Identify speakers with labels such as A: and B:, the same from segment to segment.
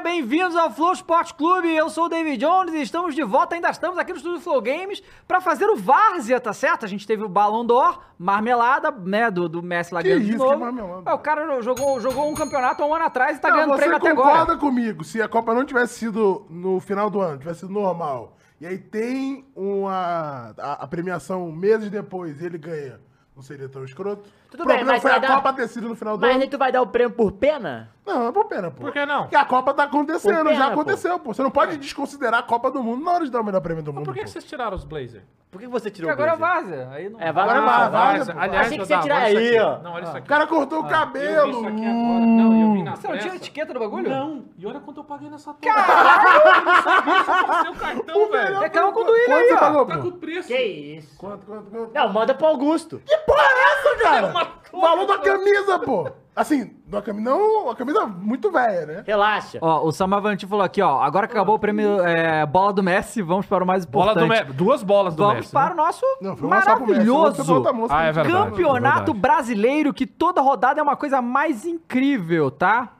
A: bem-vindos ao Flow Sport Clube. Eu sou o David Jones e estamos de volta. Ainda estamos aqui no estúdio Flow Games para fazer o Várzea, tá certo? A gente teve o Ballon d'Or, marmelada, né, do, do Messi lá
B: Que
A: dentro de
B: isso, que
A: novo.
B: marmelada?
A: Ah, o cara jogou, jogou um campeonato há um ano atrás e tá
B: Não,
A: ganhando prêmio
B: você
A: até
B: concorda
A: agora.
B: comigo, se a Copa não tivesse sido no final do ano, tivesse sido normal, e aí tem uma, a, a premiação meses depois e ele ganha, não seria tão escroto?
C: Tudo
B: o
C: bem,
B: problema
C: mas
B: foi
C: vai
B: a
C: dar-
B: Copa ter sido no final do
C: Mas
B: ano.
C: aí tu vai dar o prêmio por pena?
B: Não, é por pena, pô.
D: Por que não?
B: Porque a Copa tá acontecendo,
C: Por pena, É.
B: já aconteceu, pô. Você não pode desconsiderar a Copa do Mundo na hora de dar o melhor prêmio do mundo,
D: Por que,
B: pô.
D: que vocês tiraram os Blazer?
C: Por que você tirou
A: Porque agora é Várzea. Aí não...
C: É, vai
B: Agora
C: lá.
B: é Várzea.
D: Aliás,
B: vaga, pô.
D: aliás,
C: Achei que você
D: Dodá,
C: ia tirar
D: olha isso
C: aí,
D: aqui.
C: ó.
D: Não, olha isso
B: O
D: aqui.
B: cara cortou o
D: Ah, Eu vi
B: cabelo.
D: isso aqui agora. Não, eu vi na
A: Você não tinha
D: pressa.
A: etiqueta do bagulho?
D: Não, e olha quanto eu paguei nessa torta. Caralho! Eu não sabia seu cartão,
B: O
D: velho.
B: melhor
A: Reclama com o
B: prêmio-
A: Duílio
B: Quanto
A: aí,
B: você
A: ó.
B: pagou,
D: Tá
B: pô?
D: com preço.
C: Que isso?
B: Quanto, quanto, quanto?
C: Não, manda pro Augusto.
B: Isso, é cara! O valor
D: né?
B: da camisa, pô! Assim, da camisa, não, a camisa é muito velha, né?
C: Relaxa.
A: Ó, o Samavanti falou aqui, ó. Agora que acabou o prêmio é, Bola do Messi, vamos para o mais
D: Bola
A: importante.
D: do Messi. Duas bolas do
A: Vamos
D: Messi.
A: para o
D: né?
A: nosso
B: Não, foi uma só pro Messi, outra
A: maravilhoso
B: pra outra moça.
D: Ah, é verdade.
A: campeonato
D: verdade.
A: brasileiro, que toda rodada é uma coisa mais incrível, tá?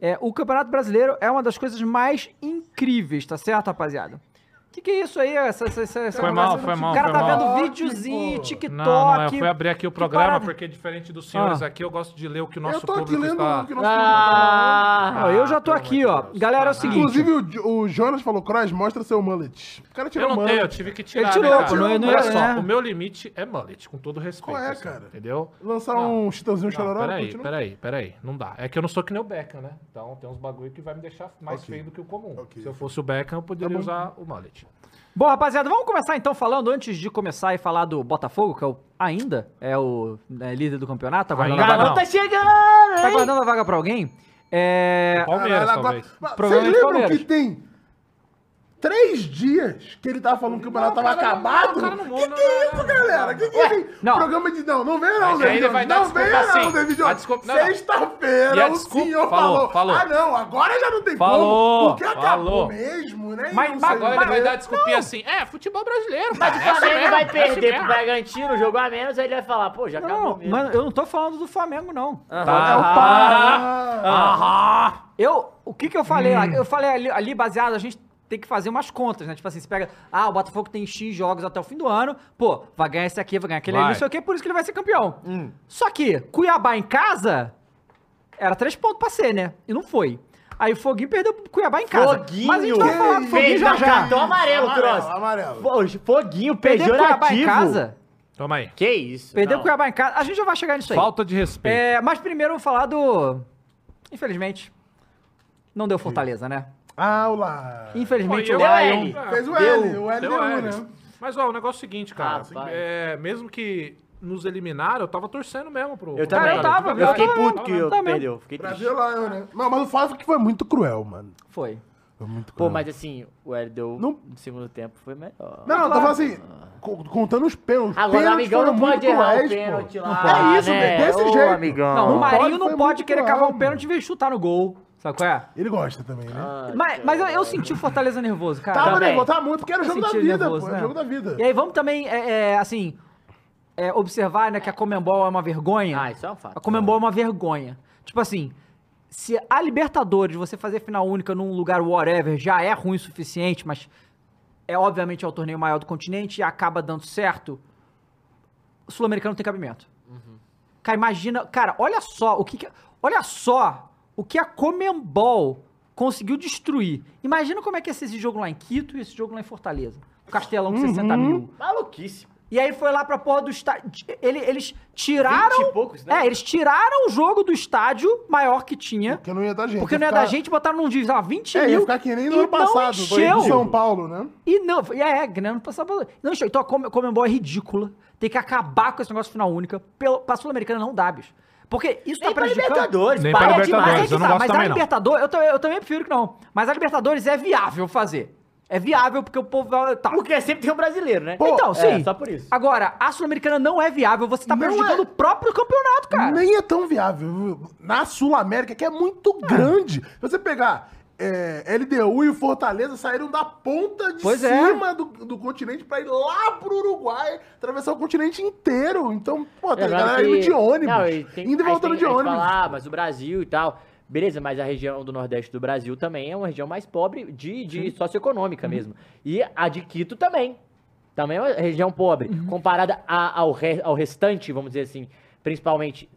A: É, o campeonato brasileiro é uma das coisas mais incríveis, tá certo, rapaziada? O que, que é isso aí? Essa, essa, essa, essa
D: Foi
A: conversa?
D: mal, foi mal,
A: O cara
D: foi
A: tá
D: mal.
A: vendo videozinho, TikTok.
D: Não, não, é, eu fui abrir aqui o
A: Que
D: programa,
A: parada.
D: porque diferente dos senhores
A: Ah.
D: aqui, eu gosto de ler o que o
B: Eu
D: nosso
B: tô aqui
D: público
B: lendo
D: está...
B: o que nós
C: Ah,
A: Ó, eu já tô
D: Ah, pelo
A: aqui,
D: amor
A: ó.
D: de Deus.
A: Galera, é o
D: Ah,
A: seguinte.
B: Inclusive, o, Jo- o Jonas falou, Cross, mostra seu mullet. O cara
D: Eu
B: tirou
D: não
B: mullet.
D: tenho, eu tive que tirar,
A: Ele tirou,
D: né,
A: pô,
D: cara?
A: não é- não é-
D: Olha só,
A: é.
D: o meu limite é mullet, com todo respeito.
B: Qual é,
D: assim,
B: cara?
D: Entendeu?
B: Lançar
D: Não.
B: um chitãozinho chororó.
D: Não, peraí,
B: continua.
D: peraí, peraí. Não dá. É que eu não sou que nem o Beckham, né? Então tem uns bagulho que vai me deixar mais
B: Ok.
D: feio do que o comum.
B: Ok.
D: Se eu fosse o Beckham, eu poderia
B: bom.
D: usar o mullet.
A: Bom, rapaziada, vamos começar então falando, antes de começar e falar do Botafogo, que é o, ainda é o né, líder do campeonato, agora
D: Ainda
A: tá guardando,
C: Garota tá chegando,
A: tá
C: hein?
A: guardando a vaga pra alguém. É.
D: Palmeiras,
B: Caralho, agora-
D: talvez.
B: Mas Vocês
A: Provavelmente
B: lembram
A: Palmeiras.
B: que tem três dias que ele tava falando que o Barato tava acabado?
D: cara não- não-
B: que que
D: não-
B: é isso,
D: não-
B: galera? Que que é isso?
A: não.
B: Programa de... Não, não vem não,
D: Mas aí
B: David
D: ele vai
B: Jones.
D: dar
B: Não
D: desculpa
B: vem não,
D: assim.
B: David
D: A
B: Jones.
D: desculpa- não, não. E
B: Sexta-feira
D: a
B: o
D: desculpa-
B: senhor
D: falou,
B: falou.
D: falou.
B: Ah, não, agora já não tem
D: Falou,
B: como. Porque acabou
D: falou.
B: mesmo, né? E
A: Mas-
B: não
A: mas
B: sei
D: Agora
B: o
D: ele vai
B: quê.
D: dar desculpinha assim. É, futebol brasileiro.
C: Mas
D: cara, é
C: o
D: isso
C: Flamengo
D: mesmo,
C: vai
D: é isso
C: perder
D: mesmo.
C: pro Bragantino, jogou a menos, aí ele vai falar, pô, já acabou
A: Não,
C: mesmo.
A: mano, eu não tô falando do Flamengo, não.
E: Ah.
B: É o
D: Tá.
B: Pará.
D: Ah.
A: Eu, o que que eu falei lá? Eu falei ali, ali baseado, a gente tem que fazer umas contas, né? Tipo assim, você pega, ah, o Botafogo tem X jogos até o fim do ano, pô, vai ganhar esse aqui, vai ganhar aquele ali,
D: Vai.
A: não sei o quê, por isso que ele vai ser campeão. Só que, Cuiabá em casa, era três pontos pra ser, né? E não foi. Aí o Foguinho perdeu pro Cuiabá em casa.
C: Foguinho!
A: Mas a gente vai falar do
B: Que
A: Foguinho
C: Fez
A: já
C: não,
A: já.
D: Então
C: cartão amarelo,
B: Então Amarelo,
C: troço.
B: amarelo.
C: Fo- Foguinho
A: Perdeu pro Cuiabá em
C: pejorativo.
A: casa.
D: Toma aí.
C: Que isso?
A: Perdeu
C: não.
A: pro Cuiabá em casa. A gente já vai chegar nisso aí.
D: Falta de respeito.
A: É, mas primeiro eu vou falar do... Infelizmente, não deu Fortaleza, né?
B: Aula.
A: Infelizmente
D: Pô,
A: o
E: um
D: e eu-
A: Lion...
C: L.
B: Ah, Fez o
C: Deu.
B: L, o L
D: Deu
B: deu,
D: a L.
B: né?
D: Mas, ó, o negócio é o seguinte, cara.
C: Rapaz.
D: é, mesmo que nos eliminaram, eu tava torcendo mesmo pro... pro
C: Eu também.
A: Cara, eu tava,
C: eu
A: eu
C: fiquei
A: tava,
C: puto
A: eu
C: que eu
A: tava mesmo.
C: perdeu. Fiquei triste.
B: Brasil lá, né? Não, mas o fato é que foi muito cruel, mano.
A: Foi.
B: Foi muito
C: Pô,
B: cruel.
C: mas assim, o Hélio deu
B: Não-
C: no segundo tempo, foi melhor.
B: Não, eu tô falando assim, co- contando os pênaltis.
C: Agora,
B: Pênaltis
C: amigão,
B: foram
C: não pode
B: muito
C: errar o
B: cruéis,
C: pênalti
B: pô.
C: lá,
B: Não pode. É isso,
C: né?
B: velho, desse
C: Ô,
B: jeito.
C: amigão.
A: Não, o Marinho
B: foi
A: não
B: muito
A: pode querer
B: cruel,
A: cavar o
B: mano.
A: pênalti e veio chutar no gol. Sabe qual é?
B: Ele gosta também, né?
C: Ai,
A: Mas, mas eu, eu senti o Fortaleza nervoso, cara.
B: tava
C: também.
B: nervoso, tava muito, porque era o jogo da
A: senti
B: vida,
A: ele nervoso,
B: pô. Era
A: né?
B: o jogo da vida.
A: E aí vamos também, é, é, assim, é, observar né, que a Comembol é uma vergonha.
C: Ah, isso é um fato.
A: a Comembol é uma vergonha. Tipo assim, se a Libertadores, você fazer final única num lugar whatever, já é ruim o suficiente, mas é obviamente é o torneio maior do continente e acaba dando certo, o sul-americano tem cabimento.
C: Uhum.
A: Cara, imagina. Cara, olha só o que. que- olha só o que a Comembol conseguiu destruir. Imagina como é que ia ser esse jogo lá em Quito e esse jogo lá em Fortaleza. O Castelão com
B: Uhum.
A: 60 mil.
C: Maluquice.
A: E aí foi lá pra porra do estádio. Eles tiraram.
C: 20 e poucos, né?
A: É, eles tiraram o jogo do estádio maior que tinha.
B: Porque não ia dar gente.
A: Porque
B: ia
A: não é
B: ficar-
A: da gente, botaram num dia, sei lá, 20
B: É,
A: mil.
B: ia ficar que nem
A: e
B: no ano
A: não
B: passado, foi
A: encheu.
B: em São Paulo, né?
A: E não, e é, que nem ano passado. Não, encheu. então a Come- Comembol é ridícula. Tem que acabar com esse negócio de final única. Pelo, pra Sul-Americana não dá, bicho. Porque isso
C: Nem
A: tá
C: pra
A: prejudicando.
C: Libertadores,
D: Nem
C: para
D: pra
A: Mas,
C: demais.
A: é
D: Libertadores.
A: que
D: eu não
A: tá,
D: gosto
A: mas a
D: também, não.
A: Libertadores, eu, ta- eu também prefiro que não. Mas a Libertadores é viável fazer. É viável porque o povo. vai- Tá.
C: Porque sempre tem um brasileiro, né?
A: então,
C: é,
A: sim.
C: só por isso.
A: Agora, a Sul-Americana não é viável. Você tá
B: Não
A: prejudicando
B: é.
A: o próprio campeonato, cara.
B: Nem é tão viável. viu? Na Sul-América, que é muito grande. Se você pegar é, LDU e o Fortaleza saíram da ponta de
A: Pois é.
B: cima do, do continente pra ir lá pro Uruguai, atravessar o continente inteiro. Então, pô, tem
C: Lembrando
B: galera indo
C: que-
B: de ônibus.
C: é, Não, e tem-
B: indo e
C: aí
B: voltando
C: tem-
B: de
C: aí
B: ônibus.
C: Fala, ah, mas o Brasil e tal. Beleza, mas a região do Nordeste do Brasil também é uma região mais pobre de, de socioeconômica
B: Uhum.
C: mesmo. E a de Quito também. Também é uma região pobre.
B: Uhum.
C: Comparada a- ao, re- ao restante, vamos dizer assim, principalmente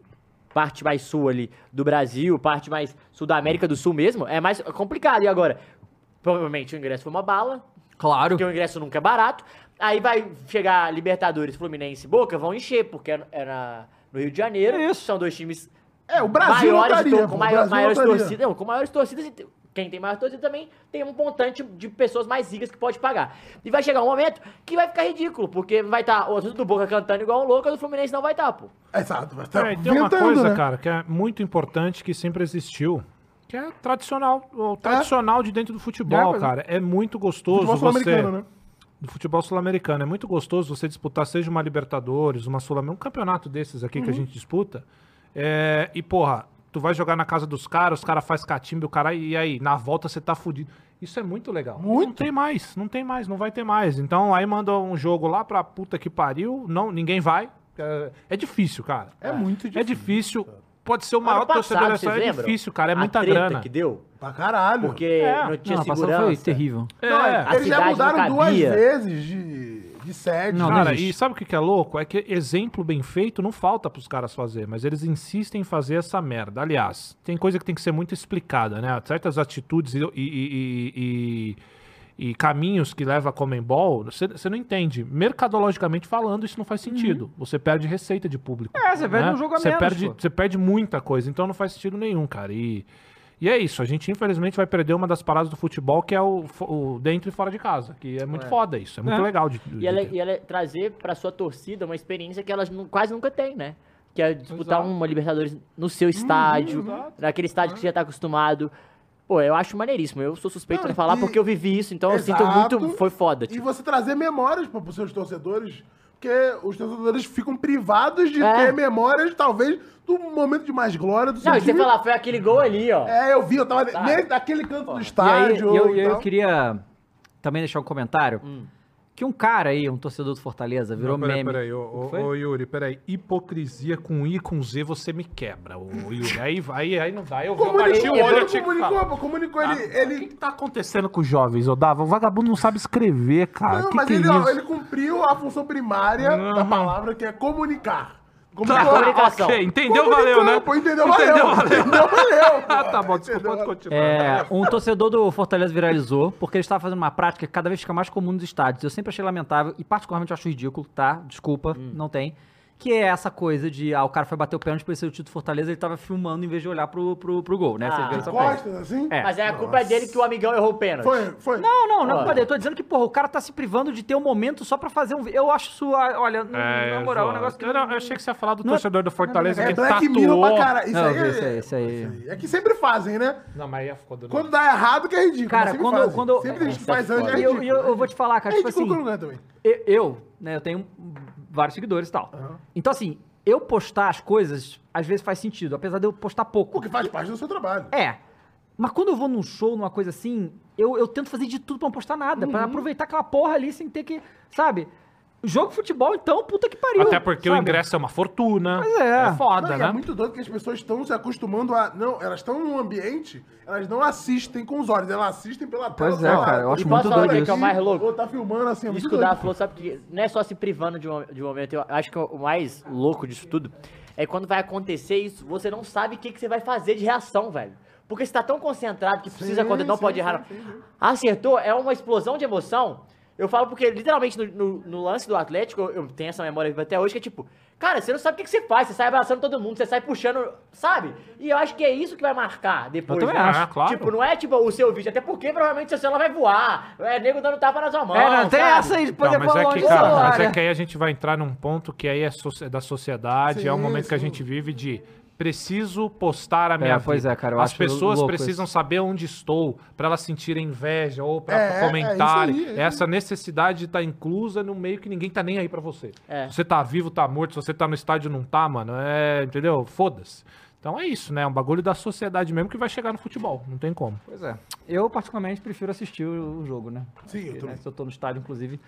C: parte mais sul ali do Brasil, parte mais sul da América do Sul mesmo, é mais complicado. E agora? Provavelmente o ingresso foi uma bala,
A: Claro.
C: porque o ingresso nunca é barato. Aí vai chegar Libertadores, Fluminense e Boca, vão encher, porque é, é na- no Rio de Janeiro. São dois times
B: É, o Brasil
C: maiores,
B: lotaria,
C: tor-
B: pô,
C: com
B: o
C: maior-
B: Brasil tá
C: maiores
B: lotaria.
C: torcidas. Não, com maiores torcidas, e quem tem maior torcida também tem um montante de pessoas mais ricas que pode pagar. E vai chegar um momento que vai ficar ridículo, porque vai estar o assunto do Boca cantando igual um louco, a do Fluminense não vai estar, pô.
B: Exato, mas tá
E: É, e tem uma
B: ventando,
E: coisa,
B: né?
E: cara, que é muito importante, que sempre existiu, que é tradicional, o tradicional de dentro do
A: É,
E: futebol,
A: mas-
E: cara. É muito gostoso
B: Futebol
E: você...
B: sul-americano, né?
E: Do futebol sul-americano. É muito gostoso você disputar, seja uma Libertadores, uma sul um campeonato desses aqui que a
C: Uhum.
E: gente disputa. É, e, porra, tu vai jogar na casa dos caras, os caras fazem catimba, o cara... E aí, na volta você tá fudido. Isso é muito legal.
B: Muito.
E: Não tem mais, não tem mais, não vai ter mais. Então, aí manda um jogo lá pra puta que pariu, não, ninguém vai. É, é difícil, cara.
B: É muito difícil.
E: É difícil. Pode ser o
C: Ano
E: maior torcedor
C: passado,
E: dessa.
C: vocês
E: É
C: lembram?
E: difícil, cara. É
C: A
E: muita
C: treta
E: grana.
C: que deu,
B: Pra caralho.
C: porque
E: É.
C: não tinha
A: Não, a passada
C: segurança.
A: foi terrível.
B: Não,
E: É.
C: a
B: eles já
C: cidade
B: mudaram
C: não
B: duas
C: cabia.
B: vezes de, de sede.
A: Não,
E: Cara,
A: existe.
E: e sabe o que que é louco? É que exemplo bem feito não falta pros caras fazer, mas eles insistem em fazer essa merda. Aliás, tem coisa que tem que ser muito explicada, né? Certas atitudes e, e- e- e- e caminhos que leva a Comembol, você você não entende. Mercadologicamente falando, isso não
A: Uhum.
E: faz sentido. Você perde receita de público. né?
A: É, você perde um jogo a
E: você
A: menos,
E: Perde,
A: pô.
E: você perde muita coisa, então não faz sentido nenhum, cara. E, e é isso, a gente infelizmente vai perder uma das paradas do futebol, que é o, fo- o dentro e fora de casa, que é muito foda isso, é muito
A: É.
E: legal de, de
C: E ela,
E: ter.
C: e ela é trazer pra sua torcida uma experiência que elas nu- quase nunca têm, né? Que é disputar
E: Exato.
C: uma Libertadores no seu estádio,
B: Uhum,
C: naquele estádio que você já tá acostumado. Pô, eu acho maneiríssimo. Eu sou suspeito
B: Não,
C: pra falar
B: e-
C: porque eu vivi isso, então eu
B: Exato.
C: sinto muito. Foi foda.
B: E
C: Tipo.
B: você trazer memórias para os seus torcedores, porque os torcedores ficam privados de
C: É.
B: ter memórias, talvez, do momento de mais glória do seu
C: Não, e você
B: time.
C: falar, foi aquele gol ali, ó.
B: É, eu vi, eu tava
C: Tá.
B: nele, naquele canto do
A: E aí,
B: estádio.
A: eu, eu
C: então.
B: tal.
A: queria também deixar um comentário.
C: Hum.
A: Que um cara aí, um torcedor do Fortaleza, virou
E: peraí,
A: meme.
E: Peraí, ô,
A: O que
E: ô,
A: foi?
E: ô, Yuri, peraí. Hipocrisia com I com Z você me quebra, ô, Yuri. Aí, aí, aí não dá. Eu vou
B: Comunicou,
E: bati o olho eu
B: ele
E: tinha que falar.
B: comunicou, pô, comunicou, ele...
E: O que,
B: ele...
E: que tá acontecendo com os jovens, Odava? O vagabundo não sabe escrever, cara.
B: Não,
E: que
B: mas
E: que é
B: ele, ó,
E: isso?
B: ele cumpriu a função primária da
E: Uhum.
B: palavra, que é comunicar.
E: Tá,
B: Comunicou.
C: comunicação.
E: ok, entendeu? Valeu, né?
B: Pô, entendeu?
E: Entendeu?
B: Valeu.
E: Valeu.
B: Entendeu? Valeu. pô.
E: Ah, tá bom, desculpa, pode continuar.
A: É, um torcedor do Fortaleza viralizou porque ele estava fazendo uma prática que cada vez fica mais comum nos estádios. Eu sempre achei lamentável e particularmente acho ridículo, tá? Desculpa,
B: Hum.
A: não tem. Que é essa coisa de, ah, o cara foi bater o pênalti, por ser o título do Fortaleza, ele tava filmando em vez de olhar pro, pro, pro gol, né?
C: Ah.
A: Vocês viram essa
E: tá
A: coisa?
B: Costas, assim?
A: É.
C: Mas é a culpa dele que o amigão errou o pênalti.
B: Foi, foi.
A: Não, não, não,
C: Olha.
A: cadê? Eu tô dizendo que, porra, o cara tá se privando de ter um momento só pra fazer um. vi- Eu acho isso, ah, olha, n- na moral, é um negócio que.
E: eu, não- eu achei que você ia falar do
A: Não é-
E: torcedor do Fortaleza
B: É
E: que tá
B: Black Mirror
E: tatuou.
B: pra caralho. Isso
A: Não,
B: aí, é,
A: isso aí, isso aí.
B: É que sempre fazem, né?
E: Não, mas aí ficou dando...
B: Quando dá errado que é ridículo.
A: Cara,
B: mas sempre
A: quando-
B: fazem.
A: quando-
B: Sempre a gente
C: é,
B: faz
C: é
B: antes, é
A: E eu,
B: ridículo.
A: e eu, eu vou te falar, cara,
B: é
A: tipo
B: ridículo em
A: assim.
B: qualquer lugar também.
A: Eu- Eu, né, eu tenho vários seguidores e tal. Então, assim, eu postar as coisas, às vezes faz sentido, apesar de eu postar pouco.
B: Porque faz parte do seu trabalho.
A: É. Mas quando eu vou num show, numa coisa assim, eu, eu tento fazer de tudo pra não postar nada, pra aproveitar aquela porra ali sem ter que, sabe? Jogo de futebol, então, puta que pariu.
E: Até porque o
A: sabe?
E: ingresso é uma fortuna.
A: Pois é.
E: foda,
B: Não, e
E: né?
B: É muito doido que as pessoas estão se acostumando a. Não, elas estão num ambiente, elas não assistem com os olhos, elas assistem pela tela.
A: Pois é,
B: celular.
A: cara, eu acho
B: E
A: muito
B: passa lá
A: doido
B: daqui,
A: isso.
C: É o mais louco.
B: Ou tá filmando assim, é muito
C: Isso que o
B: doido.
C: Dava falou, sabe que não é só se privando de um, de um momento. Eu acho que o mais louco disso tudo é quando vai acontecer isso, você não sabe o que, que você vai fazer de reação, velho. Porque você tá tão concentrado que precisa
B: Sim,
C: acontecer, não
B: sim,
C: pode
B: sim,
C: errar.
B: sim, sim.
C: Acertou, é uma explosão de emoção. Eu falo porque, literalmente, no, no- no lance do Atlético, eu, eu tenho essa memória viva até hoje, que é tipo, cara, você não sabe o que, que você faz, você sai abraçando todo mundo, você sai puxando, sabe? E eu acho que é isso que vai marcar depois.
A: Eu também
C: né?
E: acho, claro.
C: Tipo, não é tipo o seu vídeo, até porque provavelmente seu celular vai voar, é nego dando tapa na sua mão.
A: É, não tem
C: sabe?
A: essa aí de
E: Não,
A: poder
E: mas
A: falar
E: é
A: longe
E: que,
A: do
E: cara,
A: celular,
E: mas é
A: né?
E: que aí a gente vai entrar num ponto que aí é, so- é da sociedade, é um
B: Sim,
E: momento que a
B: sim.
E: gente vive de preciso postar a minha
A: pois
E: vida.
A: é, cara, eu
E: As
A: acho
E: pessoas
A: louco
E: precisam saber onde estou pra elas sentirem inveja ou pra
B: É, é,
E: comentarem.
B: é isso aí, é
E: Essa necessidade de estar inclusa no meio que ninguém tá nem aí pra você.
C: É.
E: Se você tá vivo, tá morto, se você tá no estádio, não tá, mano. É, entendeu? Foda-se. Então é isso, né? É um bagulho da sociedade mesmo que vai chegar no futebol. Não tem como.
A: Pois é. Eu, particularmente, prefiro assistir o o jogo, né?
B: Sim, eu
A: Porque, né,
B: também.
A: se eu tô no estádio, inclusive.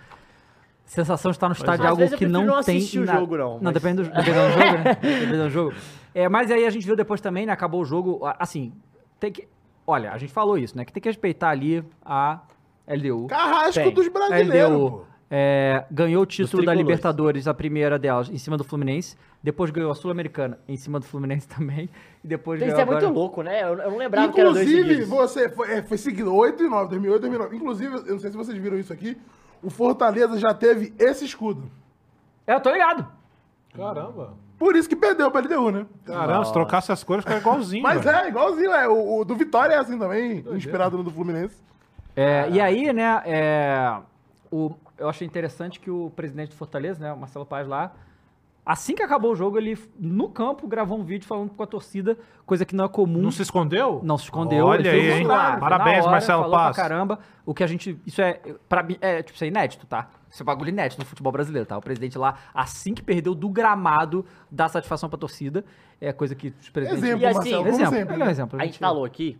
A: Sensação de estar no
C: é.
A: estádio é
C: Às
A: algo
C: vezes eu
A: que não,
C: prefiro não
A: tem.
C: assistir o
A: na-
C: jogo, não,
A: Não,
C: mas-
A: depende do, depende do jogo, né? Depende do jogo. É, mas aí a gente viu depois também, né? Acabou o jogo. a- Assim, Tem que. Olha, a gente falou isso, né? Que tem que respeitar ali a LDU.
B: Carrasco
C: Tem.
B: dos
A: A
B: brasileiros,
A: LDU
B: pô.
A: é, ganhou o título da
C: tricolores.
A: Libertadores, a primeira delas, em cima do Fluminense. Depois ganhou a Sul-Americana, em cima do Fluminense também. E depois
C: Isso
A: ganhou
C: é muito
A: agora-
C: louco, né? Eu, eu não lembrava que era dois
B: Inclusive,
C: seguidos.
B: você foi, é, foi seguido 8 e 9, 2008 2009. Inclusive, eu não sei se vocês viram isso aqui, o Fortaleza já teve esse escudo.
A: É, eu tô ligado.
E: Caramba.
B: Por isso que perdeu pra LDU, né?
E: Caramba, se trocasse as cores, ficaria igualzinho.
B: Mas
E: velho.
B: é, igualzinho, é. O, o do Vitória é assim também, inspirado no do Fluminense.
A: É, e aí, né, é, o, eu achei interessante que o presidente do Fortaleza, né, o Marcelo Paz lá, assim que acabou o jogo, ele no campo gravou um vídeo falando com a torcida, coisa que não é comum.
E: Não se escondeu?
A: Não se escondeu.
E: Olha
A: ele fez
E: aí,
A: isso
E: hein? Ah,
A: lá, foi
E: Parabéns,
A: na hora,
E: Marcelo
A: falou pra
E: Paz.
A: caramba. O que a gente. Isso é. Pra mim, é, tipo, isso é inédito, tá? Isso é bagulho inédito no futebol brasileiro, tá? O presidente lá, assim que perdeu do gramado, dá satisfação pra torcida. É coisa que os presidentes.
B: Exemplo, né?
C: E assim,
B: Marcelo, como
A: exemplo.
B: sempre.
A: ele é um exemplo.
C: A gente falou aqui,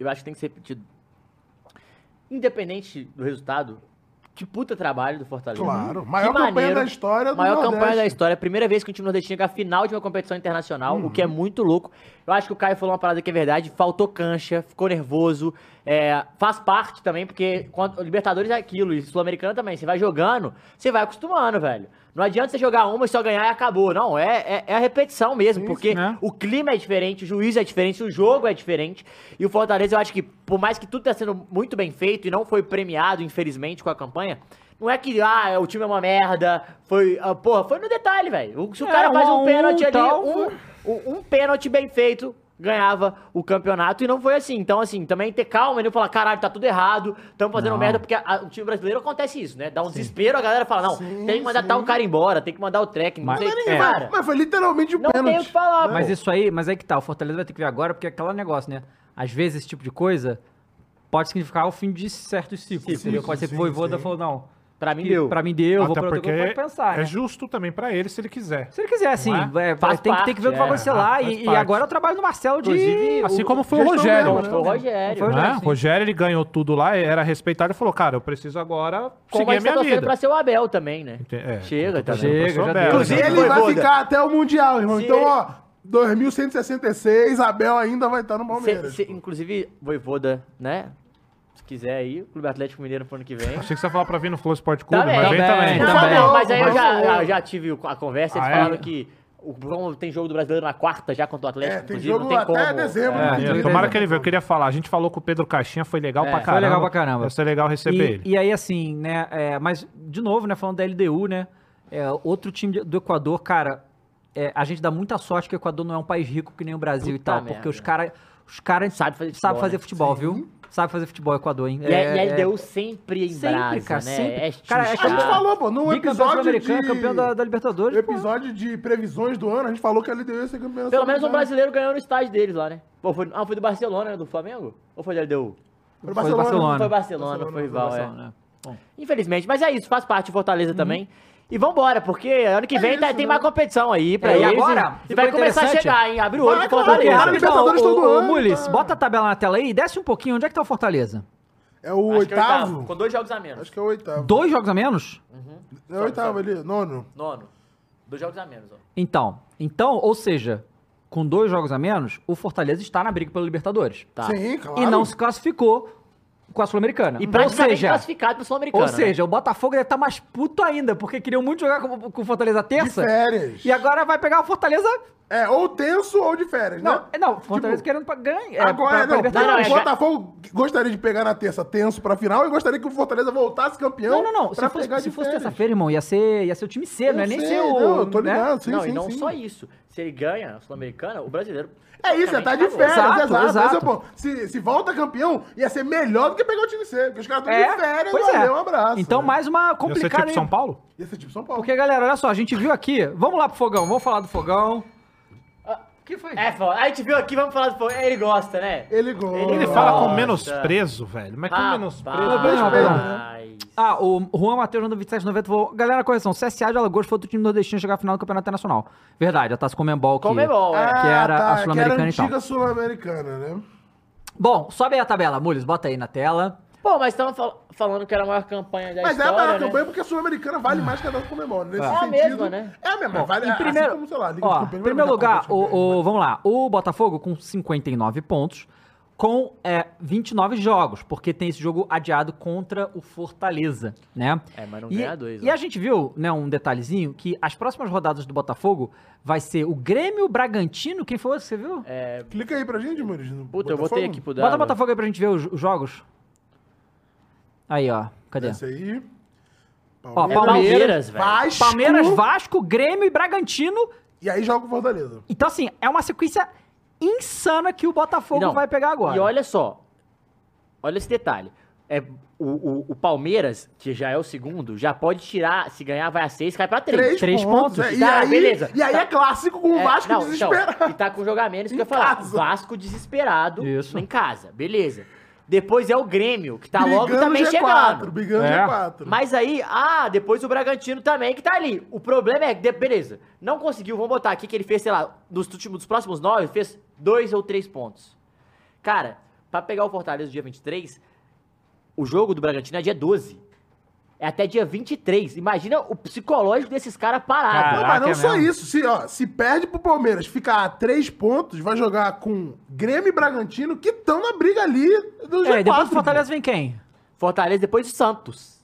C: eu acho que tem que ser repetido. Independente do resultado, que puta trabalho do Fortaleza.
B: Claro,
C: Que
B: maior campanha
C: maneiro,
B: da história do
C: Maior campanha da
B: Nordeste.
C: história. Primeira vez que o time nordestino chega à final de uma competição internacional, o
B: Uhum.
C: que é muito louco. Eu acho que o Caio falou uma parada que é verdade. Faltou cancha, ficou nervoso. é, faz parte também, porque quando- Libertadores é aquilo, e Sul-Americana também. Você vai jogando, você vai acostumando, velho. Não adianta você jogar uma e só ganhar e acabou. Não, é, é, é a repetição mesmo, porque
E: né?
C: o clima é diferente, o juiz é diferente, o jogo é diferente. E o Fortaleza, eu acho que, por mais que tudo tá sendo muito bem feito e não foi premiado, infelizmente, com a campanha, não é que, ah, o time é uma merda, foi, ah, porra, foi no detalhe, velho. Se o
A: É,
C: cara
A: um
C: faz
A: a
C: um
A: um,
C: pênalti ali,
A: tal,
C: um, um, um pênalti bem feito, ganhava o campeonato e não foi assim. Então, assim, também ter calma e não falar, caralho, tá tudo errado, estamos fazendo merda, porque a- a- o time brasileiro acontece isso, né? Dá um desespero, a galera fala, não,
B: Sim,
C: tem que mandar
B: sim.
C: tal cara embora, tem que mandar o técnico,
A: Mas- é,
C: não sei o
B: Mas,
C: que, cara.
B: mas foi literalmente o
C: Não
B: pênalti.
C: tem o que falar,
A: Ah, Mas
C: pô.
A: isso aí, mas aí que tá, o Fortaleza vai ter que ver agora, porque é aquele negócio, né? Às vezes esse tipo de coisa pode significar o fim de certos ciclos,
B: Sim,
A: entendeu?
B: sim,
A: Pode ser que
B: sim,
A: o Voivoda
B: sim.
A: falou, não,
C: Pra mim
A: que
C: deu.
A: pra mim deu, vou
E: Até
A: pra outro
E: porque
A: grupo, pode pensar,
E: é
A: né?
E: justo também pra ele, se ele quiser.
A: Se ele quiser, assim,
E: Não
A: é,
C: Faz
A: tem, que, tem que ver o que vai
C: parte,
A: acontecer lá,
E: faz
A: e, e
E: parte.
A: agora é o trabalho do Marcelo de...
E: Inclusive, assim como foi o
B: gestão
E: Rogério.
B: mesmo, né?
C: Foi o Rogério.
A: Foi o
E: né?
A: Rogério, assim.
E: O
A: sim.
E: Rogério, ele ganhou tudo lá, era respeitado e falou, cara, eu preciso agora
C: Como a
E: seguir a
C: gente tá
E: minha
C: torcendo
E: vida.
C: pra ser o Abel também, né?
E: Ente- é,
C: Chega também.
A: Chega,
E: Eu sou
A: já
E: Bela,
A: deu.
B: E
C: Inclusive,
E: né?
B: ele vai
C: Voivoda.
B: ficar até o Mundial, irmão.
C: Se
B: então,
C: ele-
B: ó, 2166, Abel ainda vai estar no
C: Cê,
B: Palmeiras.
C: cê, inclusive, Voivoda, né? Se quiser aí, o Clube Atlético Mineiro pro ano que vem.
E: Achei que você ia falar pra vir no Flow Sport Clube, mas
C: Também.
E: vem
A: Também,
E: também.
A: Tá
C: Não,
A: também. bem.
C: não, mas aí eu
B: Mas
C: já,
B: o-
C: eu já tive o- a conversa, eles
E: Ah, é?
C: falaram que o, como tem jogo do brasileiro na quarta já contra o Atlético,
B: É, tem
C: inclusive, não
B: jogo
C: tem
B: até
C: como.
B: dezembro,
A: É,
B: né?
A: tem
E: É,
A: jogo
E: tomara
A: dezembro.
E: que ele veio. Eu queria falar. A gente falou com o Pedro Caixinha, foi legal pra
C: foi
E: caramba.
A: legal pra caramba.
E: Vai ser tipo legal receber
A: E,
E: ele.
A: e aí, assim, né? é, mas, de novo, né? Falando da LDU, né? é, outro time de- do Equador, cara, é, a gente dá muita sorte que o Equador não é um país rico que nem o Brasil e
C: Puta
A: tal,
C: merda.
A: porque os caras os cara
C: Sabe
A: sabe
C: fazer futebol,
A: fazer
C: né?
A: futebol, viu? Sabe fazer futebol, Equador, hein?
C: É. E, a- e a LDU sempre em
A: É, Sempre,
C: brasa,
A: cara,
C: né?
A: sempre.
C: É
A: Cara,
B: A gente
A: Ah.
B: falou, pô,
C: um
B: num
A: Bicampeão
B: episódio de...
A: sul-americano, campeão da, da Libertadores. pô.
B: Episódio de previsões do ano, a gente falou que a LDU ia ser campeã.
C: Pelo menos um
B: sul-americana.
C: brasileiro ganhou no estádio deles lá, né? Pô, foi, ah, foi do Barcelona, né? Do Flamengo? Ou foi da LDU?
A: Foi
B: Foi
A: do
B: Barcelona.
A: Barcelona.
C: Foi Barcelona,
B: Barcelona,
C: foi
B: foi
C: rival, é.
A: Barcelona, né?
C: Infelizmente, mas é isso, faz parte, Fortaleza também. E vambora, porque ano que vem
B: Uhum.
C: tá-
B: isso,
C: tem
B: né?
C: mais competição aí pra
A: É, e
C: eles.
A: agora,
C: E vai
A: ficou
C: começar a
A: interessante.
C: chegar, hein? Abre o olho
B: Vai,
C: pro
B: claro,
A: Porque,
B: Olha,
C: Fortaleza.
A: rapidão,
B: Libertadores
A: ô-
B: todo
A: ô,
B: ano,
A: Mules,
B: tá?
A: bota a tabela na tela aí e desce um pouquinho. Onde é que tá o Fortaleza?
B: É o
C: Acho que é
B: oitavo?
C: Com dois jogos a menos.
B: Acho que é o oitavo.
A: Dois jogos a menos?
B: É o oitavo ali, nono.
C: Nono. Dois jogos a menos, ó.
A: Então, então, ou seja, com dois jogos a menos, o Fortaleza está na briga pelo Libertadores.
C: Tá.
B: Sim, claro.
A: E não se classificou com a Sul-Americana.
C: E
A: ou
C: praticamente né?
A: seja,
C: classificado pro Sul-Americano.
A: ou seja, o Botafogo deve estar mais puto ainda, porque queriam muito jogar com, com o Fortaleza
B: De
A: terça.
B: férias.
A: E agora vai pegar o Fortaleza.
B: É, ou tenso ou de férias,
A: Não,
B: né?
A: é, não, Fortaleza
B: Tipo,
A: querendo pra ganhar. é, pra- pra
B: Agora, não,
C: Não, não,
A: Libertadores.
C: é-
B: o Botafogo gostaria de pegar na terça tenso pra final e gostaria que o Fortaleza voltasse campeão.
A: não, não, não. Se
B: pra
A: fosse,
B: pegar
A: se
B: de
A: fosse
B: férias.
A: terça-feira, irmão, ia ser, ia ser o time C, não é
B: Eu
A: nem
B: sei,
A: ser o.
B: não, eu tô
A: né?
B: ligado, sim,
C: não,
B: sim,
C: e não
B: sim.
C: só isso. Se ele ganha o Sul-Americano, o brasileiro.
B: É isso, é tá de férias,
A: Exato,
B: exato.
A: exato.
B: Esse é o ponto. se, se volta campeão, ia ser melhor do que pegar o time C, porque os caras estão
A: É,
B: de férias,
A: pois
B: valeu,
A: é.
B: um abraço.
A: Então, mais uma
E: Ia ser
A: complicada.
E: tipo
A: hein?
E: São Paulo?
B: Ia ser tipo São Paulo.
A: Porque, galera, olha só, a gente viu aqui. Vamos lá pro fogão, vamos falar do fogão. O que foi?
C: É, foda. A gente viu aqui, vamos falar do Flamengo. Ele gosta, né?
B: Ele é gosta.
E: Ele
C: Nossa.
E: fala com menosprezo, velho. Mas com menosprezo.
C: Rapaz.
A: Ah, o Juan Matheus mandou 2790 falou. Galera, correção, CSA de Alagoas foi outro time nordestino a chegar à final do Campeonato Internacional. Verdade, a Taça Comembol que...
C: Comebol, é.
A: que era a
B: Ah, tá, que era
A: Sul-Americana então. e tal.
B: antiga Sul-Americana, né?
A: Bom, sobe aí a tabela, Mules, bota aí na tela.
C: Pô, mas estavam fal- falando que era a maior campanha da
B: Mas é a
C: história,
B: maior
C: né?
B: campanha porque a Sul-Americana vale mais que a da Comebol. Nesse
C: É a
B: sentido,
C: mesma, né?
B: É a mesma.
A: Ah. Bom,
B: vale,
A: em
B: assim
A: primeiro,
B: como, sei lá, Liga
A: ó,
B: dos Campeões,
A: em primeiro
B: vale a Copa
A: lugar,
B: dos
A: o,
B: Campeões.
A: o- vamos lá, o Botafogo com 59 pontos, com é, 29 jogos, porque tem esse jogo adiado contra o Fortaleza, né?
C: É, mas não
A: E,
C: ganha dois.
A: e
C: ó.
A: a gente viu, né, um detalhezinho, que as próximas rodadas do Botafogo vai ser o Grêmio, o Bragantino, quem foi o outro que você viu?
B: Clica aí pra gente, Muris. no
C: Puta, eu
B: Botafogo.
C: botei aqui pro
A: Bota
C: Dado.
A: o Botafogo aí pra gente ver os, os jogos. Aí, ó, cadê?
B: Esse aí.
A: Ó,
C: É
B: Palmeiras.
A: Palmeiras,
C: Palmeiras, velho.
B: Vasco.
A: Palmeiras, Vasco, Grêmio e Bragantino.
B: E aí joga o Fortaleza.
A: Então, assim, é uma sequência insana que o Botafogo
C: Não,
A: vai pegar agora.
C: E olha só, olha esse detalhe. É, o, o- o Palmeiras, que já é o segundo, já pode tirar, se ganhar vai a seis, cai pra três.
A: Três pontos.
B: é, e,
C: Tá,
B: aí,
C: beleza.
B: e aí
C: Tá.
B: é clássico com o
C: É,
B: Vasco
C: não, então,
B: desesperado.
C: e tá com jogar menos, que eu ia
B: Em
C: falar.
B: casa.
C: Vasco desesperado
A: Isso.
C: em casa, beleza. Depois é o Grêmio, que tá logo
B: Brigando
C: também
B: G4,
C: chegando.
B: Brigando
A: É.
B: G4.
C: Mas aí, ah, depois o Bragantino também que tá ali. O problema é que, de- beleza, não conseguiu, vamos botar aqui que ele fez, sei lá, dos, últimos, dos próximos nove, fez dois ou três pontos. Cara, pra pegar o Fortaleza no dia 23, o jogo do Bragantino é dia 12. É até dia 23. Imagina o psicológico desses caras parado.
B: Não, mas
A: Caraca,
B: não só
A: mesmo.
B: isso. Se, ó, se perde pro Palmeiras, ficar a três pontos, vai jogar com Grêmio e Bragantino, que estão na briga ali do
A: É,
B: G4.
A: e depois do
B: pô.
A: Fortaleza
C: né?
A: vem quem?
C: Fortaleza depois o Santos.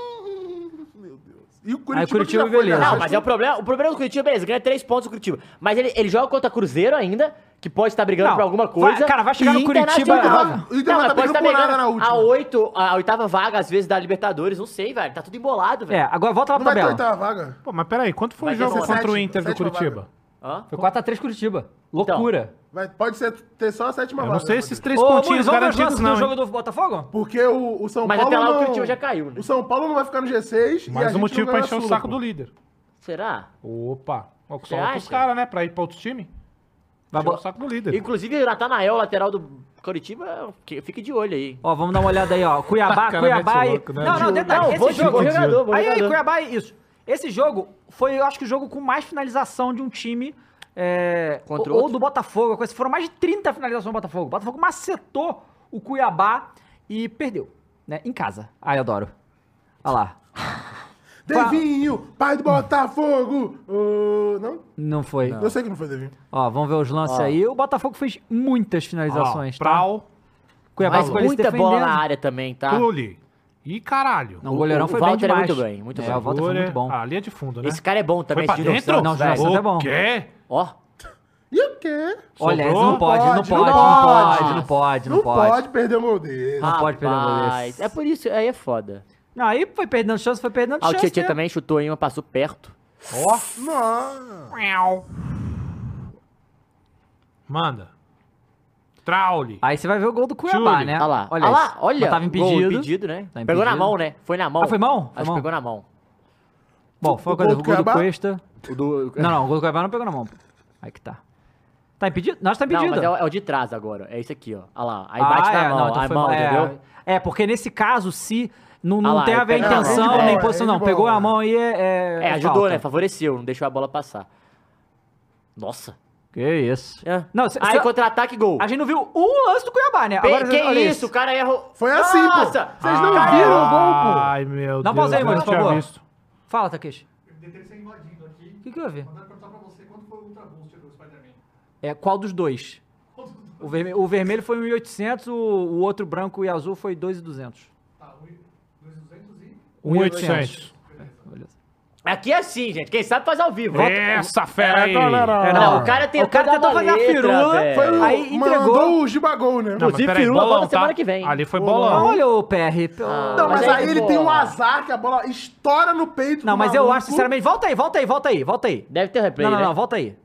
B: Hum, meu Deus. E o
A: Aí
B: Curitiba,
A: o Curitiba,
B: que já foi,
A: beleza.
B: né?
C: Não, mas é o problema. O problema do Curitiba, beleza, ganha três pontos o Curitiba. Mas ele, ele joga contra Cruzeiro ainda, que pode estar brigando
A: Não,
C: por alguma
A: vai-
C: coisa.
A: cara, vai chegar
C: E
A: no Curitiba-
C: Internacional.
A: Vai-
B: o Inter vai
C: mas
B: tá
C: pode
B: brigando
C: tá
B: por nada
C: brigando
B: na última.
C: A, oito, a oitava vaga, às vezes, da Libertadores, não sei, velho. Tá tudo embolado,
A: É,
C: velho.
A: agora volta lá
B: Não
A: pra
B: vai ter
A: tabela.
B: oitava vaga?
E: Pô, mas peraí, quanto foi
C: Vai
E: o
C: ter
E: jogo
C: sete,
E: contra o Inter do
B: sétima
E: Curitiba?
C: Hã?
A: Foi 4x3 Curitiba.
C: Então.
A: Loucura.
B: Vai, pode ser, ter só a sétima
E: Eu
B: vaga.
E: não sei
B: né,
E: esses
B: Rodrigo?
E: três
A: Ô,
E: pontinhos
A: Muniz, vamos ver os
E: garantidos,
A: lances do
E: não.
A: jogo do
E: hein?
A: Botafogo?
B: Porque o, o São
C: Mas
B: Paulo.
C: até lá o
B: não-
C: Curitiba já caiu, né?
B: O São Paulo não vai ficar no G6. e a
E: Mais
B: gente
E: um
B: não
E: motivo
B: ganha
E: pra
B: a
E: encher o
B: Sula,
E: saco
B: pô.
E: do líder.
C: Será?
E: Opa. Ó, que
C: Você
E: Solta os
C: acha?
E: caras, né? Pra ir pra outros times.
A: Vai
E: Encher
A: bo-
E: o saco do líder.
C: Inclusive, o Natanael, lateral do Curitiba, que- fica de olho aí.
A: Ó, vamos dar uma olhada aí, ó. Cuiabá,
E: Cara,
A: Cuiabá
E: mete
A: e...
E: o louco, né?
A: Não, não,
E: Não,
A: detalhe, esse
C: vou-
A: jogo...
C: vou jogador, vou
A: Aí, aí,
C: jogador.
A: Cuiabá, isso. Esse jogo foi, eu acho que o jogo com mais finalização de um time... é,
C: Contra
A: ou, ou do
C: outro?
A: Botafogo, a coisa. assim. Foram mais de 30 finalizações do Botafogo. O Botafogo macetou o Cuiabá e perdeu, né? Em casa. Ai, adoro. Olha lá.
B: Devinho, pai do Botafogo. Ô, não?
A: Não foi.
B: Eu sei que não foi Devinho.
A: Ó, vamos ver os lances
C: Ó.
A: aí. O Botafogo fez muitas finalizações,
E: Ó,
A: tá?
E: Prau,
A: Cuiabá
C: Mas
A: ficou ali se
C: muita bola
A: defendendo.
C: na área também, tá?
E: Tule. Ih, caralho.
A: Não, o
C: O-
A: goleirão
C: o
A: foi
C: Walter
A: bem
C: é
A: demais.
C: muito bem, muito
A: é,
C: bem.
A: o Walter foi
E: Júlia-
A: muito bom.
E: Ah, linha de fundo, né?
C: Esse cara é bom também,
E: foi pra
C: esse Júnior
E: dentro?
C: Santos,
A: Não, o Júnior
C: velho.
A: Santos é bom.
E: O quê?
C: Ó,
B: E o quê?
A: Olha,
E: Sobrou?
A: não pode, não pode,
B: Pode, não
A: não pode,
B: pode.
A: não pode,
B: Não
A: não pode.
B: pode perder o gol dele.
A: Ah. pode perder um gol
C: Rapaz,
A: desse.
C: É por isso, aí é foda.
A: Não, aí foi perdendo chance, foi perdendo
C: Ah, o
A: chance.
C: Tietchan
A: né?
C: também chutou em uma, passou perto.
E: Ó.
B: Nossa.
E: Manda. Traule.
A: Aí você vai ver o gol do Cuiabá,
E: Júlio,
A: né?
C: Olha tá lá, olha
A: olha
C: Ah lá,
A: isso.
C: olha.
A: Mas tava impedido.
C: Gol impedido, né?
A: Tá
C: Pegou na
A: impedido.
C: mão, né? Foi na mão.
A: Ah, foi mão? Foi
C: Acho
A: mão.
C: que pegou na mão.
A: Bom, foi
B: O
A: o gol,
B: gol
A: do
B: do
A: gol do
B: Cuiabá?
A: Cuesta.
C: É.
A: Não, não, o gol do Cuiabá não pegou na mão. Aí que tá. Tá impedido? Nós tá
C: Não,
A: impedido.
C: mas é o, é o de trás agora. É esse aqui, ó. Olha lá. Aí bate
A: Ah,
C: na
A: é,
C: mão,
A: não, então
C: a
A: foi
C: mão,
A: mal, é.
C: entendeu?
A: É, porque nesse caso, se não,
C: Ah
A: não
C: lá,
A: tem a
C: aí
A: ver a
C: pega na mão.
A: intenção,
B: Handball,
A: nem
B: é
A: posição, não.
B: handball.
A: Pegou a mão aí é.
C: É, ajudou,
A: falta.
C: né? Favoreceu, não deixou a bola passar. Nossa.
A: Que isso.
C: É.
A: Não, cê-
C: aí
A: cê-
C: contra-ataque, gol.
A: A gente não viu um lance do Cuiabá, né?
C: Pe-
A: Agora,
C: que
A: olha
C: isso, o cara errou.
B: Foi assim, pô.
C: Nossa!
B: Vocês não
A: Ah.
B: viram o gol, pô.
E: Ai, meu Deus.
A: Dá pausa aí,
E: eu
A: mano,
E: não
A: por
E: tinha
A: favor.
E: visto.
A: Fala, Takeshi.
F: Deve ser invadido aqui.
A: O que, que houve?
F: Mandaram perguntar pra você quando foi o Ultra Boost do Spider-Man.
A: É, qual dos dois? O, verme- o vermelho foi 1.800, o, o outro branco e azul foi 2.200.
F: Tá, 2,200 e.
E: 1,800.
A: Beleza.
C: Aqui é assim, gente. Quem sabe faz ao vivo.
E: Essa fera aí.
B: galera.
A: É,
C: Não,
A: não,
C: o cara tentou
A: o cara tentou
C: dar uma
A: fazer a
C: letra,
A: firula,
C: velho.
B: Foi o,
A: Aí entregou.
B: mandou o Gibagol, né?
E: Não, mas
C: Inclusive,
E: peraí,
C: Firula volta
E: bolão, tá?
C: semana que vem.
E: Ali foi
B: Bolão.
E: bolão.
A: Olha o PR. pô.
B: Não, mas,
C: Ah, mas aí,
B: aí, ele
C: pô.
B: tem um azar que a bola estoura no peito
A: Não,
B: do
A: mas eu
B: maluco.
A: acho, sinceramente. Volta aí, volta aí, volta aí, volta aí.
C: Deve ter replay,
A: Não, não,
C: né?
A: não, volta aí.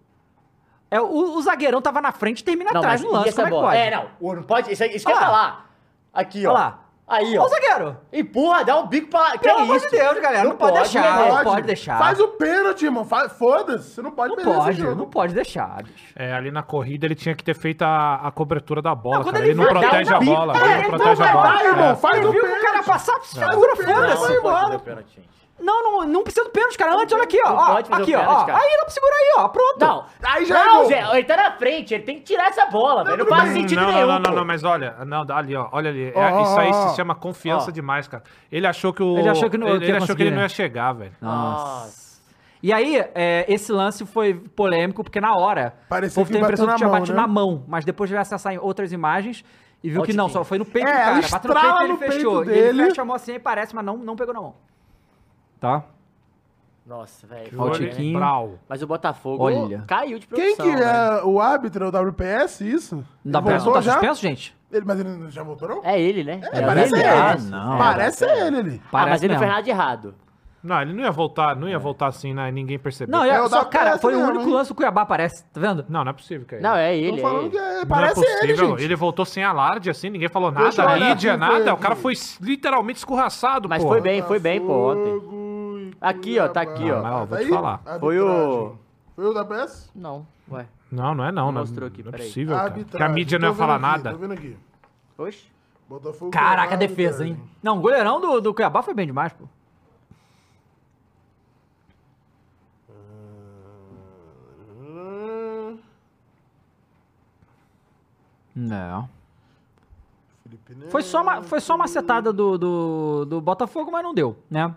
A: É, o, o zagueirão tava na frente e termina
C: Não,
A: atrás
C: mas
A: no
C: e
A: lance.
C: essa
A: Como é que
C: bola?
A: pode?
C: É, não. o- Não pode. Isso, aí- isso que eu ia
A: Olha lá.
C: falar. Aqui, ó.
A: Olha lá.
C: Aí,
A: Olha
C: ó.
A: o zagueiro.
C: Empurra, dá um bico pra lá. Que
A: Pelo amor
C: isso?
A: de Deus, galera. Não, pode, deixar.
C: né,
A: Não
C: velho?
A: pode deixar.
B: Faz o pênalti, irmão. Fa- Foda-se. Você não pode
A: Não
B: perder esse
A: pode,
B: jogo.
A: não pode deixar, bicho.
E: É, ali na corrida ele tinha que ter feito a, a cobertura da bola,
A: Não, quando
E: cara. Ele,
A: ele
E: não
A: vai dar
E: protege
A: um
E: a
A: bico,
E: bola.
A: cara,
E: Ele
A: ele
E: não
A: não
E: protege a
A: vai
E: bola. É,
B: dar, irmão, faz
A: Ele
B: o
A: viu que o
B: pênalti.
A: cara passar,
B: o
A: segura,
B: pênalti.
C: Não,
A: foda-se.
C: não pode
B: embora.
C: fazer pênalti, gente.
A: Não, não, não precisa do pênalti, cara. Antes, olha aqui, ó. ó
C: pode fazer
A: aqui,
C: o pênalti,
A: ó.
C: cara.
A: Aí dá pra segurar aí, ó. Pronto.
C: Não.
B: Aí já é
C: Não,
B: gol.
C: Zé, ele tá na frente, ele tem que tirar essa bola, velho. Não faz
B: bem.
C: sentido
E: não,
C: nenhum.
E: não, não,
C: pô.
E: não, mas olha, não, dá ali, ó, olha ali. É-
B: Ó,
E: isso aí
B: ó, ó.
E: se chama confiança
C: Ó.
E: demais, cara. Ele achou que o.
A: Ele achou que não-
E: ele,
A: que
E: ele
A: ia
E: achou que ele
A: conseguir,
E: não
A: né?
E: ia chegar, velho.
C: Nossa.
A: E aí, é, esse lance foi polêmico, porque na hora
B: Parecia
A: o povo
B: que
A: teve a impressão
B: bateu na
A: que tinha
B: mão,
A: batido
B: né?
A: na mão, mas depois de acessar em outras imagens, E viu que não, só foi no peito
B: É,
A: do cara.
B: ela
A: Bateu no
B: estrala
A: peito, ele
B: no peito
A: fechou. E ele
B: dele.
A: fecha a mão assim, aí parece, mas não, não pegou na mão. Tá?
C: Nossa, velho.
A: Olha o
C: foda, né?
A: Tiquinho.
E: é Brau.
C: Mas o Botafogo
A: Olha.
C: caiu de
B: Quem
C: produção. né?
B: que
C: velho.
B: é o árbitro, é o WPS, isso?
A: né? Da
B: Ele
A: pressa não tá
B: já?
A: suspenso, gente?
B: Ele, mas ele já voltou, não?
C: É ele, né?
A: É
B: parece
A: ele?
B: ele.
A: Ah,
C: né?
A: não.
B: Parece ele ali.
C: Ah, mas
A: Parece
C: ele não fez
A: mesmo.
C: nada de errado.
E: Não, ele não ia voltar, não ia voltar assim, né? Ninguém percebeu.
A: Não,
E: é...
A: é,
B: É o
A: só,
B: da
A: cara,
B: pressa
A: foi o
B: mesmo,
A: único
B: hein?
A: lance do Cuiabá, parece. Tá vendo?
E: não, não é possível, cara.
C: Não, é
B: Estão
C: ele. É
B: falando
C: ele.
B: que é,
E: Não é
B: parece ele,
E: possível.
B: gente.
E: ele voltou sem alarde, assim, ninguém falou
B: Deixa eu
E: nada,
B: olhar
E: mídia,
B: aqui,
E: nada.
B: foi-
E: O cara foi s- literalmente escorraçado,
C: Mas
E: pô.
C: foi bem, foi bem, pô, ontem.
B: Fogo e
C: Aqui, ó, tá
B: Cuiabá.
C: aqui, ó.
E: Mas, ó, vou
B: Tá
E: te
B: aí?
E: falar.
C: Foi o-
B: Arbitragem. Foi o da PS?
C: Não, ué.
E: Não, não é não. Não,
C: Mostrou aqui,
E: não é
C: peraí.
E: possível, cara.
B: Arbitragem.
E: Que a mídia não
B: Tô
E: ia falar
B: vendo aqui, Tô
E: nada.
B: vendo aqui.
C: Oxe.
B: Botafogo.
A: Caraca, a
B: Cuiabá,
A: defesa, hein?
B: arbitragem.
A: Não, o goleirão do, do Cuiabá foi bem demais, pô.
B: Hum,
A: Não.
B: Felipe Neto.
A: Foi só uma, foi só uma acertada do, do, do Botafogo, mas não deu, né?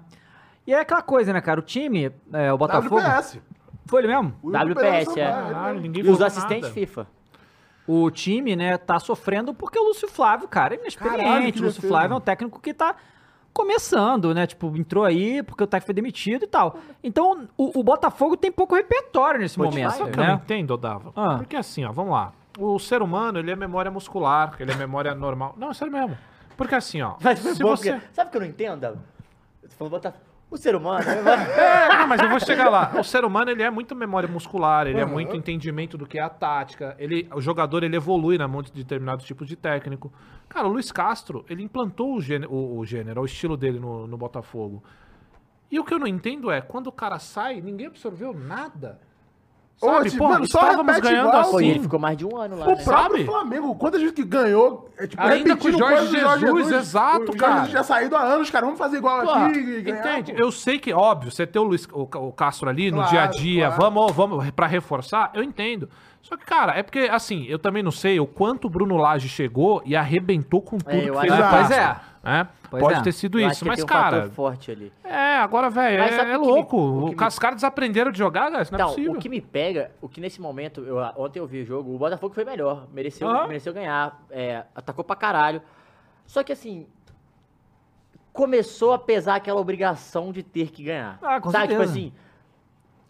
A: E é aquela coisa, né, cara? O time, é, o Botafogo.
B: WPS.
A: Foi ele mesmo?
B: O
C: WPS,
B: Pereira Sampaio,
C: é.
B: ele
E: Caralho,
B: mesmo.
E: Ah, ninguém
C: E os
E: falou
C: assistentes
E: nada.
C: FIFA.
A: O time, né, tá sofrendo porque o Lúcio Flávio, cara, é inexperiente.
B: Caralho, que
A: o Lúcio
B: defesa.
A: Flávio é um técnico que tá começando, né? Tipo, entrou aí porque o técnico foi demitido e tal. Então, o, o Botafogo tem pouco repertório nesse
C: Pode
A: momento,
C: falar,
E: Sabe o que eu não
A: né?
E: entendo, Dava?
A: Ah.
E: Porque assim, ó, vamos lá. O ser humano, ele é memória muscular, ele é memória normal. Não, é sério mesmo. Porque assim, ó.
C: Mas foi
E: se
C: bom,
E: você...
C: porque... Sabe o que eu não entendo? Davi? Você falou Botafogo. O ser humano... né?
E: É, não, mas eu vou chegar lá. O ser humano, ele é muito memória muscular, ele é
B: Uhum.
E: muito entendimento do que é a tática. Ele, o jogador, ele evolui na mão de determinados tipos de técnico. Cara, o Luiz Castro, ele implantou o gênero, o, o gênero, o estilo dele no, no Botafogo. E o que eu não entendo é, quando o cara sai, ninguém absorveu nada. Sabe,
B: Hoje,
E: pô,
B: mano, só
E: estávamos
B: repete
E: ganhando
B: igual,
C: Pô, e ele
E: assim.
C: ficou mais de um ano lá,
B: O
C: né?
B: próprio
E: Sabe?
B: Flamengo, quanta gente que ganhou, é tipo,
E: Ainda com o
B: repetindo
E: Jorge
B: coisa do
E: Jesus, exato,
B: o Jorge
E: cara.
B: Jesus já saído há anos, cara, vamos fazer igual
E: Pô,
B: aqui e ganhar.
E: entende?
B: pô.
E: Eu sei que, óbvio, você ter o, Luiz, o, Ca- o Castro ali no
B: Claro,
E: dia a dia,
B: claro.
E: vamos, vamos, pra reforçar, eu entendo. Só que, cara, é porque, assim, eu também não sei o quanto o Bruno Lage chegou e arrebentou com tudo
C: É, eu acho
E: que fez no
B: que-
E: Castro,
A: Pois é.
E: né?
A: Pois
E: Pode
A: é.
E: ter sido
C: Eu acho
E: isso,
C: que
E: mas,
C: tem um
E: cara...
C: fator forte ali.
E: É, agora, velho,
C: Mas
E: é,
C: sabe
E: é
C: o que me-
E: louco.
C: o
E: O,
C: que me-
E: os caras desaprenderam de jogar, né? Isso não é
C: Então,
E: possível.
C: o que me pega, o que nesse momento, eu- ontem eu vi o jogo, o Botafogo foi melhor, mereceu,
E: Aham.
C: mereceu ganhar, é, atacou pra caralho. Só que assim, começou a pesar aquela obrigação de ter que ganhar.
A: Ah, com
C: Sabe, tipo
A: certeza.
C: assim,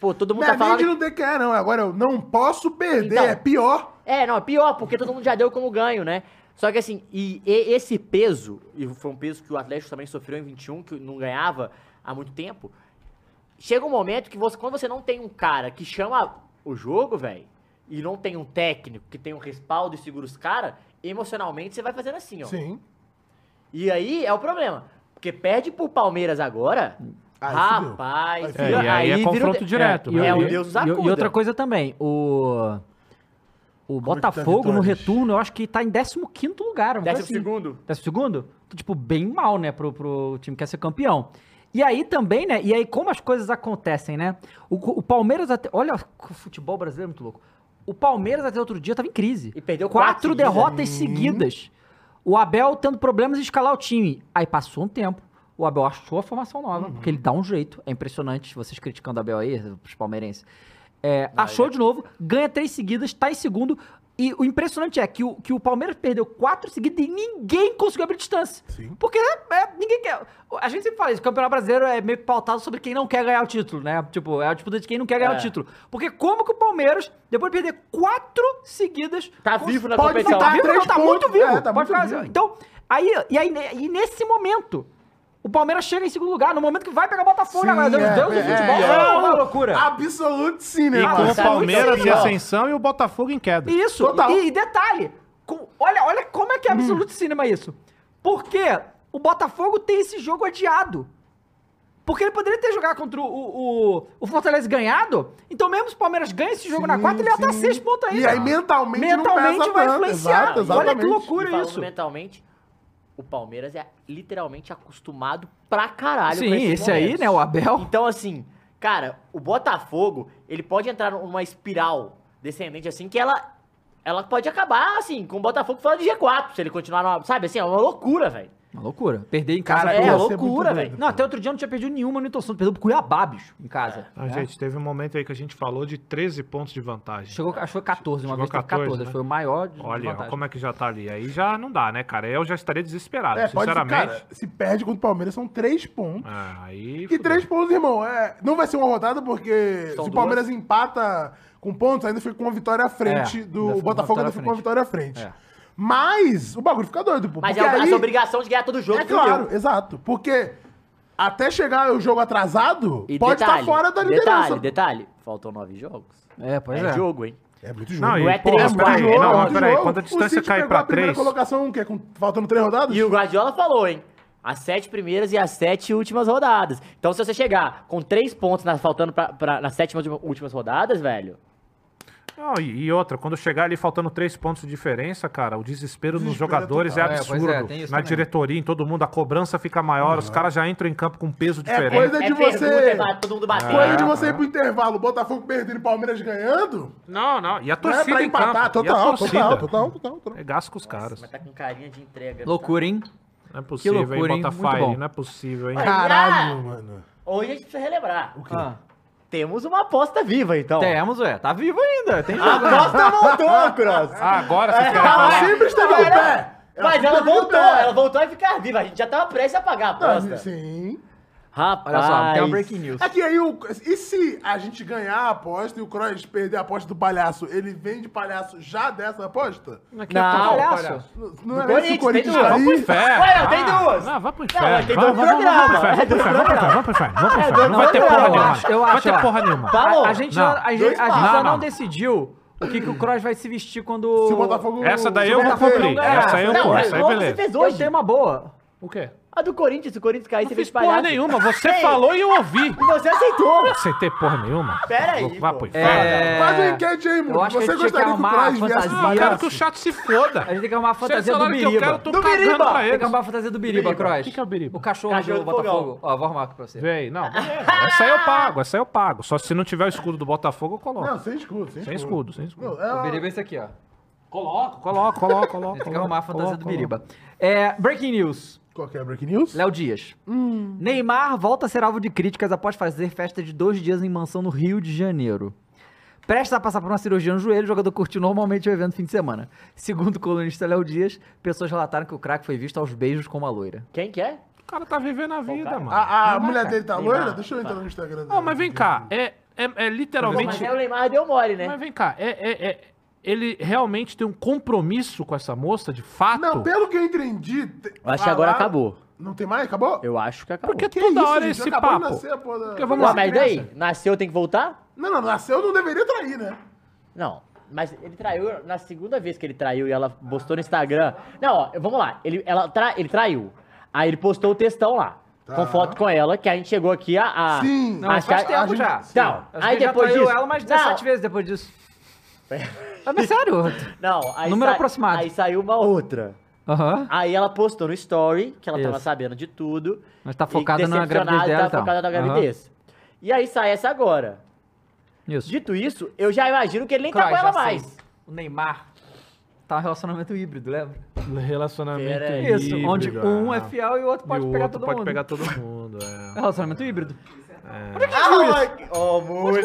C: pô, todo mundo
B: Não é
C: tá falando...
B: nem de não ter que ganhar, não. Agora eu não posso perder,
C: Então.
B: é pior.
C: É, não, é pior, porque todo mundo já deu como ganho, né? Só que assim, e, e- esse peso, e foi um peso que o Atlético também sofreu em 21, que não ganhava há muito tempo. Chega um momento que você, quando você não tem um cara que chama o jogo, velho, e não tem um técnico que tem um respaldo e segura os caras, emocionalmente você vai fazendo assim, ó.
B: Sim.
C: E aí é o problema. Porque perde pro Palmeiras agora,
B: Aí fudeu.
C: rapaz,
B: Aí
E: É, e aí é
C: vira um
E: confronto
C: de-
E: direto,
C: É,
E: né?
C: é
E: E-
C: o Deus nos
A: e,
C: acuda.
A: e outra coisa também, o. O
B: Como é que tá a
A: Botafogo no
B: vitória?
A: retorno, eu acho que tá em 15 lugar.
C: Décimo
E: assim,
A: segundo.
C: segundo.
A: Décimo segundo? Tô, tipo, bem mal, né, pro, pro time que quer ser campeão. E aí também, né, e aí como as coisas acontecem, né? O, o Palmeiras até... Olha, o futebol brasileiro é muito louco. O Palmeiras até outro dia tava em crise.
C: E perdeu
A: Quatro
C: quatro seguidas.
A: derrotas seguidas. O Abel tendo problemas em escalar o time. Aí passou um tempo. O Abel achou a formação nova, porque ele dá um jeito. É impressionante vocês criticando o Abel aí, os palmeirenses. É, achou de novo, ganha três seguidas, tá em segundo. E o impressionante é que o, que o Palmeiras perdeu quatro seguidas e ninguém conseguiu abrir distância.
B: Sim.
A: Porque é, ninguém quer. A gente sempre fala isso, o Campeonato Brasileiro é meio que pautado sobre quem não quer ganhar o título, né? Tipo, é a disputa de quem não quer ganhar
C: É.
A: o título. Porque como que o Palmeiras, depois de perder quatro seguidas,
C: Tá vivo na
B: Pode
C: competição.
A: tá
B: ficar.
A: vivo,
B: três
A: não, tá
B: pontos.
A: muito vivo.
B: É, tá
A: Pode
B: muito
A: ficar
B: vivo.
A: assim. Então, aí, e aí, ne- e nesse momento, o Palmeiras chega em segundo lugar, no momento que vai pegar o Botafogo,
B: Sim,
A: né? Meu Deus,
B: é,
A: Deus
B: é,
A: do futebol
B: é,
A: é
B: é
A: uma
B: uma-
A: loucura.
B: Absolute
E: E
B: cinema.
E: com o
C: Nossa, é muito
E: Palmeiras em
C: legal.
E: ascensão e o Botafogo em queda.
A: Isso,
B: Total.
A: e, e detalhe, com- olha, olha como é que é absoluto cinema isso. Porque o Botafogo tem esse jogo adiado. Porque ele poderia ter jogado contra o, o, o Fortaleza e ganhado, então mesmo se o Palmeiras ganha esse jogo na
B: Sim,
A: quarta, ele ia estar
B: sim.
A: seis pontos aí.
B: E aí mentalmente não
A: Mentalmente
B: pesa
A: vai
B: tanto,
A: influenciar.
B: exato,
A: olha que
B: exatamente.
C: E
A: loucura
C: falando
A: isso.
C: mentalmente, o Palmeiras é literalmente acostumado pra caralho
A: Sim,
C: com esses
A: esse aí,
C: momentos.
A: né, o Abel.
C: Então, assim, cara, o Botafogo, ele pode entrar numa espiral descendente, assim, que ela, ela pode acabar, assim, com o Botafogo fora de G4, se ele continuar, numa, sabe, assim, é uma loucura, velho.
A: Uma loucura. Perder em casa.
B: Cara,
A: pro-
C: é
B: ia ser
C: loucura,
B: muito doido,
C: velho.
A: Não, até outro dia eu não tinha perdido nenhuma no Newton Santos. Perdeu pro Cuiabá, bicho, em casa.
C: É.
E: Ah, Gente, teve um momento aí que a gente falou de 13 pontos de vantagem.
A: É. Chegou, acho que foi 14, uma
E: Chegou
A: vez 14,
E: 14,
A: 14
E: né?
A: foi o maior de
E: Olha,
A: vantagem.
E: como é que já tá ali. Aí já não dá, né, cara? Eu já estaria desesperado,
B: É, pode ser,
E: sinceramente.
B: cara, se perde contra o Palmeiras, são três pontos.
E: Ah, aí.
B: E
E: fudeu.
B: três pontos, irmão. É, não vai ser uma rodada, porque
A: São
B: se o Palmeiras empata com pontos, ainda fica com uma vitória à frente
A: É, ainda fica
B: do o
A: com uma
B: Botafogo,
A: vitória
B: ainda fica com uma
A: à
B: vitória à frente.
A: É.
B: Mas o bagulho fica doido, pô.
C: Mas é
B: porque
C: a
B: aí-
C: sua obrigação de ganhar todo jogo.
B: É
C: fudeu.
B: claro, exato. Porque até chegar o jogo atrasado,
C: E
B: pode estar
C: detalhe,
B: fora da liderança.
C: Detalhe, detalhe. Faltam nove jogos.
A: É, pois
C: é
A: é.
C: jogo, hein?
B: É muito jogo.
C: Não
E: Não, e,
C: é
E: pô,
C: três,
E: peraí,
C: quatro.
E: não,
C: É
E: mas
B: muito
E: peraí,
B: jogo.
E: quando a
B: O
E: distância
B: City
E: cai
B: pegou
E: pra
B: a primeira
E: 3.
B: colocação, o quê? Com- faltando três rodadas?
C: E o Guardiola falou, hein? As sete primeiras e as sete últimas rodadas. Então, se você chegar com três pontos na- faltando pra, pra- nas sete últimas- últimas rodadas, velho.
E: Não, e, e outra, quando chegar ali faltando três pontos de diferença, cara, o desespero, nos
B: Desespero
E: jogadores é
A: total. É, pois
E: absurdo.
A: é, tem isso
E: Na
A: também.
E: diretoria, em todo mundo, a cobrança fica maior, os caras já entram em campo com peso diferente.
B: coisa- É de você-
C: pergunta, é ba- todo mundo batendo.
B: Coisa
E: Ah.
B: de você ir pro intervalo, o Botafogo perdendo e o Palmeiras ganhando,
E: Não, não, e a
B: não é
E: torcida
B: pra
E: em campo.
B: empatar.
E: e a
B: Total,
E: torcida.
B: total, total, total, total.
E: É gasto com os caras.
C: Mas tá com carinha de entrega.
A: Loucura, hein?
E: Não é possível,
A: loucura, hein?
E: hein,
A: Muito
E: Botafire,
A: bom.
E: não é possível, hein?
C: Olha,
B: Caralho, mano.
C: Hoje a gente precisa relembrar.
A: Ah,
C: Temos uma aposta viva, então.
A: temos, ué. Tá vivo ainda. Tem né?
C: A aposta voltou, Cross.
E: Ah, agora você quer
C: Ela
E: falar?
B: sempre esteve
C: Ela-
B: em pé. É Ela
C: né? Mas
B: sempre esteve
C: ela
B: em
C: voltou,
B: pé.
C: ela voltou a ficar viva. A gente já tava prestes a pagar a aposta.
B: né? Sim.
C: Rapaz.
A: Olha só, tem uma breaking news.
B: É que aí, o, e se a gente ganhar a aposta e o Cross perder a aposta do palhaço, ele vem de palhaço já dessa aposta?
E: é um
C: Não,
A: Palhaço.
B: Não,
C: Do
B: não é esse
C: Corinthians,
B: o Corinthians
C: tem
E: Vamos pro
B: aí?
E: inferno.
C: Ué, não, tem duas.
E: Ah, Não, vai pro
C: Não, mas
E: inferno.
C: tem
E: Vai,
C: dois
E: vai, vai, vai pro
C: programas, é dois
E: inferno. Vamos pro inferno, vamos pro inferno, vamos pro inferno, vamos pro inferno. Não vai ter
C: dois
E: porra
C: programas.
E: nenhuma.
A: Eu
E: Não vai
A: acho, ó.
E: ter porra nenhuma.
C: Falou.
A: A, a gente,
E: Não.
A: não. a gente,
B: Dois
A: a gente
B: passos.
A: ainda não
E: Não.
A: decidiu o que, que o Cross vai se vestir quando.
B: Se o Botafogo.
E: Essa daí
B: se
E: eu
B: o
E: vou
B: Botafogo
E: cumprir.
B: não ganhar.
E: Essa aí eu
C: Não,
E: vou,
C: mas
E: essa aí
C: logo você
E: beleza.
C: fez
A: Eu
C: hoje.
A: tenho uma É um boa.
E: O quê?
C: A do Corinthians, o Corinthians cair,
E: Não
C: você
E: fiz
C: fez
E: porra
C: palhaço.
E: nenhuma, você
C: Ei,
E: falou e eu ouvi.
C: E você aceitou.
E: Aceitei porra nenhuma.
C: Pera aí,
E: Louco, Vai
C: pô.
E: pro inferno.
B: Faz uma enquete aí,
A: Eu
B: mano.
A: acho que a gente
B: Você
A: tinha que
B: gostaria que o
A: arrumar
B: Cross viesse
A: fantasia.
E: Ah, eu quero
B: palhaço?
E: que o chato se foda.
A: A gente tem que arrumar a
E: Vocês
A: fantasia do
E: falaram que eu
A: Biriba.
E: quero, eu tô
C: Do
E: cagando
C: Biriba.
E: pra
A: Tem que
E: eles.
A: arrumar a fantasia do Biriba, Cross.
E: Que que é o Biriba?
A: O cachorro,
C: Cachorro
A: do,
C: do
A: Botafogo. Ó, vou arrumar aqui pra você.
E: Vem, não. beleza. Essa aí eu pago, essa aí eu pago. Só se não tiver o escudo do Botafogo, eu coloco.
B: Não, sem escudo, sem,
E: sem escudo, sem escudo.
B: Não, é
A: O
B: uma-
A: Biriba é esse aqui, ó.
E: Coloco, coloco, coloco,
A: A
E: coloco.
A: gente tem que arrumar a fantasia
E: coloco,
A: do Biriba. É, breaking news.
B: Qual que é a break news?
A: Léo Dias. Neymar volta a ser alvo de críticas após fazer festa de dois dias em mansão no Rio de Janeiro. Prestes a passar por uma cirurgia no joelho, o jogador curtiu normalmente o evento no fim de semana. Segundo o colunista Léo Dias, pessoas relataram que o craque foi visto aos beijos com uma loira.
C: Quem que é?
E: coloco. O cara tá vivendo a vida,
C: cara.
E: mano.
B: A, a
E: Não dá,
B: mulher
E: cara.
B: dele tá
C: Sim,
B: loira?
C: mas-
B: Deixa eu entrar no Instagram dele.
E: Não, mas vem cá. É, é, é
C: Pô,
E: literalmente.
C: mas aí o Neymar deu mole, né?
E: Mas vem cá. É, é, é- ele realmente tem um compromisso com essa moça, de É fato?
B: Não, pelo que eu entendi. te-
C: Eu acho que agora
B: falaram-
C: acabou.
B: Não tem mais? Acabou?
C: Eu acho que acabou.
E: Porque
B: Que
E: toda
B: isso,
E: hora é
B: gente?
E: esse
B: Acabou de
E: papo.
B: nascer a porra da-
E: Porque
C: Ué,
E: vamos lá.
C: mas
B: criança.
C: daí, nasceu, tem que voltar?
B: Não, não, nasceu não deveria trair, né?
C: Não. Mas ele traiu na segunda vez que ele traiu e ela postou no Instagram. Não, ó, vamos lá. Ele, ela tra- ele traiu. Aí ele postou o textão lá.
B: Tá.
C: Com foto com ela, que a gente chegou aqui a. a
B: Sim.
A: Não, mas faz
C: achar-
A: tempo
B: a gente-
A: já.
C: Não,
A: Acho
C: aí
A: que ele
C: depois
A: já traiu
C: disso.
A: ela mais
C: Não.
A: 17 vezes depois disso. Ah, mas sério?
C: Não, aí
A: Número
C: sa-
A: aproximado.
C: Aí saiu uma outra.
A: Aham.
C: Aí ela postou no story que ela tava
A: Isso.
C: sabendo de tudo.
A: Mas tá
C: e
A: focada na
C: decepcionada,
A: gravidez dela e
C: Tá
A: tal.
C: focada na
A: Aham.
C: gravidez. E aí sai essa agora.
A: Isso.
C: Dito isso, eu já imagino que ele nem tá
A: Cross,
C: com
A: já
C: ela
A: sei.
C: mais.
A: O Neymar tá um relacionamento híbrido, lembra?
E: Relacionamento
C: Pera aí.
E: É híbrido.
A: Isso, onde um é fiel e o outro pode
E: e o
A: pegar
E: outro
A: todo
E: pode
A: mundo.
E: pegar todo mundo. é.
A: É relacionamento híbrido.
C: Ah, oh, Muri.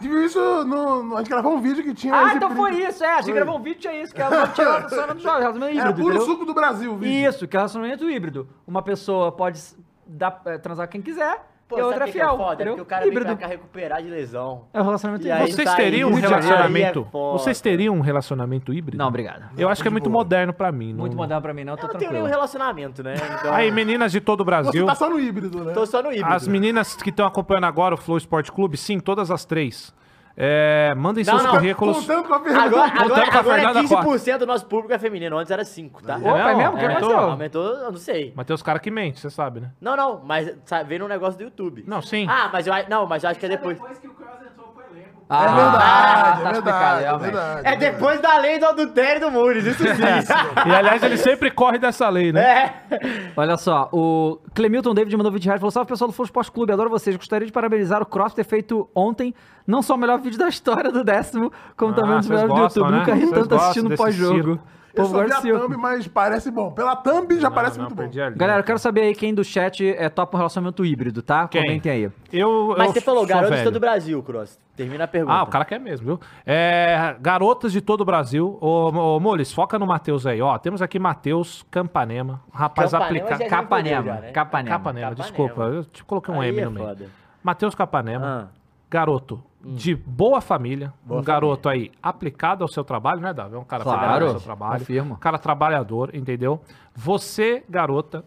B: Digo isso, no, no- a gente gravou um vídeo que tinha.
A: Ah,
B: esse
A: então
B: pri-
A: foi isso, é. A gente
B: Foi.
A: gravou um vídeo, tinha isso, que é o tirar do sono do jovem, relacionamento
B: Era
A: híbrido.
B: puro
A: entendeu?
B: suco do Brasil, o vídeo.
A: Isso, que é relacionamento híbrido. Uma pessoa pode s- dar, é, transar quem quiser
C: Pô,
A: e a
C: sabe
A: outra é
C: o que que é
A: fiel.
C: foda? É
A: entendeu?
C: porque o cara vem
A: híbrido.
C: pra cá recuperar de lesão.
A: É o relacionamento
C: E aí-
A: híbrido.
E: Vocês
C: sai
E: teriam um
A: isso, aí é
E: relacionamento?
C: foda.
E: Vocês teriam um relacionamento híbrido?
A: Não, obrigado.
E: Eu acho que é muito moderno pra mim. não-
A: Muito moderno pra mim, não, eu
C: Eu
A: tô
C: não tenho
A: tranquilo.
C: nenhum relacionamento, né? Então,
E: Aí, meninas de todo o
B: Você
E: Brasil.
B: tá só no híbrido, né?
C: tô só no híbrido.
E: As meninas que estão acompanhando agora o Flow Esporte Clube, sim, todas as três. É, mandem
C: Não,
E: seus
C: não.
E: currículos.
B: Contando com a pergunta.
C: Agora,
E: Voltando
C: agora,
E: pra
C: agora
E: Fernanda
C: é 15% do nosso público é feminino. Antes era 5, tá?
A: Opa, é mesmo? O que
C: É,
A: aconteceu?
C: aumentou, eu não sei.
E: Mas tem os caras que mentem, você sabe, né?
C: Não, não, mas sabe, veio um negócio do YouTube.
E: Não, sim.
C: Ah, mas eu, a- não, mas eu acho que é depois.
F: Depois que o Cross entrou pro elenco,
A: Ah,
B: É verdade,
A: tá
B: é
A: explicado,
B: verdade, é
A: realmente.
B: verdade.
C: É depois da lei do adultério do Mures, isso sim.
E: E aliás, ele sempre corre dessa lei, né?
C: é.
A: Olha só, o Clemilton David mandou 20 reais e falou: Salve pessoal do Flow Esporte Clube, adoro vocês. Gostaria de parabenizar o Cross por ter feito ontem não só o melhor vídeo da história do décimo, como
E: Ah,
A: também um dos
E: vocês
A: melhores do
E: gostam,
A: YouTube.
E: né?
A: Nunca ri
E: Vocês
A: tanto
E: gostam
A: assistindo
E: desse
A: pós-jogo.
E: circo.
B: Eu
A: povo
B: só vi a
A: Garcia.
B: thumb, mas parece bom. Pela thumb já parece muito bom.
E: perdi a linha.
A: Galera, eu quero saber aí quem do chat é topa um relacionamento híbrido, tá?
E: Quem?
A: Comentem aí.
E: Eu,
C: Mas
E: eu
C: você falou
E: sou
C: garotas de
E: velho.
C: todo o Brasil, Cross. Termina a pergunta.
E: Ah, o cara quer mesmo, viu? É, garotas de todo o Brasil. Ô, ô Moles, foca no Matheus aí. Ó, temos aqui Matheus Campanema. Um rapaz
C: Campanema
E: aplicado.
C: já-
A: Capanema,
C: já, né?
A: Capanema.
E: Capanema,
C: Capanema.
E: desculpa. Eu te coloquei um
C: Aí
E: M
C: é
E: no meio.
C: foda.
E: Matheus Capanema,
C: Ah, Hum.
E: garoto de boa família. um garoto aí aplicado ao seu trabalho, né, Davi? É um cara
A: Claro,
E: aplicado ao seu trabalho.
A: confirmo.
E: Um cara trabalhador, entendeu? Você, garota,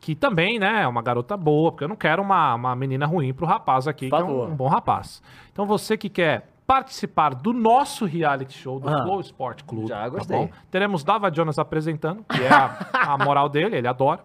E: que também, né, é uma garota boa, porque eu não quero uma, uma menina ruim pro rapaz aqui,
C: Por
E: que é um,
C: favor.
E: um bom rapaz. Então você que quer participar do nosso reality show do
C: Ah.
E: Flow Sport Clube,
A: Já
E: tá
A: gostei.
E: bom? Teremos Dava Jonas apresentando, que é a, a moral dele, ele adora.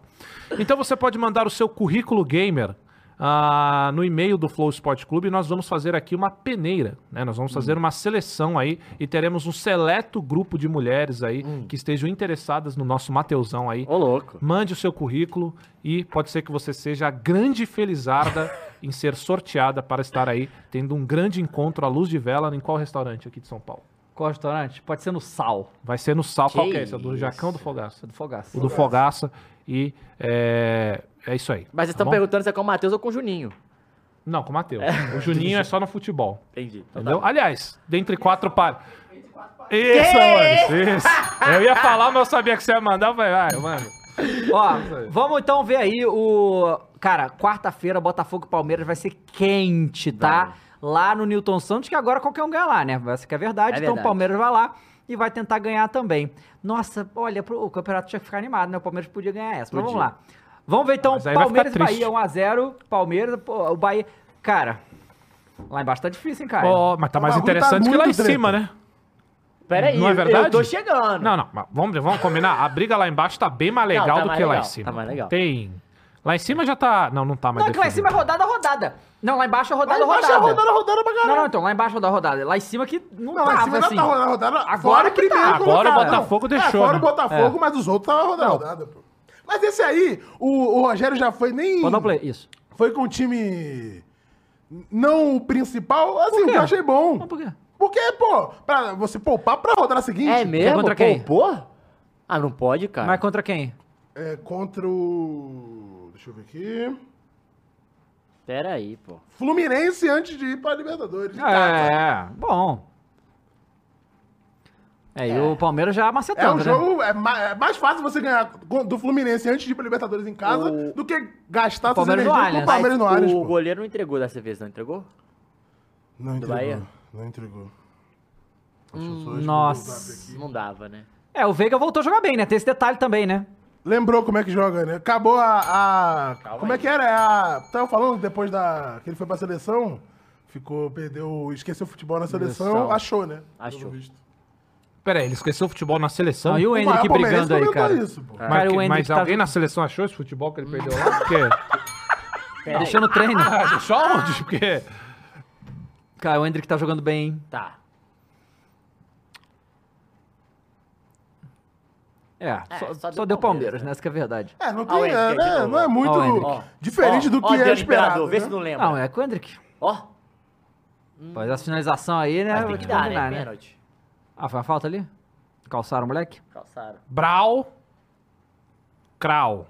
E: Então você pode mandar o seu currículo gamer ah, no e-mail do Flow Sport Clube e nós vamos fazer aqui uma peneira, né? Nós vamos fazer uma seleção aí e teremos um seleto grupo de mulheres aí
C: Hum.
E: que estejam interessadas no nosso Mateusão aí.
C: ô louco.
E: Mande o seu currículo e pode ser que você seja a grande felizarda em ser sorteada para estar aí tendo um grande encontro à luz de vela em qual restaurante aqui de São Paulo?
A: Qual restaurante? Pode ser no Sal,
E: Vai ser no Sal,
C: Que
E: qual que é esse? É do Jacão ou do
C: isso.
E: Fogaça?
A: do Fogaça.
E: O do Fogaça e é, é isso aí.
C: Mas vocês
E: tá
C: estão
E: bom?
C: perguntando se é com o Matheus ou com o Juninho.
E: Não, com o Matheus. O Juninho é só no futebol,
C: Entendi. Então
E: entendeu? Ah, Aliás, dentre quatro par... Isso, mano, isso. Eu ia falar, mas eu sabia que você ia mandar, eu falei, vai, mano.
A: Ó, vamos então ver aí o. Cara, quarta-feira, Botafogo e Palmeiras vai ser quente, tá? Lá no Newton Santos, que agora qualquer um ganha lá, né? Essa que é verdade.
C: É
A: então o
C: verdade.
A: Palmeiras vai lá e vai tentar ganhar também. Nossa, olha, pro- o campeonato tinha que ficar animado, né? O Palmeiras podia ganhar essa. Mas vamos lá. Vamos ver então
E: Mas aí vai
A: Palmeiras e
E: ficar triste.
A: Bahia, 1x0. Palmeiras, pô, o Bahia. Cara, lá embaixo tá difícil, hein, cara?
E: Ó, mas tá
B: O
E: mais
B: bagulho tá
E: interessante que lá em
B: muito treta.
E: cima, né?
C: Peraí,
E: Não é verdade?
C: eu tô chegando.
E: Não, não, mas vamos, vamos combinar. A briga lá embaixo tá bem mais
C: Não,
E: legal
C: tá
E: do
C: mais
E: que lá em
C: legal,
E: cima.
C: tá mais legal.
E: Tem. Lá em cima já tá. Não, não tá mais.
A: não, é que lá em cima é rodada, rodada. Não, lá embaixo é rodada,
C: Vai baixar,
A: rodada.
C: Tá rodando, rodando pra
A: Não,
C: caralho.
A: não, então, lá embaixo é rodada, rodada. Lá em cima que não,
B: Não,
A: tava,
B: lá em cima não
A: assim.
B: tá rodando, rodando.
A: Agora
B: Fora
A: que tá.
B: primeiro
E: Agora o
B: colocado.
E: Botafogo
B: É,
E: deixou,
B: fora
E: né?
B: o Botafogo, mas os outros tava rodando,
A: É.
B: rodando, pô. Mas esse aí, o, o Rogério já foi nem...
A: Pode dar o play, isso.
B: Foi com o time... Não o principal, assim, o que
A: quê?
B: eu achei bom.
A: Mas por quê?
B: Porque, pô, pra você poupar pra rodada seguinte...
C: É mesmo?
A: contra quem?
C: Poupou? Ah, não pode,
B: Tá.
C: cara.
A: Mas contra quem?
B: É contra o... Deixa eu ver aqui...
C: Peraí, pô.
B: Fluminense antes de ir pra Libertadores. de casa.
A: É, bom. É, e o Palmeiras já
B: É um
A: macetando, né?
B: jogo. É ma- é mais fácil você ganhar go- do Fluminense antes de ir pra Libertadores em casa
C: O-
B: do que gastar suas
A: Palmeiras no
B: energias com
A: Allianz.
B: o Palmeiras no Allianz.
C: o
B: pô.
C: goleiro não tipo- entregou dessa vez, não entregou?
B: Não entregou.
C: Bahia?
B: Não entregou. Deixa eu só escrever
A: Hum, nossa.
B: o zap aqui.
C: Não dava, né?
A: É, o Veiga voltou a jogar bem, né? Tem esse detalhe também, né?
B: Lembrou como é que joga, né? Acabou a. a-
C: Calma
B: como é
C: aí.
B: que era? É A, tava falando depois da. que ele foi pra seleção. Ficou, perdeu, esqueceu o futebol na seleção,
A: Seleção.
B: achou, né?
C: Achou.
B: Pelo visto.
E: Pera aí, ele esqueceu o futebol na seleção.
A: Aí o
B: maior
A: Henrique
B: palmeirense
A: brigando aí,
B: comentou
A: cara.
B: isso, pô.
E: Mas,
A: Cara,
E: que-
A: o Henrique
E: mas
A: tá-
E: alguém na seleção achou esse futebol que ele perdeu lá? Porque.
C: Peraí.
A: Deixando Tá o treino.
E: Só onde? Porque.
A: Cara, o Hendrick tá jogando bem, hein?
C: Tá.
A: É, só, só deu Palmeiras, né? Isso que é verdade.
B: É, não,
C: Ó, o
B: tem, é,
C: Henrique aqui de
B: né?
C: novo.
B: não é muito
A: Ó, o Henrique.
C: Ó,
B: diferente
C: ó,
B: do
C: ó,
B: que é
C: Deus imperador,
B: esperado.
C: Vê
B: né?
C: se não lembra.
A: Não, é com o Hendrick.
C: Ó,
A: Faz essa finalização aí, né?
C: mas tem
A: Vou
C: que
A: te
C: dar, né?
A: combinar,
C: Pênalti.
A: Ah, foi uma falta ali? Calçaram o moleque?
C: Calçaram.
E: Brau. Krau.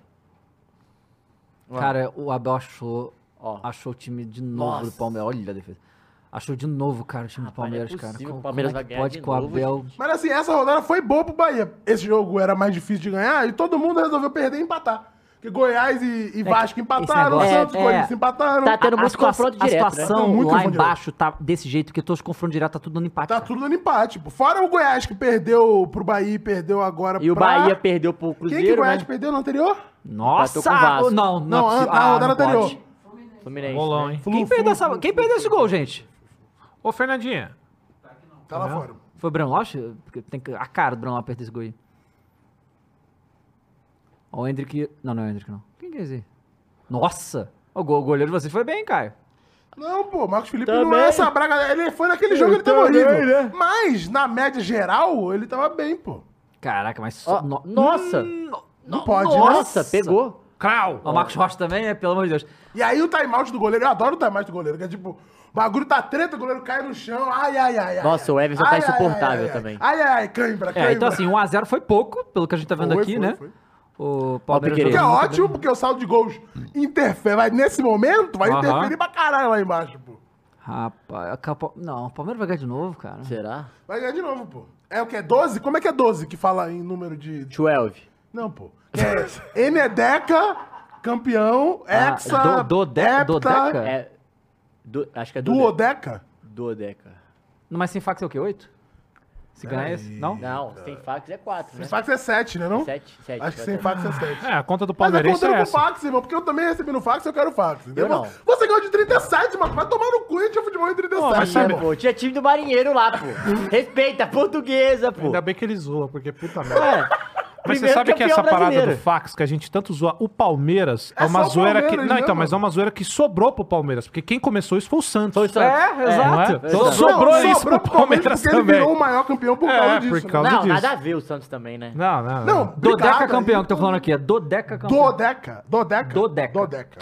A: Cara, o Abel achou,
C: Ó.
A: achou o time de novo do
C: Nossa.
A: Palmeiras. Olha a defesa. Achou de novo, cara, o time do
C: Rapaz, não é
A: Palmeiras, cara.
C: possível
A: Como,
C: que o Palmeiras
A: como é
C: vai
A: que
C: ganhar
A: pode
C: de
A: que o
C: novo,
A: Abel...
B: Mas assim, essa rodada foi boa pro Bahia. Esse jogo era mais difícil de ganhar e todo mundo resolveu perder e empatar. Porque Goiás e, e
C: É
B: Vasco empataram,
A: negócio-
B: Santos e
A: é,
B: Corinthians
A: é.
B: empataram.
C: Tá tendo
A: a
C: muito
A: situa-
C: confronto
A: a
C: direto, né?
A: situação é
B: Não, muito
A: lá
B: confronto
A: embaixo tá desse jeito, que todos os confrontos direto tá tudo dando empate.
B: Tá
A: cara.
B: tudo dando empate. Pô. Fora o Goiás que perdeu pro Bahia e perdeu agora
C: E o
B: pra-
C: Bahia perdeu pro
B: Quem que o
C: Cruzeiro,
B: Goiás
C: né?
B: perdeu no anterior?
A: Nossa!
C: Empatou com o Vasco.
A: oh, Não, não,
B: Não,
A: é possível.
B: na
A: Ah,
B: rodada
A: não pode.
B: anterior.
C: Fluminense.
E: Rolão,
C: né?
E: hein?
B: Flu,
A: Quem
B: flu,
A: perdeu,
B: flu,
A: essa... Quem perdeu esse gol, gente?
E: Ô, Fernandinha.
B: Tá lá fora.
A: Foi o Brão Lopes? Porque Tem que- a cara do Brão Lopes perder esse gol aí. Ó, o Hendrick... Não, não é o Hendrick, não. Quem que é esse aí? Nossa! O go- o goleiro de vocês foi bem, Caio.
B: Não, pô, Marcos Felipe não
C: Também.
B: é essa braga. Ele foi naquele jogo, ele tava
C: Também,
B: horrível.
C: né?
B: Mas, na média geral, ele tava bem, pô.
A: Caraca, mas... só-
C: Ó,
A: no- Hum,
C: Nossa!
B: Não pode, né?
C: Hum, Nossa, pegou.
E: Crau!
A: O Marcos Rocha também, né? Pelo amor de Deus.
B: E aí o timeout do goleiro, eu adoro o timeout do goleiro, que é tipo, o bagulho tá treta, o goleiro cai no chão, ai, ai, ai. ai,
C: Nossa,
B: ai,
C: o Everson tá
B: ai, ai,
C: insuportável
B: ai, ai,
C: também.
B: Ai, ai, ai, cãibra, cãibra.
A: É, então assim, 1x0 foi pouco, pelo que a gente tá vendo
B: Foi,
A: aqui,
B: foi,
A: né? tá
B: foi.
A: O Palmeiras
C: Piqueires.
B: Que é
A: jogou muito
B: ótimo, porque o saldo de gols interfere, vai, nesse momento, vai
A: Aham.
B: interferir pra caralho lá embaixo, pô.
A: bem. Rapaz, acabou- não, o Palmeiras vai ganhar de novo, cara.
C: Será?
B: Vai ganhar de novo, pô. É o que? É 12? Como é que é 12 que fala em número de...
C: 12.
B: Não, pô. É Enedeca, campeão,
A: Ah,
B: hexa,
A: do- dode-
B: hepta,
A: dodeca?
C: É. du- acho que é duodeca.
B: duodeca.
C: Duodeca.
A: Não, Mas sem fax é o quê? 8? Se
B: É,
A: ganhar esse? Não?
C: Não, sem fax é 4, né?
B: Sem fax é 7, né não?
C: 7, 7.
B: Acho que sem fax é 7.
E: É, a conta do
B: Mas é
E: Palmeirense é
B: contando com
E: essa.
B: fax, irmão, porque eu também recebi no fax e eu quero fax, entendeu?
C: Eu não.
B: Você ganhou de 37, mano. Vai tomar no cu, hein, tinha futebol em 37,
E: Pô, mas sabe-
B: irmão.
C: Pô, tinha time do marinheiro lá, pô. Respeita, portuguesa, pô.
E: Ainda bem que ele zoa, porque puta merda.
C: É.
E: Mas você
C: Primeiro
E: sabe que
C: campeão
E: essa parada
C: brasileiro.
E: do fax que a gente tanto zoa, o Palmeiras é,
B: É
E: uma
B: só o
E: zoeira que.
B: Palmeiras,
E: Não,
B: né,
E: então, mas é
B: mano?
E: uma zoeira que sobrou pro Palmeiras, porque quem começou isso foi o Santos.
C: Foi o Santos.
A: É, exato.
E: Não é?
A: Exato.
E: Então sobrou, isso pro Palmeiras
B: porque ele virou o
E: também.
B: maior campeão por
E: É,
B: causa
E: por
B: disso. né?
E: causa-
C: Não,
E: disso.
C: nada a ver o Santos também, né?
E: Não, não.
B: Não,
E: não.
A: Dodeca
B: obrigado
A: campeão
B: aí.
A: que eu tô falando aqui, é dodeca campeão.
B: Dodeca. Dodeca.
A: Dodeca.
B: Dodeca.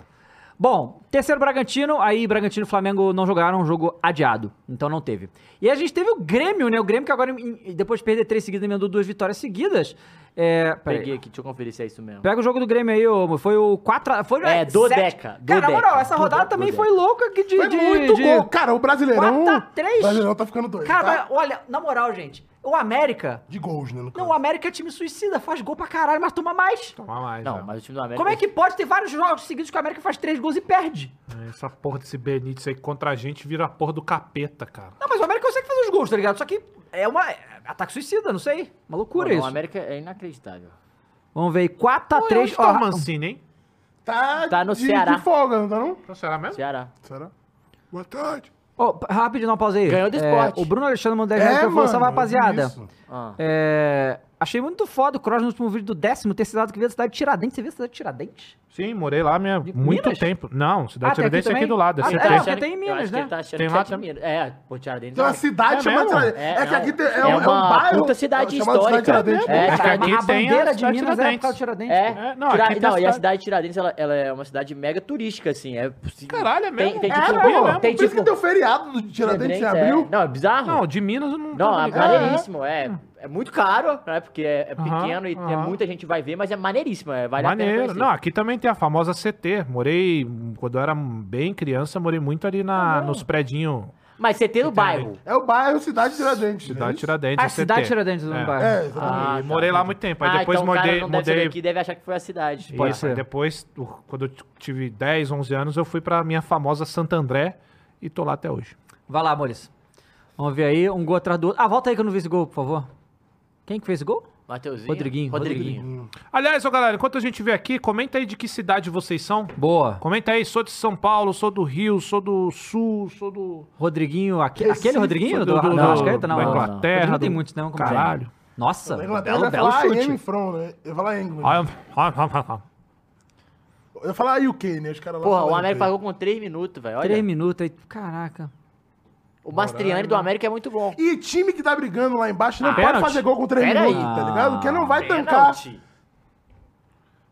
A: Bom, terceiro Bragantino, aí Bragantino e Flamengo não jogaram, um jogo adiado, então não teve. E a gente teve o Grêmio, né? O Grêmio que agora, em- depois de perder três seguidas, emendou duas vitórias seguidas. É, peraí.
C: Peguei aqui, deixa eu conferir se é isso mesmo.
A: Pega o jogo do Grêmio aí, ô, foi o 4 a, foi
C: É,
A: sete-
C: dodeca,
A: Cara, na moral,
C: dodeca,
A: essa rodada
C: dodeca,
A: também
C: dodeca.
A: foi louca que de,
B: Foi
A: de-
B: muito
A: de-
B: gol. Cara, o Brasileirão...
A: 4 a 3?
B: O Brasileirão tá ficando doido,
A: Cara,
B: tá?
A: mas olha, na moral, gente, o América,
B: De gols, né, no
A: não,
B: caso.
A: o América é time suicida, faz gol pra caralho, mas toma mais.
E: Toma mais,
C: Não,
E: né?
C: mas o time do América.
A: Como é que pode ter vários jogos seguidos que o América faz três gols e perde?
E: É, Essa porra desse Benítez aí contra a gente vira a porra do capeta, cara.
A: Não, mas o América consegue fazer os gols, tá ligado? Só que é uma. é Ataque suicida, não sei. Uma
C: Pô,
A: loucura
C: não,
A: isso.
C: O América é inacreditável.
A: Vamos ver aí. 4x3.
E: Onde tá o Mancini, hein?
B: Tá,
C: Tá no
B: de,
C: Ceará.
B: de folga, não tá não?
E: Então será mesmo?
C: Ceará.
B: Ceará. Boa tarde.
A: rápido, não, pausa aí.
C: Ganhou do
A: É,
C: esporte.
A: o Bruno Alexandre mandou 10 reais pra falar, salve rapaziada.
B: É, isso.
C: Ah.
A: É, achei muito foda o Cross no último vídeo do décimo ter cidade que veio da cidade de Tiradentes. Você viu a cidade de Tiradentes?
E: Sim, morei lá minha, muito
A: Minas?
E: tempo. Não,
A: Ah,
E: Cidade
A: tem aqui
E: Tiradentes é aqui
A: também?
E: do lado. é
A: Ah,
E: sempre
A: é?
E: tem.
A: porque tem em
C: Eu
A: Minas,
C: acho que
A: né?
C: ele tá achando
E: Tem
C: que
E: lá
C: é de
E: também.
C: Minas. É, pô, Tiradentes.
B: Tem uma
C: é-
B: Então, cidade
E: É
B: chamada
E: mesmo?
B: Tiradentes. assim, É, que aqui tem, é,
C: é
B: um- é um
C: uma
B: bairro.
C: puta cidade
B: chamado
C: histórica.
B: Tiradentes.
C: É,
A: Cara,
E: Tiradentes
A: a
E: tem a
A: bandeira de
E: cidade
A: Minas
E: de
A: é por
E: Tiradentes.
A: causa de Tiradentes.
C: É,
E: É, não,
C: Tira-
E: aqui tem a
C: não, e a
E: cidade-
C: cidade de Tiradentes, ela, ela é uma cidade mega turística, assim. É possível.
E: Caralho, é mesmo?
C: Tem, tem
E: É,
C: tipo,
E: pô, é
C: tem
E: mesmo.
B: Por isso
C: tipo...
B: que tem o feriado do Tiradentes em abril.
C: é. Não, é bizarro.
E: Não, de Minas eu não.
C: Não,
E: tava
C: é
E: ligado.
C: maneiríssimo. É, é muito caro, né? Porque é, é
E: Aham,
C: pequeno e é
E: aham.
C: muita gente vai ver, mas é maneiríssimo. É, vale a
E: Maneiro.
C: pena.
E: Não,
C: conhecer.
E: aqui também tem a famosa CT. Morei, hum, quando eu era bem criança, morei muito ali na, nos predinhos
C: Mas você tem no bairro.
B: É o bairro Cidade Tiradentes. né?
E: Cidade
B: Isso.
E: Tiradentes.
A: A Ah,
E: CT.
A: cidade de Tiradentes do
E: É.
A: bairro.
B: É, exatamente.
E: E morei lá muito tempo. Aí depois
C: então o cara
E: mudei.
C: não deve ser
E: mudei...
C: daqui, deve achar que foi a cidade.
A: Pode
E: Isso,
A: ser.
E: aí depois, o- quando eu t- tive 10, 11 anos, eu fui pra minha famosa Santo André e tô lá até hoje.
A: Vai lá, Maurício. Vamos ver aí, um gol atrás do outro. Ah, volta aí que eu não vi esse gol, por favor. Quem que fez esse gol?
C: Mateuzinho.
A: Rodriguinho,
C: Rodriguinho.
E: Aliás, ô galera, enquanto a gente vê aqui, comenta aí de que cidade vocês são.
A: Boa.
E: Comenta aí, sou de São Paulo, sou do Rio, sou do Sul, sou do.
A: Rodriguinho, aque-
B: Recife,
A: aquele Rodriguinho do, do, do,
E: do-
A: Arrascaeta? Não,
E: da
A: não.
E: Inglaterra,
A: Rodriguinho tem
E: do-
A: muitos, né? Vamos combinar.
E: Caralho.
C: Ah,
A: Nossa,
B: Na
A: belo,
B: Inglaterra eu ia
A: belo
B: falar
A: chute.
B: I'm from, né? Eu ia falar England.
E: Ah,
B: Eu ia falar UK, né? Os caras lá
C: Porra,
B: falam
C: o América
B: UK.
C: pagou com 3 minutos, velho.
A: Três
C: Olha.
A: minutos aí. Caraca.
C: O Mastriani do América é muito bom.
B: E time que tá brigando lá embaixo não
E: Ah,
B: pode
E: pênalti.
B: fazer gol com 3
C: Pera
B: minutos,
A: aí.
B: tá ligado? Porque não vai tancar.
C: Ah, Pênalti.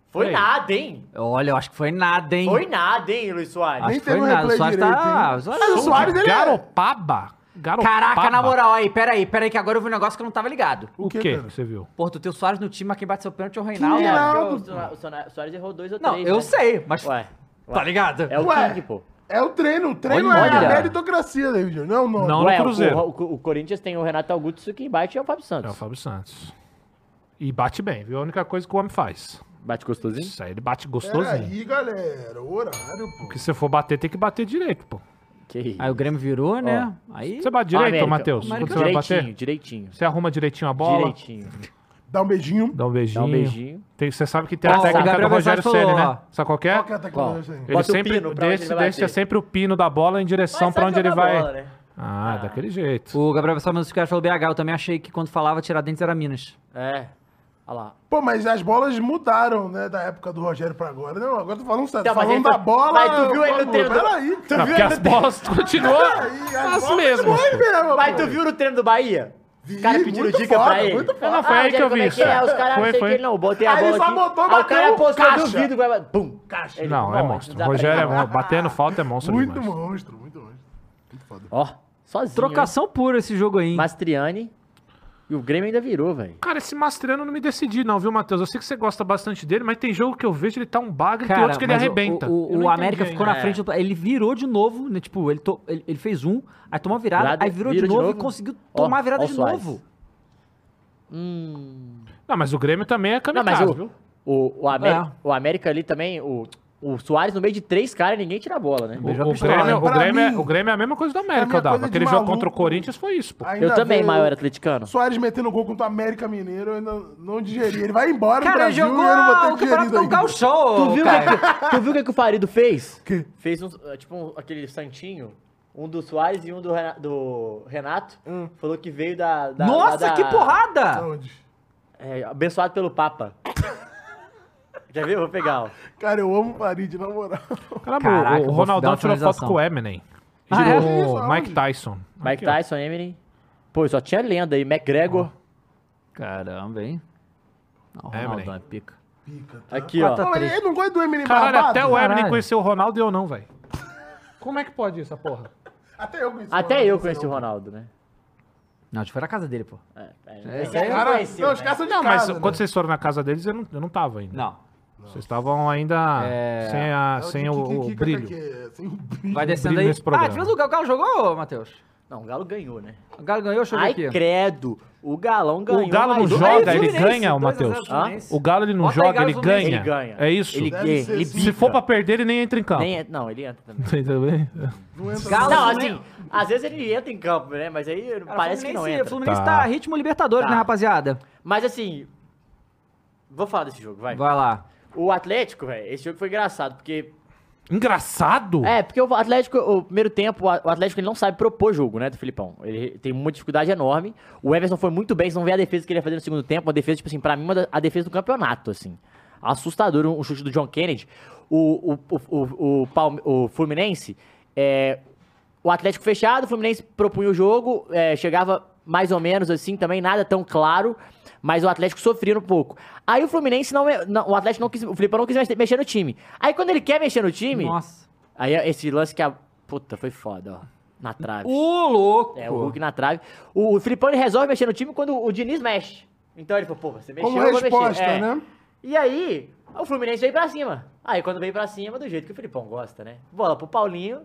C: Foi
E: Peraí.
C: nada, hein?
A: Olha, eu acho que foi nada, hein?
C: Foi nada, hein, Luiz Soares?
A: Acho
B: Nem
A: que
B: teve
A: foi
B: um
A: nada. O
B: replay
A: Soares tá.
B: direito, hein? Mas o Soares, ele é-
E: Garopaba. Garopaba.
A: Caraca, na moral, aí, pera aí, pera aí, que agora eu vi um negócio que eu não tava ligado.
E: O
B: quê,
E: que
B: cara?
E: você viu?
A: Pô, tu tem o Soares no time, mas quem bate seu pênalti é o Reinaldo.
B: Que
A: né?
B: Reinaldo?
C: Porque o Soa- o Sona- o Soares errou 2 ou 3.
A: Não, eu sei, mas.
C: né? Ué.
A: Tá ligado?
C: É o
B: Ué.
C: King, pô.
B: É o treino, o treino
A: Olha.
B: é a meritocracia, né, David. Júnior. Não, não.
E: Não,
C: Ué,
E: no Cruzeiro.
C: O, o- o Corinthians tem o Renato Augusto que embaixo é o Fábio
E: É o
C: Santos.
E: Fábio Santos. E bate bem, viu? A única coisa que o homem faz.
C: Bate gostosinho?
E: Isso aí, ele bate
B: Pera
E: gostosinho.
B: É, aí, galera. O horário, pô.
E: Porque se você for bater, tem que bater direito, pô.
C: Que isso.
A: Aí o Grêmio virou, né? Aí.
E: Você bate
C: Ó,
E: Ah, direito,
C: América.
E: Matheus?
A: então,
E: Quando você vai
C: Direitinho,
E: bater?
C: direitinho.
E: Você arruma direitinho a bola,
C: Direitinho.
B: Dá um beijinho.
E: dá um beijinho.
C: Dá um beijinho.
E: Tem- você sabe que tem
A: Ó,
E: a
A: o
E: técnica do
A: Gabriel
E: Rogério
A: Versace
E: Ceni,
A: falou,
E: né? Sabe qual que é?
B: Qual que é a tecnologia aí?
E: Ele
C: Bota o
E: sempre
C: pino pra onde ele
E: desce,
C: vai
E: desce
C: bater.
E: é sempre o pino da bola em direção pra onde ele vai.
C: né?
E: Ah, daquele jeito.
A: O Gabriel Sá, mas os caras falou BH, eu também achei que quando falava Tiradentes era Minas.
C: É. Olha lá.
B: Pô, mas as bolas mudaram, né? Da época do Rogério pra agora. Não, agora tô falando, tá
C: Tá, mas ele
B: falando da
C: foi-
B: bola.
C: mas tu viu ele no
B: pô,
C: treino do-
B: Peraí, tu
E: Não,
B: viu
E: porque
B: ele
E: as bolas continuam
B: Peraí, as
E: as
B: bolas
E: mesmas.
B: Foi mesmo,
C: Mas
B: pô.
C: tu viu no treino do Bahia? Os caras pediram
B: muito
C: dica
B: foda,
C: pra ele.
B: muito
C: Eu não
E: foda. Foi aí que eu
C: como
E: vi
C: é que
E: isso.
C: é, os caras não
E: Foi,
C: sei o
E: foi.
C: que, ele não. Botei a
B: Aí
C: bola
B: ele só
C: aqui.
B: botou,
C: aí o cara
B: bateu,
C: postou, eu
B: caixa.
C: duvido. que vai- Bum, caixa. Ele
E: Não, é
C: bom,
E: monstro.
C: dá
E: O
C: pra
E: Rogério é
C: enganar.
E: monstro. Batendo falta é monstro
B: Muito
E: demais.
B: monstro, muito monstro. Muito foda.
C: Ó, sozinho.
A: Trocação pura esse jogo aí.
C: hein?
A: hein?
C: Mastriani. E o Grêmio ainda virou, velho.
E: Cara, esse Mastriano eu não me decidi não, viu, Matheus? Eu sei que você gosta bastante dele, mas tem jogo que eu vejo ele tá um bagre e tem outros que ele
A: mas o-
E: arrebenta.
A: O,
E: Eu
A: o,
E: não
A: América
E: entendi
A: ficou
E: ainda.
A: na frente, do, ele virou de novo, né? Tipo, ele, to- ele, ele fez um, aí tomou a virada,
C: Virada,
A: aí virou
C: vira
A: de
C: de
A: novo e
C: novo.
A: conseguiu
C: Ó,
A: tomar a virada
C: ó o
A: de
C: Suárez.
A: novo.
C: Hum.
E: Não, mas o Grêmio também é
C: Não, mas
E: kamikaze,
C: o,
E: viu?
C: o, o, Amé-
A: É.
C: o América ali também, o, o Soares no meio de três caras, ninguém tira a bola, né?
E: O,
A: Beijou a
E: o
A: pistola,
E: Grêmio,
B: hein?
E: o,
B: Pra
E: Grêmio é,
B: mim,
E: o Grêmio é a mesma coisa do
B: pra mim
E: América,
B: é
E: eu dava.
B: coisa de
E: Aquele jogo
B: maluco.
E: contra o Corinthians foi isso, pô.
B: Ainda
C: Eu também,
B: veio
C: maior atleticano.
B: Soares metendo gol contra o América Mineiro, eu ainda não digeri. Ele vai embora
A: Cara,
B: do
A: ele
B: Brasil
A: jogou
B: e eu não vou ter
A: o
B: que digerir
A: campeonato do
B: daí.
A: Gauchão,
C: Tu viu, o
A: cara.
C: que, tu viu o que, que o Farido fez?
B: Que?
C: Fez um, eh, tipo um- aquele santinho, um do Soares e um do Renato. do Renato. Falou que veio da. da-
A: Nossa,
C: lá da-
A: que porrada!
B: Aonde?
C: É, abençoado pelo Papa. Quer ver? Eu Vou pegar, ó.
B: Cara, eu amo o Farid, na moral.
E: Caramba,
A: Caraca, eu
E: o
A: vou dar
E: Ronaldão
A: uma
E: tirou foto
A: finalização.
E: com o Eminem.
A: Ah, é?
E: Girou
B: Isso,
E: o
B: aonde?
E: Mike Tyson.
C: Mike
E: Aqui, ó.
C: Tyson, Eminem. Pô, só tinha lenda aí. McGregor.
A: Caramba, hein? Não, o
E: É,
A: Ronaldão é
E: moleque.
A: pica.
C: Aqui,
A: Ah,
C: ó.
A: tá.
B: Não, ele,
A: triste.
B: ele não gosta do Eminem
E: Caralho,
B: barbado?
E: até o Eminem
A: Caralho.
E: conheceu o Ronaldo e eu não, velho. Como é que pode isso, essa porra?
B: Até eu conheci
C: Até eu conheci o Ronaldo, né?
A: Não, tipo, a gente foi na casa dele, pô.
C: É,
A: É,
C: esse aí eu não
B: Cara,
C: conheci,
B: não,
C: né?
B: os caras são de
E: Não, mas
B: casa, né?
E: quando vocês foram na casa deles, eu não, eu não tava ainda.
A: Não.
E: Vocês estavam ainda sem,
B: É
E: a, sem o, o brilho.
B: Sem o brilho.
A: Vai
E: Brilho
A: descendo aí.
E: nesse programa.
A: Ah, tivemos o Galo, o Galo jogou, Matheus?
C: Não, o Galo ganhou, né?
A: O Galo ganhou, deixa eu ver
C: Ai,
A: aqui.
C: credo. O Galão ganhou.
E: O Galo não
C: mas-
E: joga,
A: Aí,
E: ele
A: Fluminense,
E: ganha, o
A: 2 a 0
E: Matheus.
A: Fluminense.
E: O Galo ele não
A: Bota aí,
E: joga,
A: Galo
E: ele
A: Fluminense.
E: ganha.
C: Ele ganha.
E: É isso.
C: Ele,
B: Deve
C: ele,
B: ser
C: ele
B: sim.
E: Se
C: bica.
E: for pra perder, ele nem é. entra em campo.
C: Nem entra- não, ele entra também.
E: Entendeu bem?
B: Não entra
A: Galo-
C: Não,
A: Fluminense-
C: assim, às vezes ele entra em campo, né? Mas aí
A: Cara,
C: parece que não
A: Fluminense-
C: entra.
A: Fluminense
E: Tá.
A: tá ritmo Libertadores,
C: Tá.
A: né, rapaziada?
C: Mas assim, vou falar desse jogo, vai.
A: Vai lá.
C: O Atlético, velho, esse jogo foi engraçado, porque...
E: Engraçado?
C: É, porque o Atlético, o primeiro tempo, o Atlético ele não sabe propor jogo, né, do Filipão. Ele tem uma dificuldade enorme. O Everson foi muito bem, vocês vão ver a defesa que ele ia fazer no segundo tempo, uma defesa, tipo assim, pra mim, uma da- a defesa do campeonato, assim. Assustador, um, um chute do John Kennedy. O, o, o, o, o, Palme- o Fluminense, é, O Atlético fechado, o Fluminense propunha o jogo, é, chegava mais ou menos assim também, nada tão claro, mas o Atlético sofria um pouco. Aí o Fluminense não, é- não- o Atlético não quis, o Filipão não quis mex- mexer no time. Aí quando ele quer mexer no time,
A: Nossa.
C: aí é esse lance que a puta foi foda, ó, na trave.
A: Ô, louco!
C: É o Hulk na trave. O, o Filipão ele resolve mexer no time quando o Diniz mexe. Então ele falou, pô, você mexeu,
B: Como
C: eu vou mexer.
B: resposta,
C: É.
B: né?
C: E aí, o Fluminense veio pra cima. Aí quando veio pra cima, do jeito que o Filipão gosta, né? Bola pro Paulinho,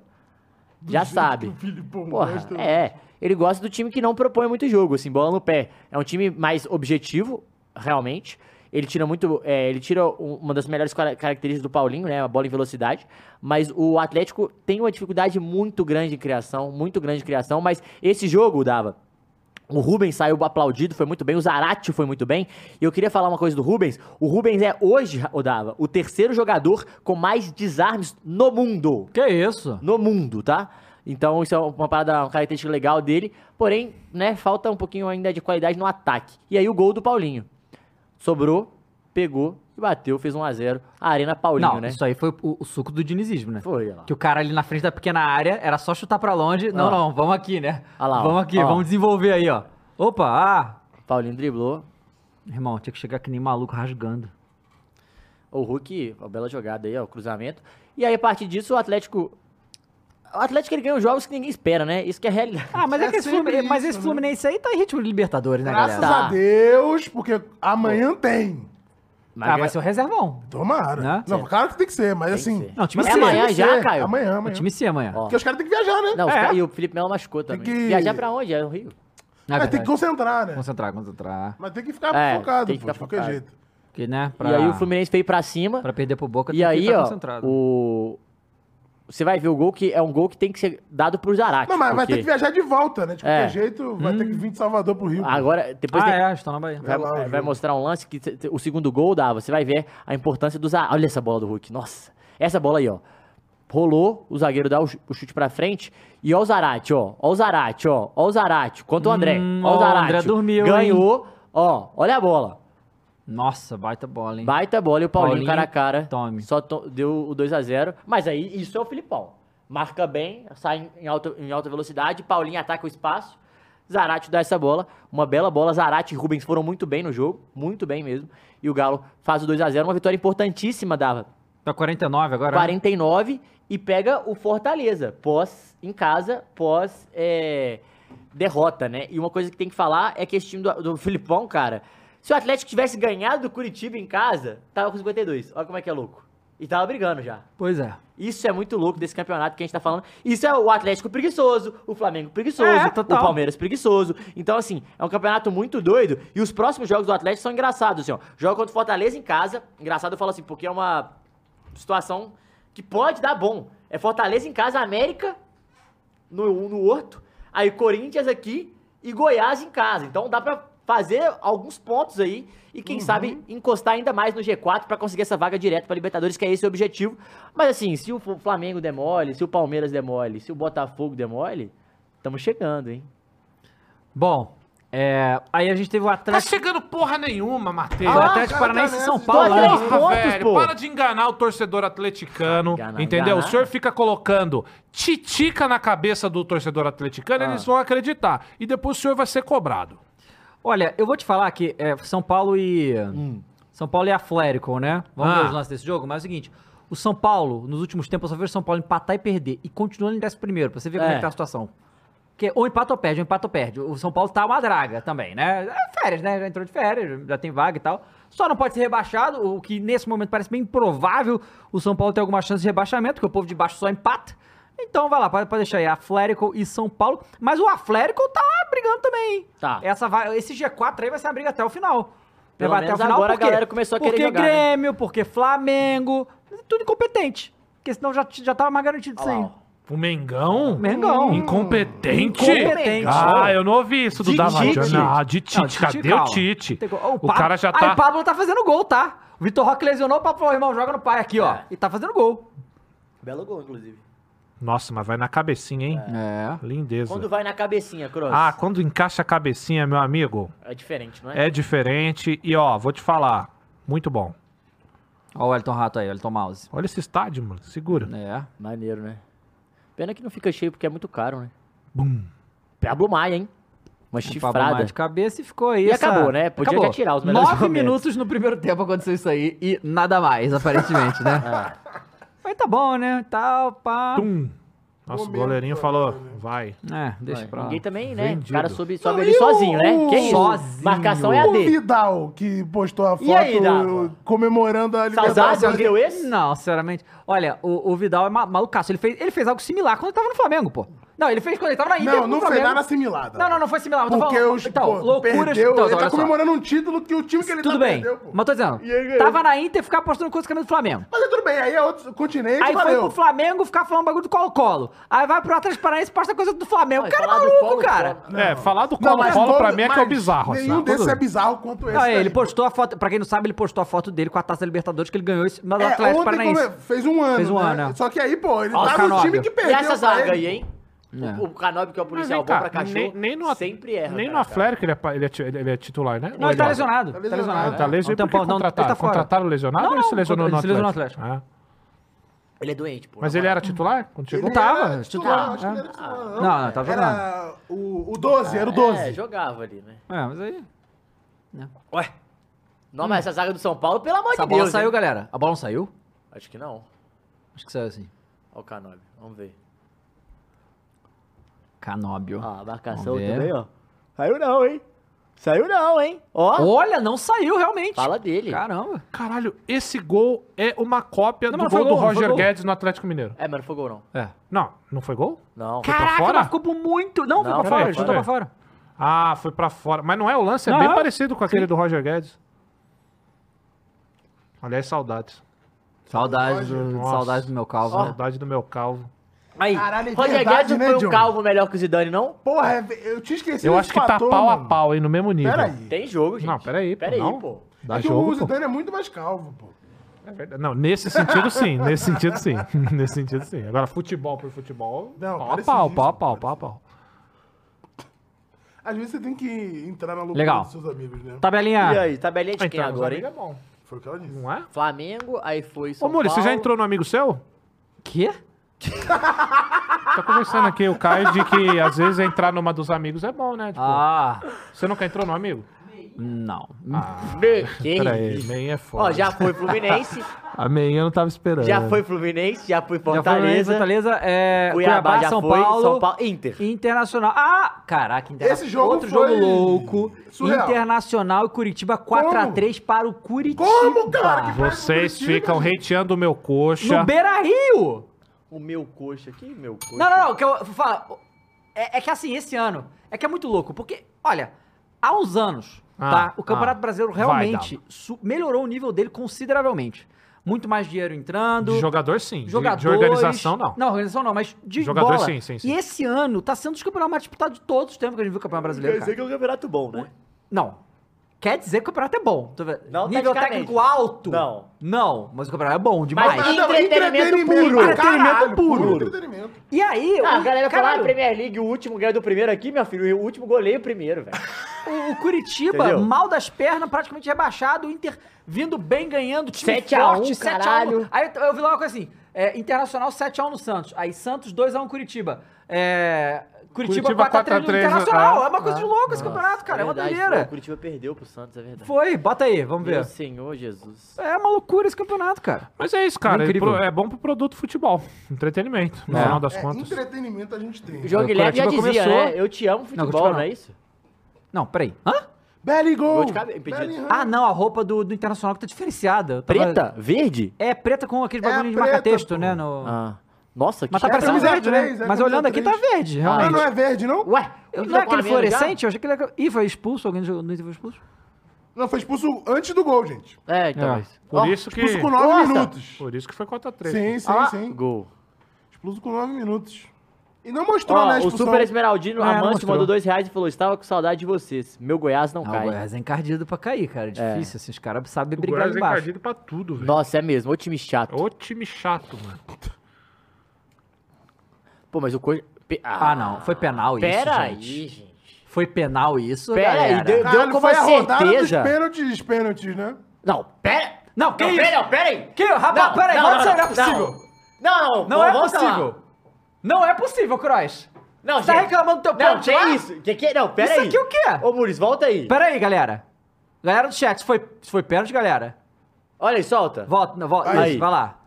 C: já sabe.
B: O Filipão
C: Porra,
B: gosta.
C: é. Ele gosta do time que não propõe muito jogo, assim, bola no pé. É um time mais objetivo, realmente. Ele tira muito. é, ele tira um- uma das melhores cara- características do Paulinho, né? A bola em velocidade. Mas o Atlético tem uma dificuldade muito grande em criação, muito grande em criação. Mas esse jogo, Dava, o Rubens saiu aplaudido, foi muito bem. O Zarate foi muito bem. E eu queria falar uma coisa do Rubens. O Rubens é hoje, Odava, o terceiro jogador com mais desarmes no mundo.
A: Que isso?
C: No mundo, tá? Então isso é uma parada, uma característica legal dele. Porém, né, falta um pouquinho ainda de qualidade no ataque. E aí o gol do Paulinho. Sobrou, pegou e bateu, fez 1 a 0 A Arena Paulinho,
A: não,
C: né?
A: isso aí foi o, o suco do dinizismo, né?
C: Foi, olha lá.
A: Que o cara ali na frente da pequena área era só chutar pra longe. Não,
C: Ó.
A: não, vamos aqui, né?
C: Ó Ah. lá, ó.
A: vamos aqui,
C: Ó.
A: vamos desenvolver aí, ó. Opa, ah!
C: Paulinho driblou.
A: Irmão, tinha que chegar que nem maluco rasgando.
C: O Hulk, uma bela jogada aí, ó, o cruzamento. E aí a partir disso o Atlético o Atlético ele ganha os jogos que ninguém espera, né? Isso que é a realidade.
A: Ah, mas,
B: É
A: é que esse,
B: sempre
A: Fluminense, mas
B: isso,
A: esse
B: né?
A: Fluminense aí tá em ritmo de Libertadores, né,
B: Graças
A: galera?
C: Tá.
B: a Deus, porque amanhã tem.
A: Ah, vai ser o reservão.
B: Tomara.
A: Né?
B: Não, claro que tem que ser, mas
C: que
B: assim.
C: ser.
A: Não, o time C.
B: mas tem
A: É
C: amanhã
B: que
C: já,
B: ser.
C: Caio?
B: Amanhã,
A: O
B: amanhã.
A: time C amanhã.
C: Ó.
B: Porque os caras têm que viajar, né?
C: Não, os
E: É.
C: ca- e o Felipe Melo machucou também.
B: que-
C: Viajar pra onde? É o Rio.
A: Na
B: mas tem
A: verdade.
B: que concentrar, né?
A: Concentrar, concentrar.
B: Mas tem que ficar
C: É,
B: focado,
C: tem que
B: pô,
C: ficar
B: de qualquer
C: focado.
B: jeito.
A: Porque, né, pra,
C: E aí o Fluminense veio pra cima.
A: pra perder pro Boca
C: E
A: tem que
C: aí,
A: estar
C: ó,
A: concentrado. Ah,
C: o... você vai ver o gol que é um gol que tem que ser dado pro Zarate.
B: Não, mas vai ter
C: porque
B: que viajar de volta, né? De qualquer
C: É.
B: jeito, vai ter que vir de Salvador pro Rio.
C: Agora, depois
A: Ah,
C: tem-
A: é, estão na Bahia.
C: vai,
B: lá o
C: vai
B: jogo.
C: mostrar um lance que t- t- o segundo gol dava. Você vai ver a importância do Zarate. Olha essa bola do Hulk, nossa. Essa bola aí, ó. Rolou, o zagueiro dá o chu- o chute pra frente. E ó o Zarate, ó. Ó o Zarate, ó. Ó o Zarate. Quanto o André. ó
A: Hum, ó,
C: o
A: o
C: Zarate.
A: André dormiu,
C: Ganhou. Ó, olha a bola.
A: Nossa, baita bola, hein?
C: Baita bola e o Paulinho,
A: Paulinho,
C: cara a cara.
A: tome.
C: Só to- deu o 2x0. Mas aí, isso é o Filipão. Marca bem, sai em alta, em alta velocidade, Paulinho ataca o espaço. Zarate dá essa bola, uma bela bola. Zarate e Rubens foram muito bem no jogo, muito bem mesmo. E o Galo faz o 2 a 0 uma vitória importantíssima dava.
A: Tá 49 agora. né?
C: 49 e pega o Fortaleza, pós em casa, pós é, derrota, né? E uma coisa que tem que falar é que esse time do, do Filipão, cara, se o Atlético tivesse ganhado do Curitiba em casa, tava com 52. Olha como é que é louco. E tava brigando já.
A: Pois é.
C: Isso é muito louco desse campeonato que a gente tá falando. Isso é o Atlético preguiçoso, o Flamengo preguiçoso,
A: É,
C: o
A: total.
C: Palmeiras preguiçoso. Então, assim, é um campeonato muito doido. E os próximos jogos do Atlético são engraçados, assim, ó. Joga contra o Fortaleza em casa. Engraçado eu falo assim, porque é uma situação que pode dar bom. É Fortaleza em casa, América no, no Horto, aí Corinthians aqui e Goiás em casa. Então dá pra fazer alguns pontos aí e quem sabe encostar ainda mais no G4 pra conseguir essa vaga direto pra Libertadores, que é esse o objetivo. Mas assim, se o Fo- Flamengo demole, se o Palmeiras demole, se o Botafogo demole, estamos chegando, hein?
A: Bom, é, aí a gente teve o
E: Tá
A: Atlético.
E: chegando porra nenhuma, Matheus.
A: o
B: Ah,
A: Atlético
B: cara,
A: Paranaense e
B: tá
A: São
B: nessa,
A: Paulo.
C: gente.
A: né?
C: Tô atrás. Três pontos,
E: velho,
C: pô.
E: para de enganar o torcedor atleticano,
C: Enganar,
E: entendeu?
C: enganar.
E: O senhor fica colocando titica na cabeça do torcedor atleticano, eles vão acreditar. E depois o senhor vai ser cobrado.
A: Olha, eu vou te falar que é, São Paulo e.
C: Hum.
A: São Paulo e Atlético, né? Vamos
E: Ah.
A: ver os lances desse jogo, mas é o seguinte. O São Paulo, nos últimos tempos, eu só vejo o São Paulo empatar e perder. E continuando em 11 primeiro, pra você ver como é
C: É.
A: que tá a situação. Porque ou empata ou perde, ou empata ou perde. O São Paulo tá uma draga também, né? É férias, né? Já entrou de férias, já tem vaga e tal. Só não pode ser rebaixado, o que nesse momento parece bem improvável o São Paulo ter alguma chance de rebaixamento, porque o povo de baixo só empata. Então vai lá, pode, pode deixar aí Atlético e São Paulo. Mas o Atlético tá brigando também, hein?
C: Tá.
A: Essa vai- esse G4 aí vai ser a briga até o final.
C: Pelo
A: vai
C: menos agora a galera começou a querer
A: porque
C: jogar, né?
A: Grêmio, porque Flamengo, tudo incompetente. Porque senão já, já tava mais garantido isso
C: Olha
A: aí.
C: lá, ó.
E: O Mengão?
A: Mengão.
E: Hum. Incompetente?
A: Incompetente.
E: Ah, eu não ouvi isso do
C: De
E: Dava
C: Tite.
E: Não, de
A: Não,
E: Tite. Cadê o
A: calma.
E: Tite?
A: Tem go-
E: O
A: Pablo-
E: cara já
A: Aí,
E: tá.
A: o Pablo tá fazendo gol, tá? O Vitor Roque lesionou, o Pablo falou, irmão, joga no pai aqui, ó.
C: É.
A: E tá fazendo gol.
C: Belo gol, inclusive.
E: Nossa, mas vai na cabecinha, hein?
A: É.
E: Lindeza.
C: Quando vai na cabecinha, Cross.
E: Ah, quando encaixa a cabecinha, meu amigo,
C: É diferente, não é?
E: é diferente. E ó, vou te falar. Muito bom.
A: Ó o Elton Rato aí, o Elton Mouse.
E: Olha esse estádio, mano. Segura.
A: É.
C: Maneiro, né? Pena que não fica cheio porque é muito caro, né?
E: Bum.
C: Pablo Maia, hein? Uma chifrada.
A: de cabeça e ficou aí.
C: E acabou, né? Podia já tirar os melhores
A: Nove
C: momentos.
A: minutos no primeiro tempo aconteceu isso aí e nada mais, aparentemente, né?
C: É.
A: Mas tá bom, né? Tal, pá.
E: Tum. Nossa, o
B: Momento,
E: goleirinho
B: né?
E: falou, vai.
A: É, deixa
C: Ué,
A: pra lá.
C: Ninguém também, né?
E: Vendido.
C: O cara sobe, sobe
B: Não,
C: ali
B: e o-
C: sozinho, né? Que isso?
A: Sozinho.
C: Marcação é
B: O
C: AD.
B: Vidal, que postou a foto
C: aí, Dava?
B: comemorando a
C: Saudades,
B: liberdade.
C: alguém deu esse?
A: Não, sinceramente. Olha, o, o Vidal é ma malucaço. Ele fez, ele fez algo similar quando ele tava no Flamengo, pô. Não, ele fez quando ele tava na Inter
B: Não,
A: no
B: não foi
A: Flamengo.
B: nada assimilada.
A: Não, não, não foi similar. mas eu tô
B: Porque
A: falando-
B: os
A: então,
B: pô,
A: loucuras.
B: perdeu,
A: então,
B: ele
A: olha
B: tá
A: só.
B: comemorando um título que o time que ele
A: Tudo
B: tá
A: bem,
B: perdeu, pô.
A: mas tô dizendo,
B: E ele ganhou.
A: tava na Inter ficar postando coisa com a camisa do Flamengo.
B: Mas é tudo bem, aí é outro continente,
A: Aí foi
B: valeu.
A: pro Flamengo ficar falando bagulho do Colo-Colo. Aí vai pro Atlético Paranaense e posta coisa do Flamengo. O
C: Vai
A: cara é
C: falar do
A: maluco,
C: Colo-Colo.
A: cara.
E: É, falar do
B: Não, mas
E: Colo-Colo pra
B: todos-
E: mim é que é o
B: mas
E: bizarro.
B: Nenhum
E: sabe?
B: desses
E: Tudo
B: é
E: bem.
B: bizarro quanto esse.
A: Não, é,
B: daí,
A: ele
B: pô.
A: postou a foto, pra quem não sabe, ele postou a foto dele com a Taça da Libertadores que ele ganhou esse, mas o
B: É,
A: Atlético
B: ontem
A: Paranaense.
B: come- fez um ano.
A: Fez um
B: né?
A: ano, é.
B: Só que aí, pô, ele
A: Ó,
B: tava no
A: Canóbio.
B: time que
C: E
B: perdeu.
C: essa
B: pra
C: zaga
B: ele.
C: aí, hein?
A: É.
C: O, o Canobi, que é o
E: Mas
C: policial
E: vem
C: bom
E: cá,
C: pra cachorro,
E: nem, nem no,
C: sempre erra.
E: nem
C: né,
E: no
C: cara?
E: Atlético ele é, pa- ele é ti- ele é titular, né?
A: Não,
E: Ou
A: ele tá
E: é-
A: lesionado.
B: Tá
A: Tá
B: lesionado.
A: lesionado.
E: Tá lesionado.
A: Há um
E: porque
A: tempão, não, ele
E: contrataram,
A: tá fora.
E: contrataram o lesionado
A: Não,
E: ou ele se
A: não,
E: lesionou
A: ele
E: no
A: se lesionou no
E: Atlético? Ah.
C: Ele é doente, pô.
E: Mas
C: na
E: ele
C: moral.
E: era titular quando chegou?
B: Ele
A: tava,
B: era
A: titular,
B: acho que ele
A: é.
B: era titular,
A: Não, não, tava
B: Era o, o 12, era o 12.
C: É, jogava ali, né?
A: É, mas aí.
C: Ué. Não,
E: Hum.
C: mas essa zaga do São Paulo, pelo amor
A: Essa
C: de
A: bola
C: Deus.
A: saiu,
C: hein?
A: galera. A bola não saiu?
C: Acho que não.
A: Acho que saiu assim.
B: Ah.
C: Ó o Canobi, vamos ver.
A: Canóbio.
C: Ó, a marcação
A: Vamos ver.
C: também, ó. Saiu não, hein? Saiu não, hein? Ó,
A: Olha, não saiu realmente.
C: fala dele.
A: Caramba.
E: é Caralho, esse gol é uma cópia
A: Não,
E: do
A: mas foi
E: gol do
A: gol, foi
E: Roger
A: gol.
E: Guedes no Atlético Mineiro.
C: É, mas não foi gol, não.
A: É.
E: Não, não foi gol?
C: Não.
E: pra
A: Caraca,
E: fora?
A: mas ficou por muito. Não, foi
C: Não,
A: pra fora,
C: foi
A: chutou
E: fora.
A: pra fora.
E: Ah, foi pra fora. Mas não é o lance, é
A: Não,
E: bem
A: é.
E: parecido com aquele do Roger Guedes. Aliás, saudades.
A: Saudades do,
E: Nossa.
A: saudades do meu calvo. né?
E: Saudade do meu calvo.
C: Aí,
B: Caralho, é
C: Roger
B: verdade,
C: Guedes não
B: né,
C: foi um
B: John?
C: calvo melhor que o Zidane, não?
B: Porra, é- eu tinha esquecido
E: Eu
B: esse
E: acho que tá
B: fator,
E: pau a
B: mano.
E: pau, hein, no mesmo nível.
B: Pera aí.
C: Tem jogo, gente.
E: Não, peraí, pô,
C: Peraí,
E: não.
C: pô.
E: Dá
B: é que
E: jogo,
B: o
E: pô.
B: Zidane é muito mais calvo, pô.
E: É verdade. Não, nesse sentido sim, nesse sentido sim. nesse sentido sim. Agora, futebol por futebol,
B: Não,
E: pau a
B: parece
E: pau,
B: isso,
E: pau a pau, pau a pau.
B: Às vezes você tem que entrar na loucura
A: Legal.
B: dos seus amigos, né?
A: Tabelinha.
C: E aí, tabelinha de quem
E: Então,
C: agora,
E: amigo
C: hein?
E: é bom,
B: Foi o que ela disse.
E: não é?
C: Flamengo, aí foi São
E: Ô, Muri, você
C: Paulo.
E: já entrou no amigo seu?
A: Quê?
E: Tô conversando aqui, o Caio, de que às vezes entrar numa dos amigos é bom, né? Tipo,
A: Ah,
E: Você nunca entrou no amigo?
A: não.
C: Que
E: Peraí,
C: isso?
E: meio é
C: Ó,
E: foda.
C: já foi Fluminense,
G: A meia eu não tava esperando.
C: já foi Fluminense, já foi
A: Já foi Fluminense,
C: Fortaleza,
A: Fortaleza, é,
C: Cuiabá, já
A: São,
C: foi,
A: Paulo,
C: São Paulo, Inter.
A: Internacional. Ah, caraca, Interna-
B: Esse jogo
A: outro
B: foi
A: jogo louco.
B: surreal.
A: Internacional e Curitiba 4x3 para o Curitiba.
B: Como, cara? Que-
E: Vocês
B: Curitiba,
E: ficam
B: gente.
E: hateando o meu coxa.
A: No Beira-Rio!
C: O meu coxa aqui, meu coxa.
A: Não, não, não, que eu falo. É, é que assim, esse ano é que é muito louco, porque, olha, há uns anos,
E: Ah,
A: tá? O Campeonato
E: ah,
A: Brasileiro
E: vai,
A: realmente su- melhorou o nível dele consideravelmente. Muito mais dinheiro entrando.
E: De jogador, sim. De-
A: Jogadores,
E: De, organização, não.
A: Não, organização não, mas de
E: Jogador,
A: bola.
E: sim, sim, sim.
A: E esse ano tá sendo os campeonatos mais disputados de todos os tempos que a gente viu o Campeonato Brasileiro,
C: Quer
A: cara.
C: dizer que é um campeonato bom, né?
A: Não. Quer dizer que o campeonato é bom. Tô vendo.
C: Não,
A: Nível
C: taticamente.
A: técnico alto.
C: Não.
A: Não, mas o campeonato é bom demais.
C: Mas- tá-
B: Nada,
C: Entretenimento puro.
B: Caralho,
A: puro.
B: entretenimento.
A: E aí,
C: Ah, a
A: o-
C: galera fala, ah,
A: caralho,
C: Premier League, o último ganha do primeiro aqui, meu filho, o último goleia o primeiro, velho.
A: o, o Curitiba,
C: Entendeu?
A: mal das pernas, praticamente rebaixado, o Inter vindo bem, ganhando, time
C: 7 a 1,
A: forte, 7 a 1.
C: caralho.
A: Aí eu, eu vi lá uma coisa assim, é, Internacional 7x1 no Santos, aí Santos 2x1 Curitiba, é, Curitiba,
E: Curitiba
A: 4x3
E: 4 a
A: no
E: 3,
A: Internacional,
E: ah,
A: é uma coisa de louco esse campeonato, cara, é uma
C: Verdade, O
A: doideira.
C: Curitiba perdeu pro Santos, é verdade.
A: Foi, bota aí, vamos
C: Meu
A: ver.
C: Senhor Jesus.
A: É uma loucura esse campeonato, cara.
E: Mas é isso, cara.
A: Incrível.
E: Ele pro- É bom pro produto futebol. Entretenimento, no
A: É.
E: final das
B: É,
E: contas.
B: entretenimento a gente tem.
C: O João
E: O
C: Guilherme já
E: Curitiba
C: dizia,
E: começou-
C: né? Eu te amo
A: Não,
C: futebol,
A: Curitiba
C: não, é
A: não.
C: isso?
A: Não, peraí.
B: É.
A: Hã?
B: Bellingham.
C: Gol de cabe- impedido.
B: Bellingham.
A: Ah, não, a roupa do, do Internacional que tá diferenciada. Eu tava-
C: Preta? Verde?
A: É, preta com aqueles
B: É
A: bagulho de
B: preta,
A: marca-texto,
B: pô.
A: né? No...
C: Ah. Nossa, que
A: Mas tá
C: chato.
A: parecendo
B: camisa
A: verde,
B: três,
A: né?
B: é
A: Mas
B: camisa
A: olhando aqui tá
B: três.
A: verde, realmente.
B: Ah, não é verde, não?
C: Ué,
A: Eu-
C: o
A: não é aquele
C: Flamengo já?
A: fluorescente? Eu achei que ele era... Ih, foi expulso? Alguém do do Inter foi expulso?
B: Não, foi expulso antes do gol, gente.
C: É, então.
E: É.
C: isso.
E: Por
C: Ó,
E: isso que.
B: Expulso com 9 minutos.
E: Por isso que foi 4x3.
B: tipo, Sim, sim,
C: Ah!
B: sim.
C: Gol.
B: Expulso com 9 minutos. E não mostrou, né, a
C: Ó, o
B: expulsão.
C: Super Esmeraldino
E: É, não
C: Amante
E: mostrou.
C: mandou dois reais e falou: Estava com saudade de vocês. Meu Goiás não,
A: Não, o
C: cai.
A: Goiás é encardido pra cair, cara. É difícil, assim. Os caras sabem
E: O
A: brigar
E: Goiás é
A: embaixo.
E: encardido pra tudo, velho.
C: Nossa, é mesmo, ô time chato.
E: Ô time chato, mano.
C: Pô, mas o coisa. Pe-
A: Ah, não. Foi penal isso,
C: Pera
A: gente.
C: aí, gente.
A: Foi penal isso,
C: Pera aí,
A: galera.
C: deu-
B: Caralho,
C: com
B: foi
C: uma
B: a rodada
C: certeza.
B: dos pênaltis, pênaltis, né?
C: Não, pera!
A: Não, que
C: não,
A: isso?
C: Pera, não, pera aí!
A: Que, rapaz,
C: Não,
A: peraí,
C: não,
A: volta
C: não,
A: isso aí, não é
C: não.
A: possível.
C: Não, não,
A: Não
C: vou-
A: é
C: volta lá.
A: possível. Não é possível, Croix.
C: Não,
A: Você tá
C: gente.
A: reclamando do teu
C: Não,
A: pênalti
C: que
A: lá?
C: isso? Que que Não, pera
A: Isso
C: aí.
A: aqui o quê?
C: Ô, Muris, volta aí.
A: Pera aí, galera. Galera do chat, se foi, se foi pênalti, galera.
C: Olha aí, solta.
A: Volta, não, volta.
C: Aí.
A: Isso, vai lá.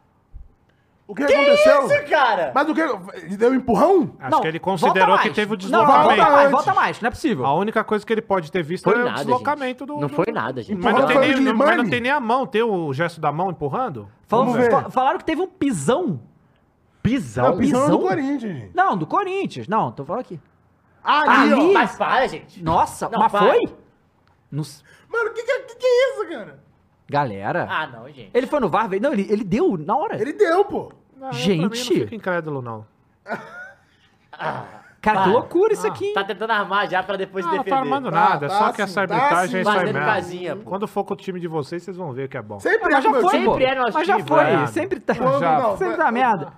B: O que, aconteceu?
C: Isso, cara!
B: Mas o que? Deu empurrão?
E: Acho
A: Não,
E: que ele
A: volta
E: considerou que
A: mais.
E: teve o
A: Não, volta
E: deslocamento.
A: mais,
B: antes.
A: volta mais, não é possível.
E: A única coisa que ele pode ter visto
C: Foi
E: é
C: nada,
E: o deslocamento do.
C: Não
E: do-
C: foi nada, gente.
E: Mas não,
B: Empurrou
E: tem
B: foi
E: nem,
B: o
E: não- mas não
B: Slimane?
E: tem nem a mão, tem o gesto da mão empurrando?
A: Falam-
B: Vamos ver.
A: fa- falaram que teve um pisão.
B: Não,
C: um
B: pisão
C: Pisão.
B: do
A: pisão?
B: Corinthians, gente.
A: Não, do Corinthians. Não, tô falando aqui. Ali?
B: Ali, ó.
C: Ah, Mas para, gente.
A: Nossa,
C: Não,
A: mas
C: para.
A: foi? Não s-
B: Mano, o que, que, que que é isso, cara?
A: Galera.
C: Ah, não, gente.
A: Ele foi no VAR, velho. Não, ele, ele deu na hora.
B: Ele deu, pô.
E: Não, eu
A: Gente.
E: pra mim, não fico incrédulo, não.
A: Cara, que
C: para.
A: loucura isso aqui, hein?
C: Ah. Tá tentando armar já pra depois
E: Ah,
C: se
E: não tá
C: defender.
E: armando
B: Tá,
E: nada, é
B: tá
E: só que
B: sim,
E: essa
B: tá
E: arbitragem
B: sim.
E: é isso aí
C: Fazendo
E: mesmo.
C: casinha, pô.
E: Quando for com o time de vocês, vocês vão ver que é bom.
B: Sempre
A: Mas já foi,
B: acho-
A: pô.
C: sempre é nosso
A: Mas já
C: time,
A: foi,
C: vai.
A: sempre tá.
B: Quando
E: Já.
B: não,
A: Sempre
B: vai-
A: tá merda.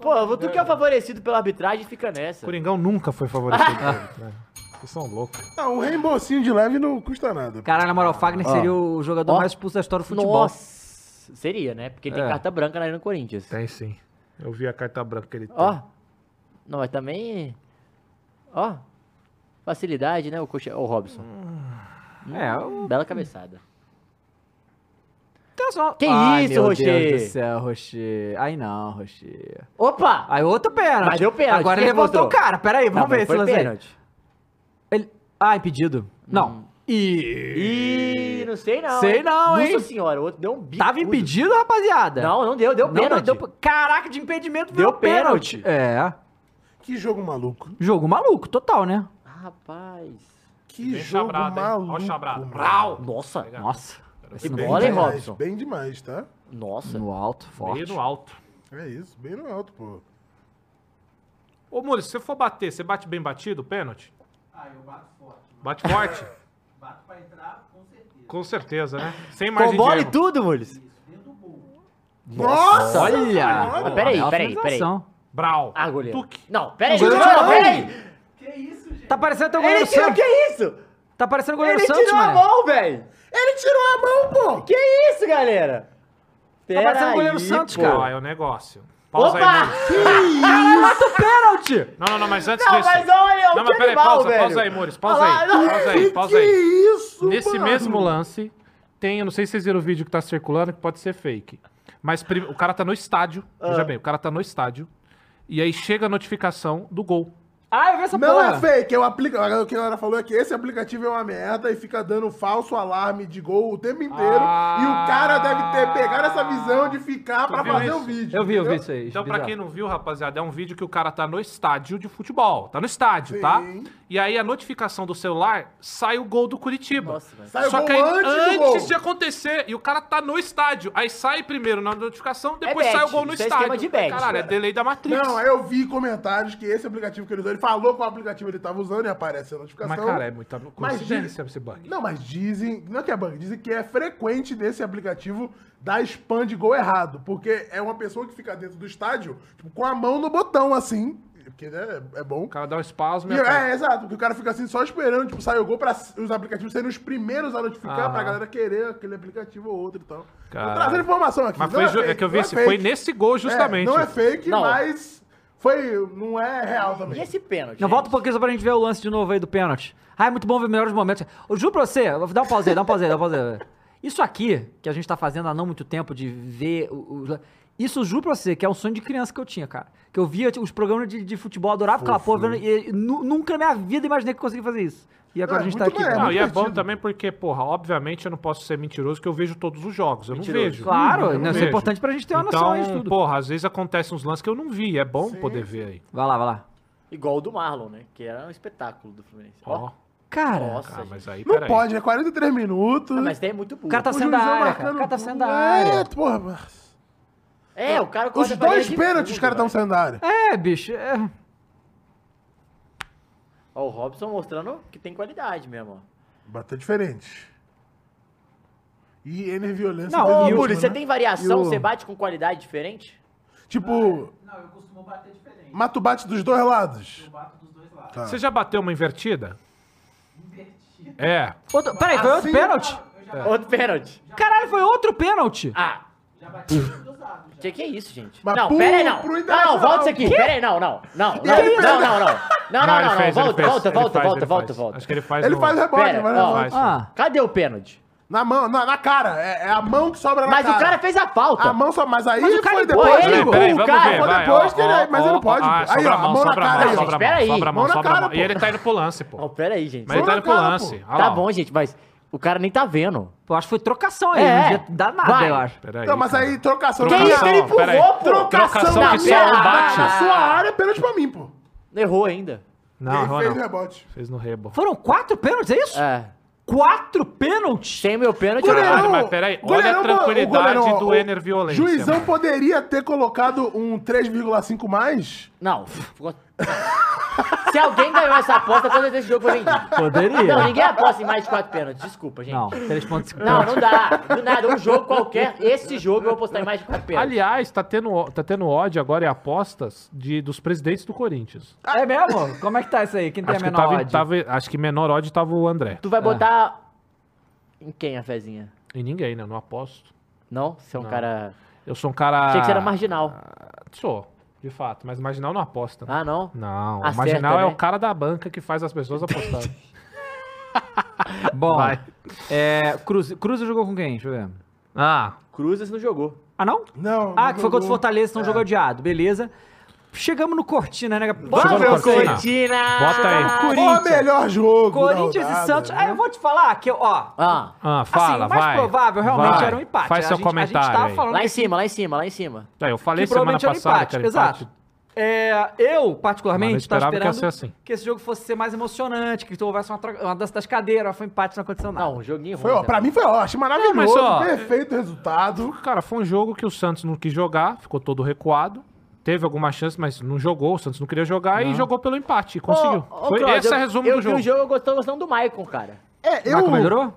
C: Pô, tu que é favorecido pela arbitragem, fica nessa.
E: Coringão nunca foi favorecido. pelo- né? Vocês são loucos.
B: Ah, um reembolsinho de leve não custa nada.
A: Caralho, na moral, o Fagner seria o jogador
C: Ó.
A: mais expulso da história do futebol.
C: Nossa, seria, né? Porque ele tem
A: É.
C: carta branca na Arena Corinthians.
E: Tem sim. Eu vi a carta branca que ele tem.
C: Ó. Não, mas também. Ó. Facilidade, né? O, coxa... o Robson.
A: É, o
C: Bela cabeçada.
A: Internacional.
C: Que
A: Ai,
C: isso,
A: meu
C: Rocher?
A: Deus do céu, Rocher. Aí não, Rocher.
C: Opa!
A: Aí outro pênalti.
C: Mas deu pênalti,
A: Agora
C: quem
A: ele levantou o
C: levantou?
A: cara. Pera aí, vamos ver
C: mas
A: esse
C: foi
A: lance aí.
C: pênalti. Hum.
A: Ele... Ah, impedido. Não. E...
C: Ih, não sei não.
A: Sei
C: hein?
A: não,
C: Nossa
A: hein?
C: senhora, o outro deu um bico.
A: Tava impedido, rapaziada.
C: Não, não deu, deu
A: Não,
C: pênalti.
A: deu- Caraca, de impedimento
C: Deu
A: virou pênalti. É.
B: Que jogo maluco.
A: Jogo maluco, total, né?
C: Ah, Rapaz.
B: Que
E: Bem
B: jogo
E: chabrado, hein? Ó
B: maluco.
E: o chabrado.
B: mano.
E: Brau!
C: Nossa.
E: Tá.
A: Nossa. Esse
C: Bem
A: bola, hein,
C: demais.
A: Robson?
C: Robson?
B: Bem demais, tá?
C: Nossa.
A: No alto,
E: Meio
A: forte.
E: no alto.
B: É isso, bem no alto, pô.
E: Ô, Muri, se você for bater, você bate bem batido o pênalti?
F: Ah,
E: Bate forte?
F: Bato pra entrar, com certeza.
E: Com certeza, né? Sem
C: Com
E: margem
C: bola
E: de
C: e
E: erro.
C: tudo, Mules.
B: Nossa!
A: Olha!
C: Mas peraí,
A: Olha a
C: peraí, peraí.
A: finalização.
E: Brau.
C: Ah, goleiro.
E: Tuque.
C: Não, peraí,
B: Goleiro
C: não,
B: não.
C: peraí.
A: Tá parecendo teu goleiro
C: Ele tirou,
A: Santos.
C: que isso?
A: Tá parecendo o goleiro
C: Ele
A: Santos,
C: tirou a
A: mano.
C: mão, velho.
B: Ele tirou a mão, pô!
C: Que isso, galera?
A: Tá parecendo
C: Pera
A: o goleiro
C: aí,
A: Santos,
C: pô.
A: cara.
E: Ah, é o negócio. Pausa aí, Mures.
A: Caralho, mata o pênalti!
E: Não, não, não, mas antes
C: Não,
E: disso.
C: mas olha, o
E: não, mas
C: que
E: peraí,
C: animal,
E: pausa,
C: velho.
E: pausa aí, Mores. Pausa
C: Olha
E: aí.
C: lá,
E: Pausa aí, pausa
B: que é
E: aí.
B: isso,
E: Nesse
B: mano?
E: mesmo lance, tem, eu não sei se vocês viram o vídeo que tá circulando, que pode ser fake. Mas prim- o cara tá no estádio, veja bem, o cara tá no estádio, e aí chega a notificação do gol.
A: Ah, eu vi essa
B: Não
A: porra.
B: é fake, é o aplicativo. O que a galera falou é que esse aplicativo é uma merda e fica dando falso alarme de gol o tempo inteiro.
E: Ah.
B: E o cara deve ter pegado essa visão de ficar pra
E: viu
B: fazer
E: isso?
B: o vídeo.
A: eu vi, eu vi
B: entendeu?
A: isso aí.
E: Então, pra
A: bizarro.
E: quem não viu, rapaziada, é um vídeo que o cara tá no estádio de futebol, tá no estádio, tá?
B: Sim.
E: E aí a notificação do celular sai o gol do Curitiba.
C: Nossa, velho.
B: Sai o
E: Só
B: gol
E: que aí,
B: antes do
E: antes,
B: gol.
E: de acontecer, e o cara tá no estádio. Aí sai primeiro na notificação, depois
C: bet,
E: sai o gol no
C: isso é
E: estádio.
C: esquema de bet.
E: Caralho, é delay da Matrix.
B: Não, aí eu vi comentários que esse aplicativo que ele usou, ele falou qual aplicativo ele tava usando e aparece a notificação.
E: Mas, cara, é muita coincidência
B: diz-
E: esse bug.
B: Não, mas dizem. Não é que é bug, dizem que é frequente desse aplicativo dar spam de gol errado. Porque é uma pessoa que fica dentro do estádio, tipo, com a mão no botão, assim. Porque né, é bom.
E: O cara dá um espasmo
B: E,
E: e aperta.
B: é, exato, porque o cara fica assim só esperando, tipo, sair o gol pra os aplicativos serem os primeiros a notificar
E: Aham.
B: pra galera querer aquele aplicativo ou outro e tal. Tô
E: Caralho.
B: trazendo informação aqui.
E: Mas
B: não
E: foi, ju- é,
B: fake,
E: que eu vi
B: não
E: esse,
B: fake.
E: foi nesse gol
B: É,
E: justamente.
B: não é fake,
C: Não.
B: mas foi, não é real também.
C: E esse pênalti?
A: Eu
C: gente?
A: volto um pouquinho só pra gente ver o lance de novo aí do pênalti. Ah, é muito bom ver melhores momentos. Eu juro pra você, dá um pause aí, dá um pause aí, dá um pause aí. Isso aqui, que a gente tá fazendo há não muito tempo de ver. o- o- isso eu juro pra você, que é um sonho de criança que eu tinha, cara. Que eu via tipo, os programas de, de futebol, adorava aquela porra, vendo, e, e nu- nunca na minha vida imaginei que conseguia fazer isso. E agora
B: Ah,
A: a gente tá
B: muito
A: aqui.
B: bem,
E: Não,
B: muito
E: e é bom
B: divertido.
E: também porque, porra, obviamente eu não posso ser mentiroso que eu vejo todos os jogos. Eu
C: Mentiroso.
E: não vejo.
A: Claro,
E: Eu não
A: né, isso é
E: vejo.
A: importante pra gente ter uma
E: então,
A: noção aí de tudo.
E: Porra, às vezes acontecem uns lances que eu não vi. É bom poder ver aí.
A: Vai lá, vai lá.
C: Igual o do Marlon, né? Que era um espetáculo do Fluminense.
E: Ó,
C: Ó,
A: Cara,
C: nossa,
E: ah,
C: gente.
E: mas aí,
B: Não
E: peraí.
B: pode, é 43 minutos.
C: Ah, mas tem muito burro.
A: o cara tá
B: O
A: saindo da
B: juizão
A: área, cara.
B: marcando
A: O cara tá saindo da
B: tudo.
A: área.
B: É, porra. mas-
C: É, o cara
B: Os
C: corta pra
B: dois
C: linha de
B: pênaltis
C: fundo,
B: os caras estão
C: velho.
B: saindo da área.
A: É, bicho. É.
C: Ó, o Robson mostrando que tem qualidade mesmo, ó.
B: Bateu diferente. E Enerviolência.
A: Não,
B: fez
A: e
B: o
A: o-
B: último,
C: Muri, você
B: né?
C: tem variação,
B: E o-
C: você bate com qualidade diferente?
B: Tipo,
F: Não, eu costumo bater diferente.
B: mata o bate dos dois lados.
F: Eu bato dos dois lados.
E: Você já bateu uma invertida?
F: Invertido.
E: É.
A: Outro, peraí, foi outro pênalti?
F: Eu já,
C: Outro pênalti.
A: Caralho, foi outro pênalti!
C: Ah,
F: já bati dos lados. Já.
C: que que é isso, gente?
B: Mas
C: não,
B: pro-
C: pera aí, não.
B: pro
C: Não,
B: Internacional.
C: não, volta isso aqui. Pera aí, não, não. Não, não,
B: ele
C: não, não, não. Não,
E: Não,
C: não,
E: ele
C: não, não.
E: fez,
C: Volta,
E: ele fez,
C: volta,
E: ele
C: volta,
E: faz,
C: volta,
E: ele
C: volta,
E: faz.
C: volta.
E: Acho que ele faz um-
B: Ele
E: no-
B: faz rebote,
C: Pera,
B: vai
C: ó.
B: rebote.
E: Faz.
A: Ah.
C: Cadê o pênalti?
B: Na mão, na, na cara. É, é a mão que sobra na
C: Mas
B: cara.
C: o cara é fez a falta.
B: A mão só, mas aí
A: Mas o cara
B: foi
A: empurra
B: depois. né?
C: ele,
E: Peraí,
C: pô.
E: peraí,
C: o
E: vamos
C: cara
E: ver.
B: foi
E: vai,
B: depois
E: ó,
B: que ele- é,
E: ó,
B: mas ele
E: ó,
B: pode,
E: ó,
B: pô. Aí,
E: sobra
B: ó,
E: a
B: a
E: mão,
B: mão na
E: sobra a
B: cara
E: mão,
B: aí, ó.
E: sobra a
C: Espera
E: mão,
C: aí.
E: sobra a mão,
B: Mão na
E: sobra a
B: cara,
E: mão. E
B: pô.
E: ele tá indo pro lance, pô.
C: Não, pera aí, gente.
E: Mas
B: Mão
E: ele tá
B: na
E: indo pro
B: cara,
E: lance.
B: pô.
E: Olha
C: Tá
E: lá, ó.
C: bom, gente, mas o cara nem tá vendo.
A: Eu acho que foi trocação aí,
C: É.
A: não devia dar nada,
C: Vai.
A: eu acho.
E: Peraí.
B: Não, mas
E: cara.
B: aí trocação.
E: Que isso,
B: trocação.
E: ele empurrou, Peraí. pô. Trocação
B: na
E: que
C: é
E: só
B: minha-
E: um bate.
B: Na sua área é pênalti pra mim, pô.
C: Errou ainda.
B: E
E: Não,
B: aí
E: errou
B: fez o
E: não.
B: rebote.
E: Fez no rebo.
A: Foram quatro pênaltis, é isso?
C: É.
A: Quatro pênaltis?
C: Sem meu pênalti, eu
E: Goleirão.
C: não.
E: Caralho, mas peraí, olha a
B: goleirão,
E: tranquilidade
B: o goleirão,
E: do
B: o
E: Ener Violência,
B: Juizão
E: mano.
B: poderia ter colocado um 3,5 mais.
C: Não. ficou- Se alguém ganhou essa aposta, com certeza esse jogo foi vendido.
A: Poderia.
C: Não, ninguém aposta em mais de quatro pênaltis. Desculpa, gente.
A: Não, três pontos.
C: Não, não dá. Do nada, um jogo qualquer. Esse jogo eu vou postar em mais de quatro pênaltis.
E: Aliás, tá tendo, ó- tá tendo ódio agora e apostas de, dos presidentes do Corinthians.
A: É mesmo? Como é que tá isso aí? Quem tem
E: Acho
A: a
E: que,
A: menor
E: tava,
A: odd?
E: tava- acho que menor ódio tava o André.
C: Tu vai botar. Em quem a fezinha?
E: E ninguém, né? Eu não aposto.
C: Não? Você é um cara.
E: Eu sou um cara.
C: Achei que você era marginal.
E: Sou, de fato. Mas marginal não aposta.
C: Ah, não?
E: Não, o
C: Acerta,
E: marginal é
C: né?
E: o cara da banca que faz as pessoas apostarem.
A: Bom,
E: Vai.
A: é, Cruz, Cruz jogou com quem? Deixa eu ver.
E: ah,
C: Cruzes não É. jogou.
A: Ah, não?
B: Não.
A: Ah,
B: não
A: que foi contra o
B: jogou.
A: Fortaleza, então jogou adiado. Beleza. Chegamos no Cortina, né?
E: Vamos ver o Cortina. assim, Bota aí.
B: Ó, melhor jogo. da
A: Corinthians e
B: rodada,
A: Santos.
B: né?
A: Ah, eu vou te falar que, eu- ó,
C: Ah,
E: ah, fala,
A: assim, o
E: vai.
A: mais provável realmente
E: vai.
A: era um empate.
E: Faz
A: a
E: seu
A: gente, A gente
E: comentário
A: tava
E: aí.
A: falando
C: lá em cima, lá em cima, lá em cima.
E: Tá, eu falei
A: que
E: semana
A: provavelmente era um
E: passada
A: empate,
E: que era
A: exato.
E: empate.
A: É, eu, particularmente,
E: Mas eu
A: estava
E: esperava que ia
A: esperando que,
E: ser assim.
A: esse jogo fosse ser mais emocionante, que houvesse uma, tro- uma dança das cadeiras, mas foi um empate, não aconteceu nada.
C: Não, um joguinho ruim.
B: Foi, ó, pra mim foi ótimo, maravilhoso,
E: mas, ó,
B: perfeito resultado.
E: Cara, foi um jogo que o Santos não quis jogar, ficou todo recuado. Teve alguma chance, mas não jogou. O Santos não queria jogar e jogou pelo empate. e Conseguiu. foi, esse é o resumo
C: eu,
E: do jogo.
C: Eu vi um o jogo, eu gostei, eu gostando do Maicon, cara.
B: É,
A: Marco melhorou?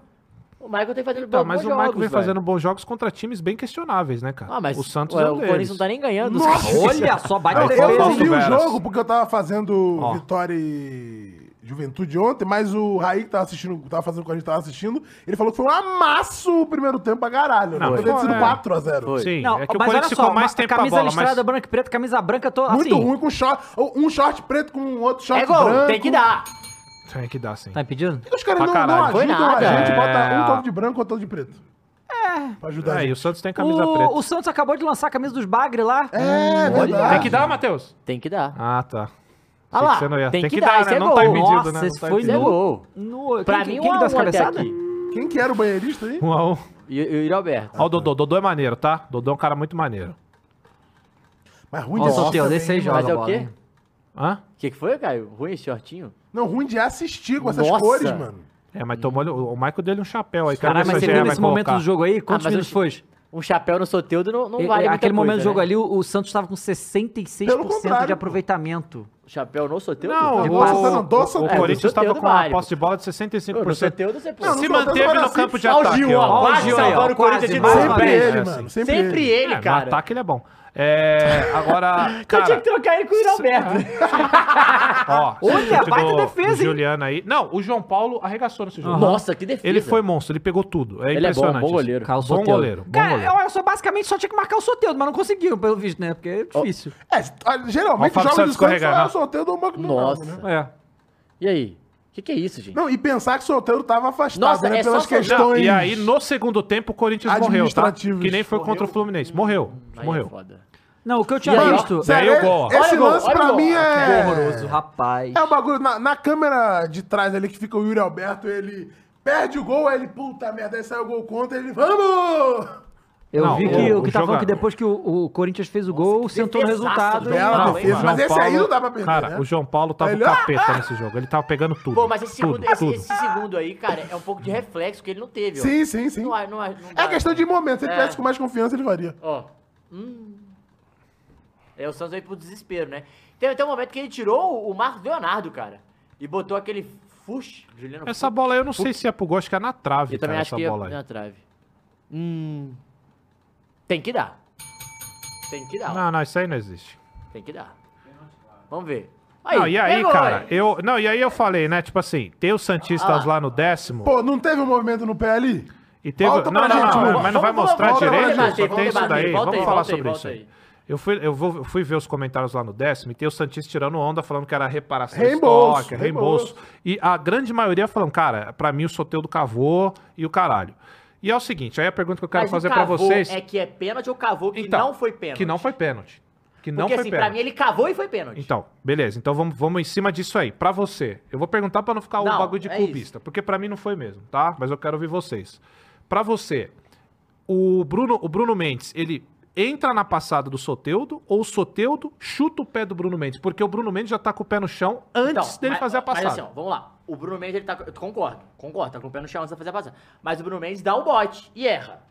C: O Maicon tem fazendo
E: Tá,
C: bons
E: mas o
C: jogos,
E: Maicon vem
C: um velho.
E: fazendo bons jogos contra times bem questionáveis, né, cara?
C: Ah, mas
E: o Santos
C: ué,
E: é um
C: o
E: deles.
C: Corinthians não tá nem ganhando.
B: Nossa!
A: Olha só, baita
E: Não,
B: Eu
A: defesa.
B: não
E: Fausto
B: vi o
E: Veras.
B: jogo porque eu tava fazendo
E: Ó.
B: Vitória e Juventude ontem, mas o Raí que tava assistindo, que tava fazendo com a gente, tava assistindo, ele falou que foi um amasso o primeiro tempo pra caralho.
E: Não,
B: Não, ter
E: foi,
B: sido
E: é.
B: 4x0.
E: Sim,
A: Não,
E: é que o
A: mas olha
E: Corinthians
A: só,
E: ficou mais
A: uma-
E: tempo com a
A: camisa
E: bola,
A: listrada
E: mas...
A: branca e preta, camisa branca, tô
B: Muito
A: assim.
B: ruim com short. Um short preto com outro short
C: É gol,
B: branco.
C: tem que dar.
E: Tem que dar, sim.
A: Tá impedindo?
B: Por que os caras
E: Pra
B: não, não
E: caralho.
C: Foi
B: ajudam a
C: nada.
B: gente?
E: É.
B: Bota um todo de branco, outro de preto. É. Pra ajudar a
E: É, e
B: gente.
E: o Santos tem camisa preta.
A: O, o Santos acabou de lançar a camisa dos Bagre lá.
B: É, verdade.
E: Tem que dar, Matheus?
C: Tem que dar.
E: Ah, tá.
C: Ah
E: Sei que
C: lá,
E: você não ia.
C: tem que dar, isso é
E: Não
C: gol.
E: tá impedido,
A: Nossa,
E: né? Não
A: esse
E: tá
A: foi
C: Isso é
E: impedido.
A: no-
C: gol.
A: No,
C: Pra
A: quem, quem
C: mim, um
A: que
C: a
A: deu
C: um
A: essa
C: até
A: cabeçada?
C: aqui.
B: Quem que era o banheirista aí?
E: Um a um.
C: E, e o Roberto.
E: Ó o Dodô. Dodô é maneiro, tá? Dodô é um cara muito maneiro.
B: Mas ruim
A: Ó,
B: de
A: o sorteio,
B: assistir.
A: desse aí joga
C: Mas é o
A: bola,
C: quê?
A: hein?
E: Hã?
C: O que, que foi, Caio? Ruim esse shortinho?
B: Não, ruim de assistir com essas
C: Nossa.
B: cores, mano.
E: É, mas tomou o Michael dele um chapéu aí. quero
A: Caralho,
E: ver
A: mas
E: se
A: você
E: a
A: viu
E: GE vai
A: nesse momento
E: colocar.
A: do jogo aí? Quantos
C: mas eu
A: minutos
C: te-
A: foi?
C: Um chapéu no soteudo não, não
A: E-
C: vale
A: Aquele
C: muita
A: momento
C: coisa,
A: do jogo
C: né?
A: ali, o, o Santos tava com 66% de
B: contrário, pô.
A: aproveitamento.
C: Um Chapéu no soteudo?
E: Não,
B: Tá
E: o,
B: bom, tá não, tô
E: o,
B: soltando.
E: o Corinthians
C: É, do
E: tava
C: sorteio
E: com uma
C: vale,
E: posse de bola de
C: Pô, no
E: 65%.
C: soteudo você...
B: Não,
E: Se
B: não,
E: manteve
B: agora
E: no
B: sim.
E: campo de
C: Ó o
E: ataque.
C: Gil, ó,
E: ó.
A: o
C: quase
A: Gil aí,
C: salvando
A: ó,
C: o Corinthians de
A: quase,
C: novo,
B: Sempre
A: mais,
C: velho.
B: ele,
E: é,
B: mano. Sempre,
C: Sempre,
B: ele.
C: ele,
E: É,
C: cara.
E: No ataque ele é bom. É, agora,
C: Eu tinha
E: cara, é um
C: que trocar ele com o Roberto.
E: ó,
A: Olha,
E: esse chute
A: baita
E: do-
A: defesa,
E: do
A: hein?
E: Juliano aí. Não, o João Paulo arregaçou nesse jogo.
C: Nossa, que defesa.
E: Ele foi monstro, ele pegou tudo. É
C: Ele é bom,
E: impressionante.
C: bom
E: isso.
C: goleiro.
A: Carlos
E: Bom
A: Soteldo.
E: goleiro, bom
A: Cara,
E: goleiro.
A: olha só, basicamente só tinha que marcar o Soteudo, mas não conseguiram, pelo visto, né? Porque é difícil.
B: É, a-
E: Ó, o
B: geralmente joga
E: Fábio Santos
B: do Santos
E: escorregar,
B: é
E: né?
B: o sorteio do banco do
C: Nossa.
B: Naldo, né?
A: É.
C: E aí? O que, que é isso, gente?
B: Não, e pensar que o sorteio tava afastado,
C: Nossa,
B: né?
C: é só
B: pelas
C: sorteio.
E: Não,
B: questões.
E: e aí, no segundo tempo, o Corinthians morreu, tá?
B: Administrativos.
E: Que nem foi contra o Fluminense. Morreu,
C: Aí é
E: morreu.
C: foda.
A: Não, o que eu
C: E
A: tinha
C: aí, ó,
A: visto...
E: Zé-
B: Sério,
E: Daí o gol.
B: Esse
C: Olha o gol,
B: lance
C: olha o
B: pra
C: gol.
B: mim
A: É
B: é...
A: horroroso, rapaz.
B: É o bagulho, na, na câmera de trás ali que fica o Yuri Alberto, ele perde o gol, aí ele, puta merda, aí sai o gol contra, ele, vamos!
A: Eu
E: Não,
A: vi
E: o-
A: que o, que
E: o
A: tá falando
E: jogo-
A: que depois que o, o Corinthians fez o gol, sentou no
C: defesaço
A: resultado.
C: do
A: e-
B: Bela
C: Não,
B: defesa,
E: O
B: mas
E: João
B: esse aí
E: Paulo-
B: não dá pra perder,
E: Cara,
B: né? Ah!
E: o João Paulo tava
B: Ele-
E: um capeta nesse jogo. Ele tava pegando tudo.
C: Pô, mas esse segundo,
E: tudo,
C: esse,
E: tudo.
C: esse segundo aí, cara, é um pouco de reflexo que ele não teve, ó.
B: Sim, sim, sim.
C: Não, há- não, há- não
B: É
C: dá.
B: questão de momento, se ele
C: É.
B: tivesse com mais confiança, ele varia.
C: Ó. Hum. É, o Santos veio pro desespero, né? Teve até um momento que ele tirou o- o Marcos Leonardo, cara. E botou aquele fush, Juliano.
E: Essa
C: Fuchs.
E: bola aí eu não sei se é pro gol, acho que é na trave,
C: Eu
E: cara,
C: também acho
E: essa
C: que ia
E: bola aí.
C: na trave. Hum. Tem que dar. Tem que dar.
E: Não, não, isso aí não existe.
C: Tem que dar. Vamos ver.
E: não, e aí,
C: pegou,
E: cara,
C: hein?
E: eu. Não, e aí eu falei, né? Tipo assim, tem os Santistas
C: Ah.
E: lá no décimo.
B: Pô, não teve um movimento no pé ali?
E: e teve. Não,
B: volta
E: não,
B: pra
E: não,
B: gente,
E: não,
B: mano.
E: mas não vai
C: Vamos,
E: mostrar
B: vamos, vamos
E: direito.
B: debater,
E: só tem
C: vamos
E: isso daí.
C: debater, volta
E: Vamos
C: aí,
E: falar
C: volta aí,
E: sobre
C: volta
E: isso aí.
C: aí.
E: Eu fui, eu, vou, eu fui ver os comentários lá no décimo e tem o Santista tirando onda, falando que era reparação
B: Reembolso,
E: de estoque, reembolso. E a grande maioria falando, cara, pra mim o Soteudo cavou e o caralho. E é o seguinte, aí a pergunta que eu quero
C: Mas o
E: fazer pra
C: cavou
E: vocês...
C: É que é pênalti ou cavou que
E: Então,
C: não foi pênalti?
E: Que não foi pênalti. Que não
C: Porque
E: foi
C: assim, pra
E: pênalti.
C: mim ele cavou e foi pênalti.
E: Então, beleza. Então vamos, vamos em cima disso aí. Pra você, eu vou perguntar pra não ficar o
C: Não,
E: bagulho de
C: é
E: clubista, porque pra mim não foi mesmo, tá? Mas eu quero ouvir vocês. Pra você, o Bruno, o Bruno Mendes, ele entra na passada do Soteudo ou o Soteudo chuta o pé do Bruno Mendes? Porque o Bruno Mendes já tá com o pé no chão antes
C: Então,
E: dele
C: mas-
E: fazer a
C: mas
E: passada.
C: assim, ó, vamos lá. O Bruno Mendes, ele tá. Eu concordo, concordo, tá com o pé no chão antes de fazer a passada. Mas o Bruno Mendes dá o bote e erra.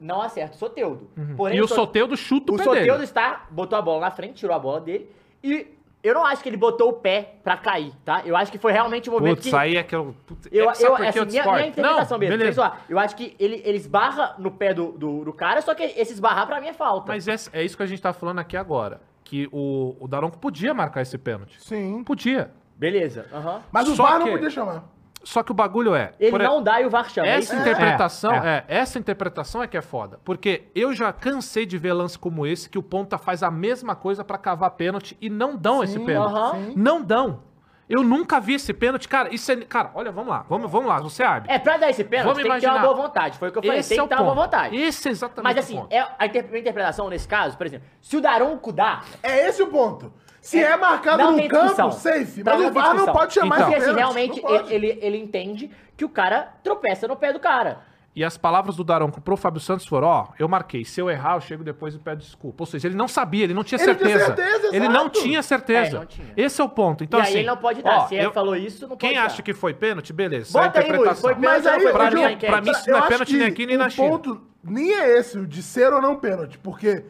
C: Não acerta o Soteudo. Porém,
E: Uhum. e o
C: Sote-
E: Soteudo chuta o,
C: O
E: pé
C: Soteudo
E: dele.
C: está, botou a bola na frente, tirou a bola dele. E eu não acho que ele botou o pé pra cair, tá? Eu acho que foi realmente o momento
E: Putz,
C: que.
E: aí é que eu... Putz,
C: Eu,
E: é que sabe
C: eu,
E: por que
C: assim,
E: eu
C: minha,
E: discordo?
C: minha interpretação
E: não,
C: mesmo,
E: beleza.
C: pessoal, eu acho que ele, ele esbarra no pé do, do, do cara, só que esse esbarrar pra mim é falta.
E: Mas esse- é isso que a gente tá falando aqui agora. Que o, o Daronco podia marcar esse pênalti.
B: Sim.
E: Podia.
C: Beleza, aham.
B: Mas o
E: Só
B: VAR não
E: que-
B: podia chamar.
E: Só que o bagulho é.
C: Ele
E: por-
C: não dá e o VAR chama, é isso?
E: Essa interpretação, é, essa interpretação é que é foda. Porque eu já cansei de ver lance como esse que o ponta faz a mesma coisa pra cavar pênalti e não dão esse pênalti.
C: aham.
E: Não dão. Eu nunca vi esse pênalti, cara. Isso é, cara, olha, vamos lá. Vamos, vamos lá, você abre.
C: É, pra dar esse pênalti,
E: Vamos
C: tem que ter uma
E: imaginar. é
C: boa vontade. Foi o que eu falei, tem que ter uma boa vontade.
E: Esse é exatamente
C: Mas
E: o
C: assim,
E: ponto.
C: é a inter- minha interpretação nesse caso, por exemplo, se o Daronco dá,
B: É esse o ponto. Se é, marcado
C: não
B: no
C: tem
B: campo,
C: discussão.
B: safe.
C: Pra
B: Mas
C: mim
B: o
C: não tem
B: VAR não
C: discussão.
B: pode chamar
E: Então.
C: porque
B: esse
C: assim,
B: pênalti,
C: realmente
B: não pode.
C: ele, ele, ele entende que o cara tropeça no pé do cara.
E: E as palavras do Daronco pro Fábio Santos foram, ó, eu marquei, se eu errar, eu chego depois e peço desculpa. Ou seja, ele não sabia, ele não tinha
B: Ele tinha
E: certeza.
B: certeza,
E: ele não
B: exato.
E: tinha certeza.
C: É, não tinha.
E: Esse é o ponto. Então,
C: e aí
E: assim,
C: ele não pode dar.
E: ó,
C: se ele
E: eu-
C: falou isso, não pode
E: Quem
C: dar.
E: acha que foi pênalti, beleza. isso é a
C: Bota aí, Luiz,
E: interpretação.
C: foi pênalti
B: Mas aí,
C: ou foi
B: pra
C: pênalti?
B: mim-
C: na enquete?
E: pra mim, isso não é
B: Eu acho
E: pênalti nem
B: que
E: aqui, nem na
B: o
E: China.
B: ponto nem é esse, o de ser ou não pênalti, porque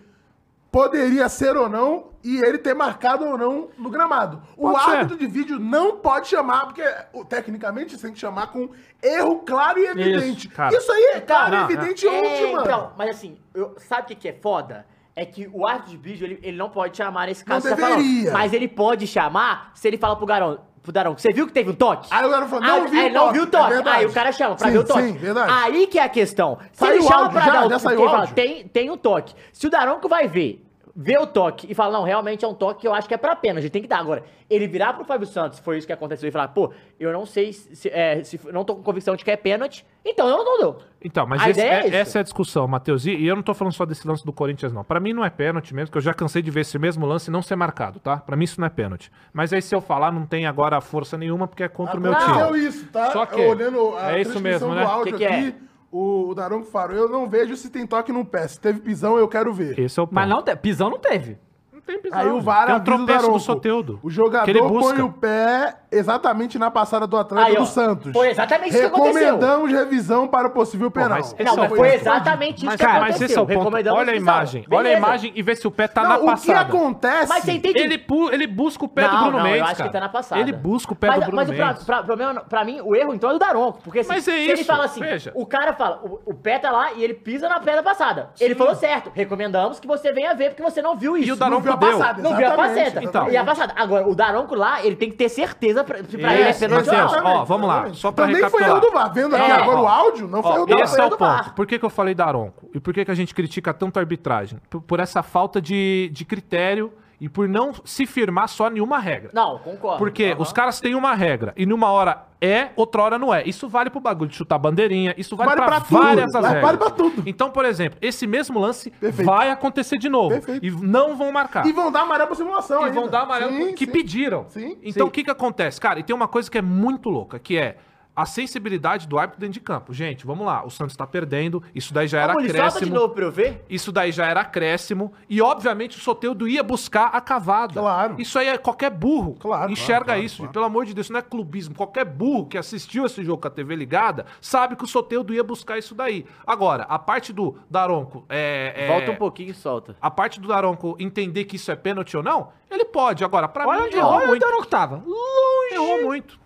B: poderia ser ou não e ele ter marcado ou não no gramado. o
E: Pode ser.
B: árbitro de vídeo não pode chamar, porque o- tecnicamente você tem que chamar com erro claro e evidente.
E: Isso,
B: Isso,
E: cara.
B: aí é claro
E: não,
B: e evidente
C: É,
B: ontem, mano.
C: então, mas assim, eu- sabe o que, que é foda? É que o árbitro de vídeo, ele, ele não pode chamar nesse
B: Não
C: caso que você tá falando.
B: deveria.
C: Mas ele pode chamar se ele fala pro Garão, Fudarão, você viu que teve um toque?
B: Aí o cara falou, não
C: Ah,
B: vi
C: é,
B: o
C: não
B: toque,
C: viu o toque.
B: é verdade.
C: aí o cara chama pra
B: Sim,
C: ver o toque.
B: sim, verdade.
C: Aí que é a questão. Se
B: Saiu
C: ele
B: o
C: chama
B: áudio
C: pra
B: já?
C: dar o
B: Já saiu
C: porque
B: o
C: fala,
B: áudio?
C: tem, tem o toque. Se o Daronco vai ver, vê o toque e falar, não, realmente é um toque que eu acho que é pra pena, a gente tem que dar. Agora, ele virar pro Fábio Santos, foi isso que aconteceu, e falar, pô, eu não sei se, se- é, se- não tô com convicção de que é pênalti, então eu não dou.
E: Então, mas
C: A
E: esse-
C: ideia é
E: é-
C: isso.
E: essa é a discussão, Matheus. E, e eu não tô falando só desse lance do Corinthians, não. Pra mim não é pênalti mesmo, porque eu já cansei de ver esse mesmo lance não ser marcado, tá? Pra mim isso não é pênalti. Mas aí se eu falar, não tem agora força nenhuma, porque é contra o meu time.
B: Aconteceu isso, tá?
E: Só que-
B: Eu olhando a
E: é isso
B: transcrição
E: mesmo, né?
B: do áudio
C: Que que é?
B: aqui, o, o Daronco falou, eu não vejo se tem toque no pé. Se teve pisão, eu quero ver.
E: Esse é o ponto.
A: Mas não, te- pisão não teve.
E: Não tem pisão.
B: Aí o VAR
E: Tem um
B: avisa
E: tropeço
B: Daronco.
E: do Soteudo.
B: O jogador
E: que ele
B: põe
E: busca.
B: o pé exatamente na passada do Atlanta
C: Aí, ó,
B: do Santos.
C: foi exatamente isso que aconteceu.
B: Recomendamos revisão para o possível penal.
E: mas esse
C: Não,
E: é o
C: mas foi
E: ponto.
C: exatamente isso
A: Mas,
C: que
A: cara,
E: Mas
C: aconteceu.
E: esse é o ponto.
C: Recomendamos
E: Olha a
C: fiscal.
E: imagem. Olha a
C: Beleza.
E: imagem e vê se o pé tá
B: Não,
E: na
B: o que
E: passada.
B: acontece...
C: Mas você entende?
E: Ele, pu- ele busca o pé do
C: é não,
E: Bruno
C: não,
E: Mendes,
C: eu acho
E: cara.
C: que tá na passada.
E: Ele busca o pé
C: mas,
E: do Bruno
C: mas o pra-
E: Mendes.
C: pra- problema não- pra mim, o erro então é do Daronco. Porque assim,
E: Mas é
C: se ele
E: isso,
C: fala assim,
E: veja.
C: o cara fala, o, o pé tá lá e ele pisa na pedra passada. Ele falou certo, recomendamos que você venha ver porque você não viu isso.
E: E o Daronco
B: viu a
E: deu.
B: passada.
C: Não viu a
B: Exatamente,
C: passada.
B: então.
C: E a passada. Agora, o Daronco lá, ele tem que ter certeza pra, se pra ele é
E: Esse,
C: pênalti ou
E: Matheus,
C: não.
E: ó, vamos lá. Só pra
B: Então nem foi
E: recapitular.
B: eu do VAR. Vendo aqui
C: É.
B: agora o áudio, não foi
E: Ó,
B: eu do
E: esse é
B: VAR.
E: o
C: do
E: ponto.
C: VAR.
E: Por que, que eu falei Daronco? E por que, que a gente critica tanto a arbitragem? Por, por essa falta de, de critério e por não se firmar só nenhuma regra.
C: Não, concordo.
E: Porque os caras têm uma regra e numa hora é, outra hora não é. Isso vale pro bagulho de chutar bandeirinha, isso vale,
B: Vale
E: pra,
B: pra tudo,
E: várias as
B: vale
E: regras.
B: pra tudo.
E: Então, por exemplo, esse mesmo lance
B: Perfeito.
E: vai acontecer de novo
B: Perfeito.
E: e não vão marcar.
B: E vão dar amarelo pra simulação
E: E
B: ainda.
E: vão dar amarelo
B: Sim,
E: que
B: sim.
E: pediram.
B: Sim,
E: então
B: sim.
E: o que que acontece? Cara, e tem uma coisa que é muito louca, que é a sensibilidade do árbitro dentro de campo. Gente, vamos lá, o Santos tá perdendo, isso daí já era
C: Ô, Muli, solta de
E: acréscimo.
C: novo pra eu ver.
E: Isso daí já era acréscimo. E, obviamente, o Soteudo ia buscar a cavada.
B: Claro.
E: Isso aí é qualquer burro.
B: Claro,
E: Enxerga
B: claro, claro,
E: isso.
B: claro.
E: gente. Pelo amor de Deus, isso não é clubismo. Qualquer burro que assistiu esse jogo com a TV ligada sabe que o Soteudo ia buscar isso daí. Agora, a parte do Daronco. É, é,
C: Volta um pouquinho e solta.
E: A parte do Daronco entender que isso é pênalti ou não, ele pode. Agora, pra
A: Olha
E: mim,
A: onde,
E: errou
A: olha onde
E: muito.
A: era o que tava. Longe.
E: Errou muito.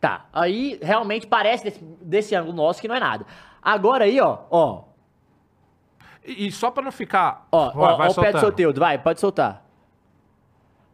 C: Tá, aí realmente parece desse, desse ângulo nosso que não é nada. Agora aí, ó, ó,
E: E, e só pra não ficar.
C: Ó,
E: Vai,
C: ó,
E: vai
C: ó o pé do
E: soltando.
C: Soteudo, vai, pode soltar.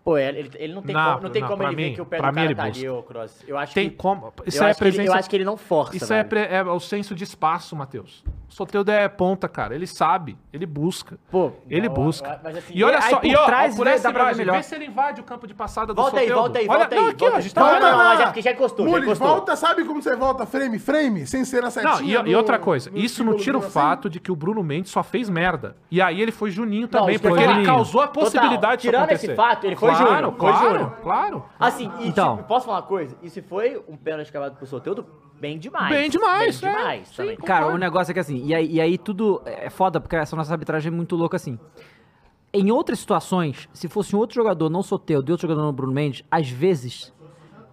C: Pô, é, ele, ele- ele não tem
E: Não,
C: como, não tem
E: não,
C: como
E: pra
C: ele ver
E: mim-
C: que o pé do
E: pra mim
C: cara
E: ele
C: tá ali,
E: busca.
C: ô Cross. Eu acho
E: Tem
C: que,
E: como. Isso
C: eu,
E: é
C: acho que ele, eu
E: presença
C: acho que ele não força,
E: Isso é,
C: velho.
E: pre- é o senso de espaço, Matheus. O Soteudo é ponta, cara. Ele sabe, ele busca.
C: Pô,
E: ele
C: não,
E: busca.
C: eu- mas assim,
E: e olha
C: aí
E: só,
C: por
E: e ó,
A: trás
E: ó, por
A: vê-
E: essa
A: dá pra ver
E: imagem,
A: melhor.
E: vê se ele invade o campo de passada do
C: Volta aí,
E: Soteldo.
C: volta aí,
E: Olha-
C: volta aí.
E: Não, aqui,
C: volta
E: ó, a
C: aí.
E: gente tá
C: Não,
E: vendo.
C: não, mas é porque já encostou, já
B: Mules,
C: encostou.
B: volta, sabe como você volta? Frame, frame, sem ser a setinha.
E: Não, e, e
B: no-
E: outra coisa,
B: no
E: isso não
B: símbolo
E: tira o
B: do- assim.
E: fato de que o Bruno Mendes só fez merda. E aí ele foi Juninho também,
C: isso que eu
E: porque
C: ia
E: ele
C: falar.
E: causou a
C: Total,
E: possibilidade de
C: tirando
E: acontecer.
C: esse fato, ele foi
E: claro,
C: Juninho, foi
E: Claro,
C: Juninho.
E: claro.
C: Assim, e,
A: Então.
C: tipo, posso falar uma coisa? E se foi um pênalti cavado pro Soteudo, bem demais.
E: Bem demais,
C: Bem
E: é,
C: demais
E: sim.
C: também.
A: Cara, o negócio é que assim, e aí, e aí tudo é foda, porque essa nossa arbitragem é muito louca assim. Em outras situações, se fosse um outro jogador, não Soteu, de outro jogador, não Bruno Mendes, às vezes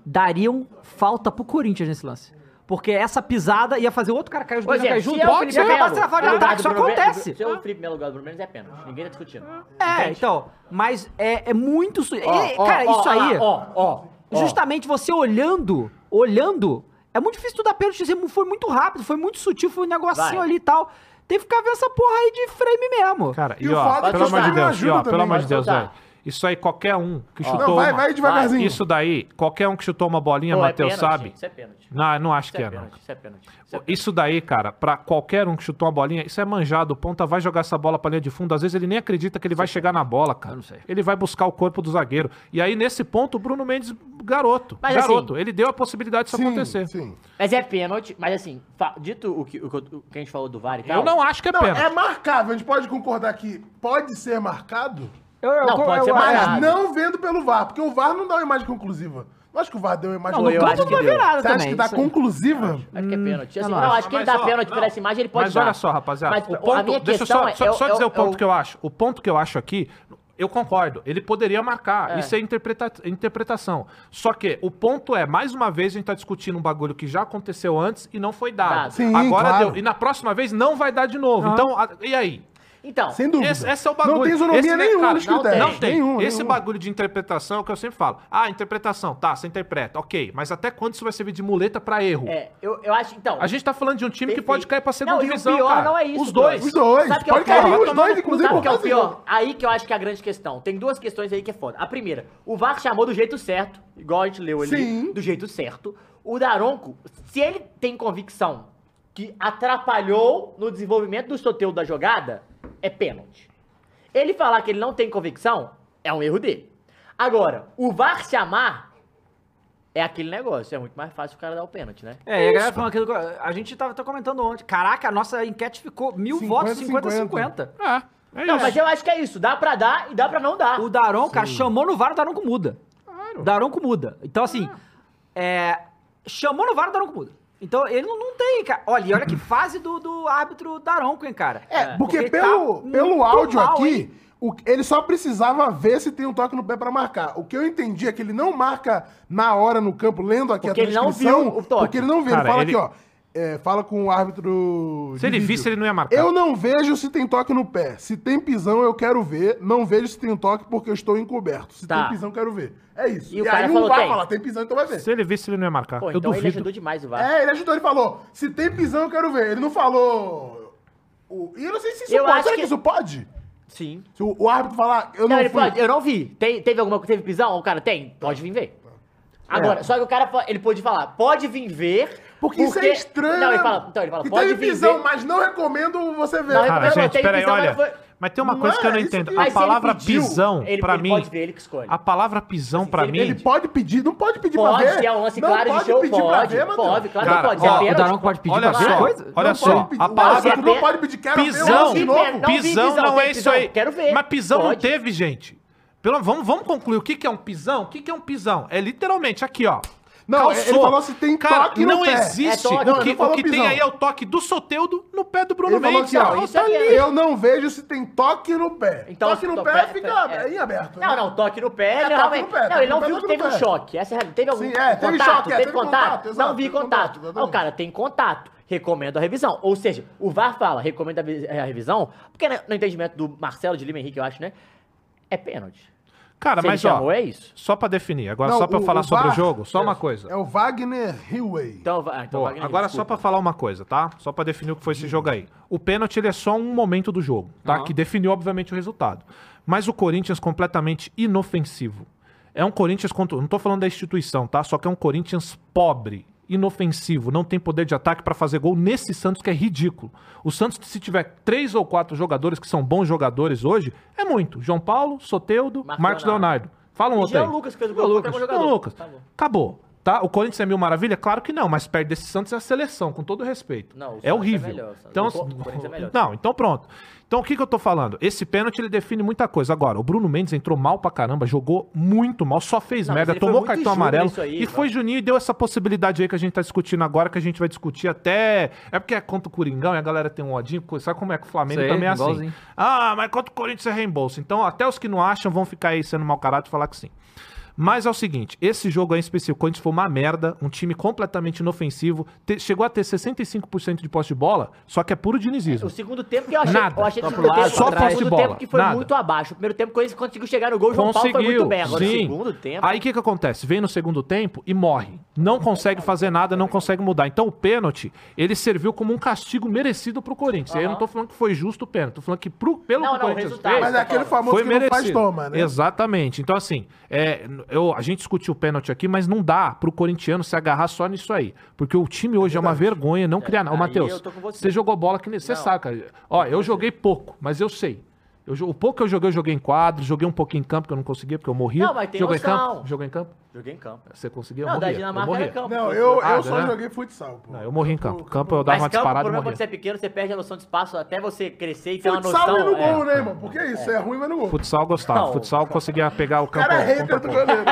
A: dariam falta pro Corinthians nesse lance. Porque essa pisada ia fazer o outro cara cair os dois iam
C: Pois é,
A: cair
C: se
A: junto,
C: é o
A: e
C: Felipe
A: ia bater na
C: Melo,
A: falha de
C: lugar
A: ataque,
C: do
A: isso
C: Bruno Mendes-
A: acontece.
C: Se é o Felipe Melo, lugar do Bruno Mendes é
E: Ah.
C: pênalti. Ninguém tá discutindo.
A: É, então, mas é, é muito... su- e,
C: Ó,
A: cara,
C: ó,
A: isso
C: ó lá,
A: aí...
C: Ó, ó, ó.
A: Justamente você olhando, olhando, é muito difícil tu dar pênalti, você foi muito rápido, foi muito sutil, foi um negocinho
C: Vai.
A: ali e tal. Tem que ficar vendo essa porra aí de frame mesmo.
E: Cara, e,
B: E o
E: ó,
B: fato é que
E: pelo
B: os
E: amor de
B: caras não
E: Deus, e, ó,
B: ajudam
E: pelo
B: também, né?
E: amor de
C: vai
E: Deus,
C: soltar.
E: velho. Isso aí, qualquer um que chutou.
B: Não, vai,
E: uma-
B: vai devagarzinho.
E: Isso daí, qualquer um que chutou uma bolinha,
C: Pô, é
E: Matheus,
C: pênalti,
E: sabe?
C: gente, Isso é pênalti.
E: Não, eu não acho
C: Isso
E: que
C: é
E: é, não.
C: pênalti, isso é pênalti. isso é pênalti.
E: Isso daí, cara, pra qualquer um que chutou uma bolinha, isso é manjado. O ponta vai jogar essa bola pra linha de fundo. Às vezes ele nem acredita que ele
C: é
E: vai chegar na bola, cara. Ele vai buscar o corpo do zagueiro. E aí, nesse ponto, o Bruno Mendes, garoto.
C: Mas assim,
E: garoto. ele deu a possibilidade disso
B: Sim,
E: acontecer.
B: sim.
C: Mas é pênalti, mas assim, fa- dito o que, o que eu- o que a gente falou do VAR e tal.
E: Eu não acho que é
B: Não,
E: pênalti.
B: é marcável. A gente pode concordar que pode ser marcado,
A: Eu, eu-
C: Não, pode ser
A: eu-
C: mais
A: é,
C: nada.
B: mas não vendo pelo VAR, porque o VAR não dá uma imagem conclusiva. Não acho que o VAR deu uma imagem
C: Não, eu
A: Então
C: acho
A: tu não
C: que
A: vai ver
C: deu.
A: nada
B: Você acha
A: também.
B: que dá
A: isso aí.
B: conclusiva?
C: Acho que é pênalti. Assim,
A: Hum, eu
C: não,
A: não
C: acho,
A: acho.
C: que ele
E: Mas,
C: dá
E: ó,
C: pênalti por
E: não.
C: essa imagem, ele pode
E: Mas
C: dar.
E: olha só, rapaziada.
C: Mas
E: o
C: a
E: ponto,
C: minha
E: deixa eu
C: questão
E: só,
C: é-
E: só,
C: é o-
E: só
C: é o-
E: dizer o
C: é
E: ponto
C: o-
E: que eu acho. O ponto que eu acho aqui. Eu concordo, ele poderia marcar,
C: É.
E: isso é interpreta- interpretação. Só que o ponto é, mais uma vez a gente tá discutindo um bagulho que já aconteceu antes e não foi dado.
C: Dado.
B: Sim,
E: Agora
B: claro.
E: deu, e na próxima vez não vai dar de novo. Então, a- e aí?
C: Então,
B: Sem dúvida.
E: Esse- esse é o
B: Não
E: bagulho.
B: tem isonomia
E: Esse, né,
B: nenhuma
E: cara,
B: nos
C: não
B: critérios.
E: Não tem.
B: Nenhuma,
E: Esse
B: nenhuma.
E: bagulho de interpretação é o que eu sempre falo. Ah, interpretação, tá, você interpreta, ok. Mas até quando isso vai servir de muleta pra erro?
C: é, eu, eu acho. Então,
E: A gente tá falando de um time
C: Perfeito.
E: que pode cair pra segunda
C: Não, e o
E: divisão,
C: pior
E: cara.
C: não é isso,
E: Os dois.
B: Os dois.
C: Sabe que é o
B: Pode cair
C: pior?
B: os dois, inclusive,
C: Sabe o que é o
B: por causa
C: pior? Aí que eu acho que é a grande questão. Tem duas questões aí que é foda. A primeira, o VAR chamou do jeito certo, igual a gente leu ali,
B: Sim.
C: do jeito certo. O Daronco, se ele tem convicção que atrapalhou no desenvolvimento do soteudo da jogada, é pênalti. Ele falar que ele não tem convicção é um erro dele. Agora, o VAR chamar é aquele negócio, é muito mais fácil o cara dar o pênalti, né?
A: É, e a galera falando aquilo. que eu- A gente tava até comentando ontem. Caraca, a nossa enquete ficou mil votos,
B: 50,
A: 50-50.
E: É, é
C: Não,
E: isso.
C: mas eu acho que é isso. Dá pra dar e dá pra não dar.
A: O Daron, cara, chamou no VAR, o Daronco muda. Claro. Daronco muda. Então, assim, é, chamou no VAR, o Daronco muda. Então, ele não, não tem, cara. Olha, e olha que fase do, do árbitro Daronco, hein, cara.
C: É,
B: Porque,
A: ele
B: pelo,
A: tá
B: pelo
A: muito
B: áudio
A: mal, hein?
B: aqui, o- ele só precisava ver se tem um toque no pé pra marcar. O que eu entendi é que ele não marca na hora no campo, lendo aqui
C: Porque
B: a
C: ele não
B: transcrição,
C: viu o toque.
B: Porque ele não vê. ele
E: Cara,
B: fala
E: ele-
B: aqui, ó. é, fala com o árbitro.
E: Se
B: de
E: ele
B: vídeo.
E: visse, ele não ia marcar.
B: Eu não vejo se tem toque no pé. Se tem pisão, eu quero ver. Não vejo se tem um toque porque eu estou encoberto. Se
C: Tá.
B: tem pisão, eu quero ver. É isso.
C: E o cara
B: aí não
C: falou,
B: vai
C: tem.
B: falar, tem pisão, então vai ver.
E: Se ele visse, ele não ia marcar.
C: Pô,
E: eu
C: então ele
E: duvido.
C: ajudou demais o VAR.
B: É, ele ajudou, ele falou, se tem pisão, eu quero ver. Ele não falou... o- E eu não sei se isso
C: Eu acho
B: pode. Será que...
C: que-
B: isso pode?
C: Sim.
B: Se o, o árbitro falar, eu
C: Não,
B: não,
C: ele
B: fui.
C: pode, eu não vi. Tem- teve alguma coisa, teve prisão? O cara tem? Pode vir ver.
E: É.
C: Agora, só que o cara, fa- ele pôde falar, pode vir ver.
B: Porque isso é estranho.
C: Não, ele fala, então ele fala,
B: e
C: pode
B: teve
C: vir
B: visão,
C: ver.
B: mas não recomendo você ver.
C: Não,
E: Cara,
C: Eu
E: gente,
C: botei
E: peraí,
C: visão,
E: olha.
C: mas foi-
E: Mas tem uma
B: Não
E: coisa que eu
B: é
E: não
B: isso
E: entendo.
B: que-
E: A
C: Mas se ele
E: palavra
C: pediu,
E: pisão,
C: ele-
E: pra
C: ele
E: mim.
C: pode ver, ele que escolhe.
E: A palavra pisão, pra
C: ele
E: mim.
B: ele pode pedir, não pode pedir pra
C: Pode,
B: ver.
C: se é um lance
B: não
C: claro de
B: pode
C: show,
B: pedir pra
C: pode,
B: ver, Matheus.
C: pode, claro
E: Cara,
C: que pode. se é
E: ó, o
C: pênalti,
A: Daronco pode pedir
E: Olha
A: pra
C: ver
E: só,
A: coisa?
E: olha
A: Não
E: só.
B: pode pedir-
E: A
B: não,
E: palavra
B: se
C: Não,
B: não pode pedir, quero ver o
E: Pisão,
B: lance de novo.
C: Não vi
E: pisão
C: um pisão,
E: não
C: tem
E: é isso
C: pisão,
E: aí.
C: quero ver.
E: Mas pisão não
C: Pode.
E: teve, gente. Pelo, vamos, vamos concluir. O que, que é um pisão? O que, que é um pisão? É literalmente aqui, ó.
B: Não, ele falou assim, tem
E: Cara,
B: toque no
E: não
B: pé.
E: existe.
C: É toque.
E: o
B: Não,
E: que,
B: ele falou
E: o que tem
B: pisão.
E: aí é o toque do Soteudo no pé do Bruno
B: Ele falou
E: Mendes.
B: assim, ó,
E: Ó, "Tá
C: isso aí é-
B: eu não vejo se tem toque no pé.
C: Então,
B: toque no
C: to-
B: pé,
C: pé-
B: fica
C: pé- é.
B: em aberto.
C: Não,
B: né?
C: não, toque no pé,
B: É,
C: não,
B: toque
C: é-
B: no pé,
C: não,
B: toque
C: ele
B: no
C: não
B: pé,
C: viu,
B: toque no
C: teve um
B: pé.
C: choque. Essa é a realidade. Teve algum
B: Sim, é, teve
C: contato,
B: choque, é,
C: teve
B: teve
C: contato.
B: contato, exato,
C: não vi
B: teve
C: contato.
B: contato,
C: Não,
B: exatamente.
C: cara, tem contato. Recomendo a revisão. Ou seja, o VAR fala, recomendo a vi- a revisão, porque né, no entendimento do Marcelo de Lima Henrique, eu acho, né? É pênalti.
E: Cara,
C: Se ele
E: mas ó,
C: chamou, é isso.
E: só pra definir, agora
B: Não,
E: só pra
B: o-
E: eu falar
B: o
E: sobre o
B: VAR
E: jogo, só uma coisa.
B: É o Wagner Hillway.
C: Então, vai- ah, então
E: Boa,
C: Wagner,
E: agora só
C: desculpa.
E: pra falar uma coisa, tá? Só pra definir o que foi esse jogo aí. O pênalti ele é só um momento do jogo, tá? Que definiu obviamente o resultado. Mas o Corinthians completamente inofensivo. É um Corinthians contra, não tô falando da instituição, tá? Só que é um Corinthians pobre, inofensivo, não tem poder de ataque pra fazer gol nesse Santos que é ridículo. O Santos se tiver três ou quatro jogadores que são bons jogadores hoje, é muito. João Paulo, Soteudo,
C: Marcos
E: Marcos, Leonardo. Fala um outro aí.
C: Jean Lucas que fez o gol. qualquer
E: Lucas,
C: bom
E: não,
C: jogador.
E: Lucas.
C: Tá bom.
E: Acabou. Tá? O Corinthians é mil maravilha? Claro que não, mas perto desse Santos é a seleção, com todo respeito.
C: Não, o Santos é
E: é horrível.
C: melhor, o Santos.
E: então,
C: O Cor- o Corinthians é melhor.
E: Não, então pronto. Então o que, que eu tô falando? Esse pênalti ele define muita coisa. Agora, o Bruno Mendes entrou mal pra caramba, jogou muito mal, só fez
C: Não, mas
E: merda,
C: ele foi
E: tomou
C: muito
E: cartão
C: junto
E: amarelo.
C: nisso aí,
E: e foi
C: vai.
E: Juninho e deu essa possibilidade aí que a gente tá discutindo agora, que a gente vai discutir até. É porque é contra o Coringão e a galera tem um odinho. Sabe como é que o Flamengo
A: Sei,
E: também é assim?
A: igualzinho.
E: Ah, mas contra o Corinthians é reembolso. Então, até os que não acham vão ficar aí sendo mau caráter e falar que sim. Mas é o seguinte, esse jogo aí em específico, o Corinthians foi uma merda, um time completamente inofensivo, te- chegou a ter 65% de posse de bola, só que é puro dinizismo.
C: O segundo tempo que eu achei,
E: Nada.
C: eu achei que o
A: Só
C: segundo
A: pro lado,
C: tempo,
A: só
C: o
A: posse de
C: segundo
E: bola,
C: tempo que foi
E: nada.
C: muito abaixo. O primeiro tempo que eles conseguiu chegar no gol, o João Paulo foi
E: Conseguiu,
C: muito bem. Agora,
E: sim.
C: o segundo tempo,
E: Aí o que, que acontece? Vem no segundo tempo e morre. Não consegue fazer nada, não consegue mudar. Então o pênalti, ele serviu como um castigo merecido pro Corinthians. Aí Eu não tô falando que foi justo o pênalti, tô falando que pro, pelo
C: Não,
E: que
C: não,
E: o
C: o
E: Corinthians
C: resultado.
E: fez,
B: Mas é aquele famoso
E: foi
B: que
E: merecido.
B: não faz toma, né?
E: Exatamente. Então, assim, é, eu, a gente discutiu o pênalti aqui, mas não dá pro corintiano se agarrar só nisso aí. Porque o time hoje é, uma vergonha não criar nada. Ô,
C: aí
E: Matheus,
C: eu tô com você.
E: você jogou bola que nem... Você saca. Ó, eu joguei pouco, mas eu sei. Eu jo- o pouco que eu joguei, eu joguei em quadro, joguei um pouquinho em campo, que eu não conseguia, porque eu morria.
C: Não, mas tem
E: joguei
C: noção.
E: em campo? Joguei em campo?
C: joguei em campo.
E: Você conseguia? Eu
C: Não, da
E: morria. eu
C: Dinamarca
E: morria.
C: era campo.
B: Não, eu, eu
E: Ah,
B: só
E: né?
B: joguei futsal, pô.
E: Não, eu morri em campo. Campo eu dava uma
C: Mas campo, o
E: disparada e
C: problema é quando você
E: morria.
C: é pequeno, você perde a noção de espaço até você crescer e ter uma
B: Futsal e
C: noção.
B: no
C: é.
B: gol, né, irmão? Porque é isso, é ruim, vai no gol.
E: Futsal eu gostava.
C: Não.
E: Futsal eu conseguia pegar o
B: O
E: campo.
B: cara é hater do
E: contraponto.
B: goleiro.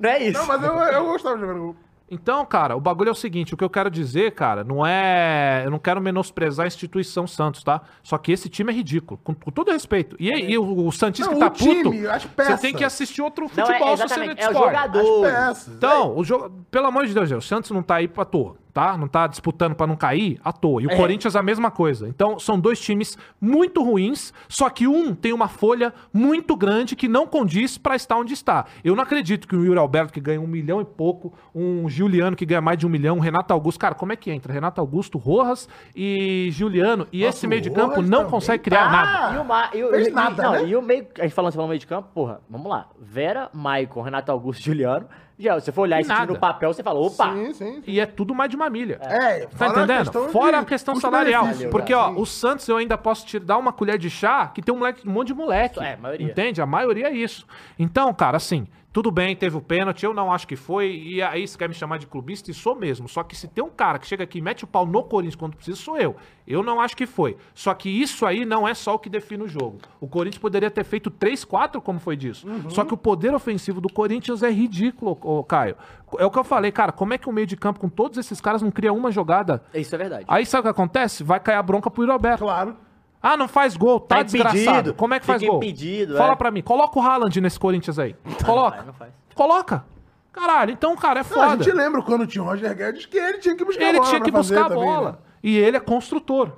C: Não é isso.
B: Não, mas eu, eu gostava de jogar no gol.
E: Então, cara, o bagulho é o seguinte, o que eu quero dizer, cara, não é... Eu não quero menosprezar a instituição Santos, tá? Só que esse time é ridículo, com, com todo respeito. E, aí, e o, o Santista
B: É. Não,
E: que tá
B: o time,
E: puto,
B: as
E: você
B: peças.
E: tem que assistir outro
C: Não,
E: futebol
C: é,
E: se você não
C: exatamente. É o
E: discorda.
C: jogador.
B: Peças.
E: Então, o jogo, pelo amor de Deus, gente, o Santos não tá aí pra toa, tá? Não tá disputando pra não cair à toa. E
B: É.
E: o Corinthians a mesma coisa. Então, são dois times muito ruins, só que um tem uma folha muito grande que não condiz pra estar onde está. Eu não acredito que o Yuri Alberto, que ganha um milhão e pouco, um Giuliano, que ganha mais de um milhão, um Renato Augusto. Cara, como é que entra? Renato Augusto, Rojas e Giuliano. E
B: Nossa,
E: esse
B: o
E: meio de campo
B: Rojas
E: não
B: também tá.
E: consegue criar nada.
C: E o, Ma- e o-
B: Ah, Fez
C: e-
B: nada,
C: não,
B: né?
C: e o meio. A gente falando, você falando meio de campo, porra, vamos lá. Vera, Maicon, Renato Augusto, Juliano. Já, se você for olhar
E: E
C: esse time
E: nada.
C: no papel, você fala, opa!
B: Sim, sim.
E: E é tudo mais de uma milha.
B: É,
E: Tá entendendo? Fora a questão salarial.
B: né?
E: Porque, ó,
B: o
E: o Santos eu ainda posso te dar uma colher de chá que tem um, moleque, um monte de moleque.
C: É, a maioria.
E: Entende? A maioria é isso. Então, cara, assim, tudo bem, teve o pênalti, eu não acho que foi. E aí você quer me chamar de clubista e sou mesmo. Só que se tem um cara que chega aqui e mete o pau no Corinthians quando precisa, sou eu. Eu não acho que foi. Só que isso aí não é só o que define o jogo. O Corinthians poderia ter feito 3-4, como foi disso.
C: Uhum.
E: Só que o poder ofensivo do Corinthians é ridículo, ô, Caio. É o que eu falei, cara, como é que o meio de campo com todos esses caras não cria uma jogada?
C: Isso é verdade.
E: Aí sabe o que acontece? Vai cair a bronca pro Roberto.
B: Claro.
E: Ah, não faz gol, tá,
C: Tá impedido,
E: desgraçado. Como é que faz
C: fica
E: gol?
C: impedido,
E: Fala
C: é.
E: pra mim, coloca o Haaland nesse Corinthians aí. Coloca.
C: faz, não faz.
E: Coloca. Caralho, então o cara é
B: Não, a
E: foda.
B: gente lembra quando tinha o Roger Guedes que ele tinha que buscar a
E: ele
B: bola.
E: tinha
B: pra
E: que
B: fazer
E: buscar a
B: também,
E: bola.
B: né?
E: E ele é construtor.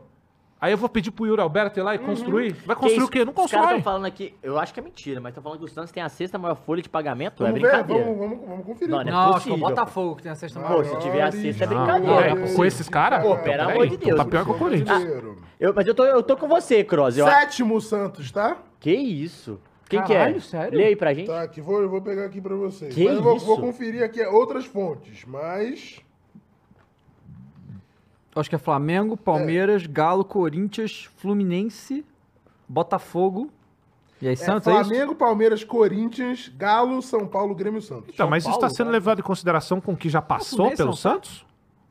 E: Aí eu vou pedir pro Yuri Alberto ir lá e construir. Vai construir
C: Uhum. isso?
E: o quê? Não
C: Os caras
E: constrói.
C: estão falando aqui, eu acho que é mentira, mas estão falando que o Santos tem a sexta maior folha de pagamento. é
B: Vamos ver,
C: brincadeira.
B: vamos, vamos, vamos conferir.
C: Não, né?
A: Não, acho que é
C: possível.
A: o Botafogo que tem a sexta
C: Pô,
A: maior.
C: se tiver a sexta, é
E: Não,
C: brincadeira.
E: é, com esses caras?
C: Pô,
E: Então,
C: pelo
E: peraí,
C: amor de
E: então
C: Deus.
E: Tá pior que o Corinthians.
B: Brasileiro.
C: Eu- mas eu tô, eu tô com você, Cross. Eu,
B: Sétimo o Santos, tá?
C: que isso? Quem que é?
A: Caralho, sério?
C: Lê aí pra gente.
B: Tá, aqui vou, eu vou pegar aqui pra vocês.
C: Que
B: mas eu vou,
C: isso?
B: vou conferir aqui outras fontes, mas.
A: Acho que é Flamengo,
C: É.
A: Palmeiras, Galo, Corinthians, Fluminense, Botafogo. E aí, Santos, é, isso?
B: Flamengo, Palmeiras, Corinthians, Galo, São Paulo, Grêmio Santos.
E: Então, mas isso tá
C: Paulo,
E: sendo
C: cara.
E: levado em consideração com o que já passou
A: Fluminense,
E: pelo
A: não.
E: Santos?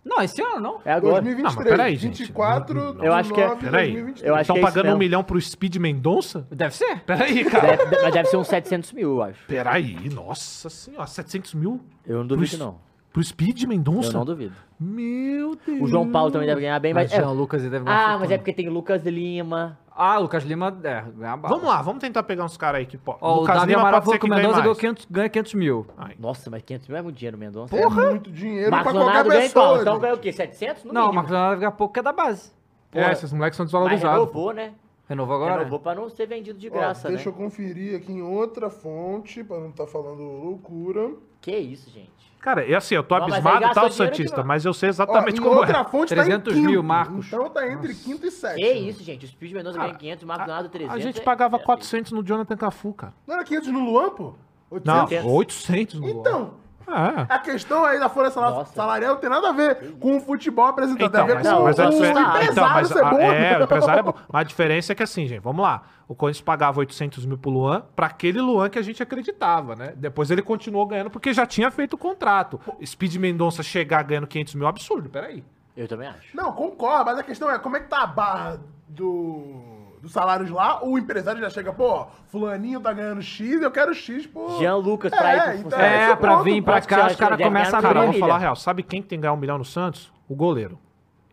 A: Não, esse ano não.
C: É agora.
B: 2023,
E: Ah, mas peraí, gente.
B: 24
C: Eu acho que é-
E: Peraí.
C: Eu acho que
E: Estão
C: é isso
E: pagando um
C: mesmo.
E: milhão pro Speed Mendonça?
A: Deve ser.
E: Peraí, cara.
C: Deve, de- mas deve ser uns 700 mil, eu acho.
E: Peraí, nossa senhora, 700 mil
C: Eu não
E: Puxa.
C: duvido, não.
E: pro Speed Mendonça?
C: Eu não duvido.
E: Meu Deus.
C: O João Paulo também deve ganhar bem, mas.
A: Mas
C: é-
A: Jean Lucas ele deve ganhar
C: Ah, mas
A: fortuna.
C: é porque tem Lucas Lima.
A: Ah, Lucas Lima, é, ganha bala.
E: Vamos lá, vamos tentar pegar uns caras aí que pô.
A: Ó, o
E: Lucas
A: Davi
E: Lima
A: Amaral
E: pode
A: falou
E: ser
A: que
E: que
A: o
E: ganhe
A: Mendonça ganhou
E: mais.
A: 500, ganha 500 mil.
C: Nossa, mas 500 mil é muito dinheiro, Mendonça.
B: É muito dinheiro
C: Marcos
B: pra qualquer
C: Leonardo ganha
B: pessoa.
C: qual? Então
B: gente.
C: ganha o quê? 700?
A: Não,
C: No
A: o
C: mínimo.
A: Marcos Leonardo vai ganhar pouco que é da base.
E: É, esses moleques são
C: Mas
E: desvalorizados.
C: renovou, né?
A: Renovou agora? é.
C: Renovou pra não ser vendido de
B: Ó,
C: graça, né?
B: deixa eu conferir aqui em outra fonte, pra não estar falando loucura.
C: Que isso, gente.
E: Cara, é assim, eu tô
C: Não, mas aí
E: abismado, tá,
C: gastou
E: o
C: dinheiro que
E: Santista,
C: não.
E: mas eu sei
B: Ó,
E: exatamente
B: em
E: como
B: outra
E: é.
B: fonte
A: 300
B: tá em
A: mil,
B: quinto.
A: Marcos.
B: Então tá entre quinto e sétimo.
C: Que isso, gente. O Speed Mendonça ganha 500, o Marcos
E: A,
C: Leonardo 300.
E: a gente
C: é-
E: pagava
C: é-
E: 400 no Jonathan Cafu, cara.
B: Não era 500 no Luan, pô?
E: Não,
B: 800?
E: 800 no gol.
B: Então,
E: É.
B: a questão aí da folha sala-
C: Nossa.
B: salarial não tem nada a ver com o futebol apresentado.
E: Então,
B: tem a ver
E: mas,
B: com
E: mas
B: o,
E: a
B: o
E: diferença.
B: empresário
E: então, mas
B: ser
E: a-
B: bom.
E: é, o empresário é bom. Mas a diferença é que assim, gente, vamos lá. O Corinthians pagava 800 mil pro Luan, pra aquele Luan que a gente acreditava, né? Depois ele continuou ganhando porque já tinha feito o contrato. Speed Mendonça chegar ganhando 500 mil é um absurdo, peraí.
C: Eu também acho.
B: Não, concordo, mas a questão é como é que tá a barra do, dos salários lá, o empresário já chega, pô, fulaninho tá ganhando X, eu quero X, pô.
C: Jean Lucas pra ir
B: É,
C: pro
B: então,
C: funcionário.
A: É,
B: esse
A: pra
B: ponto,
A: vir pra
C: pode
A: cá,
C: ser,
A: os caras
C: deve ganhar
A: começam a abrir.
C: um
E: Cara,
C: caralho.
E: vamos
C: Brilha.
E: falar a real. Sabe quem tem que ganhar um milhão no Santos? O goleiro.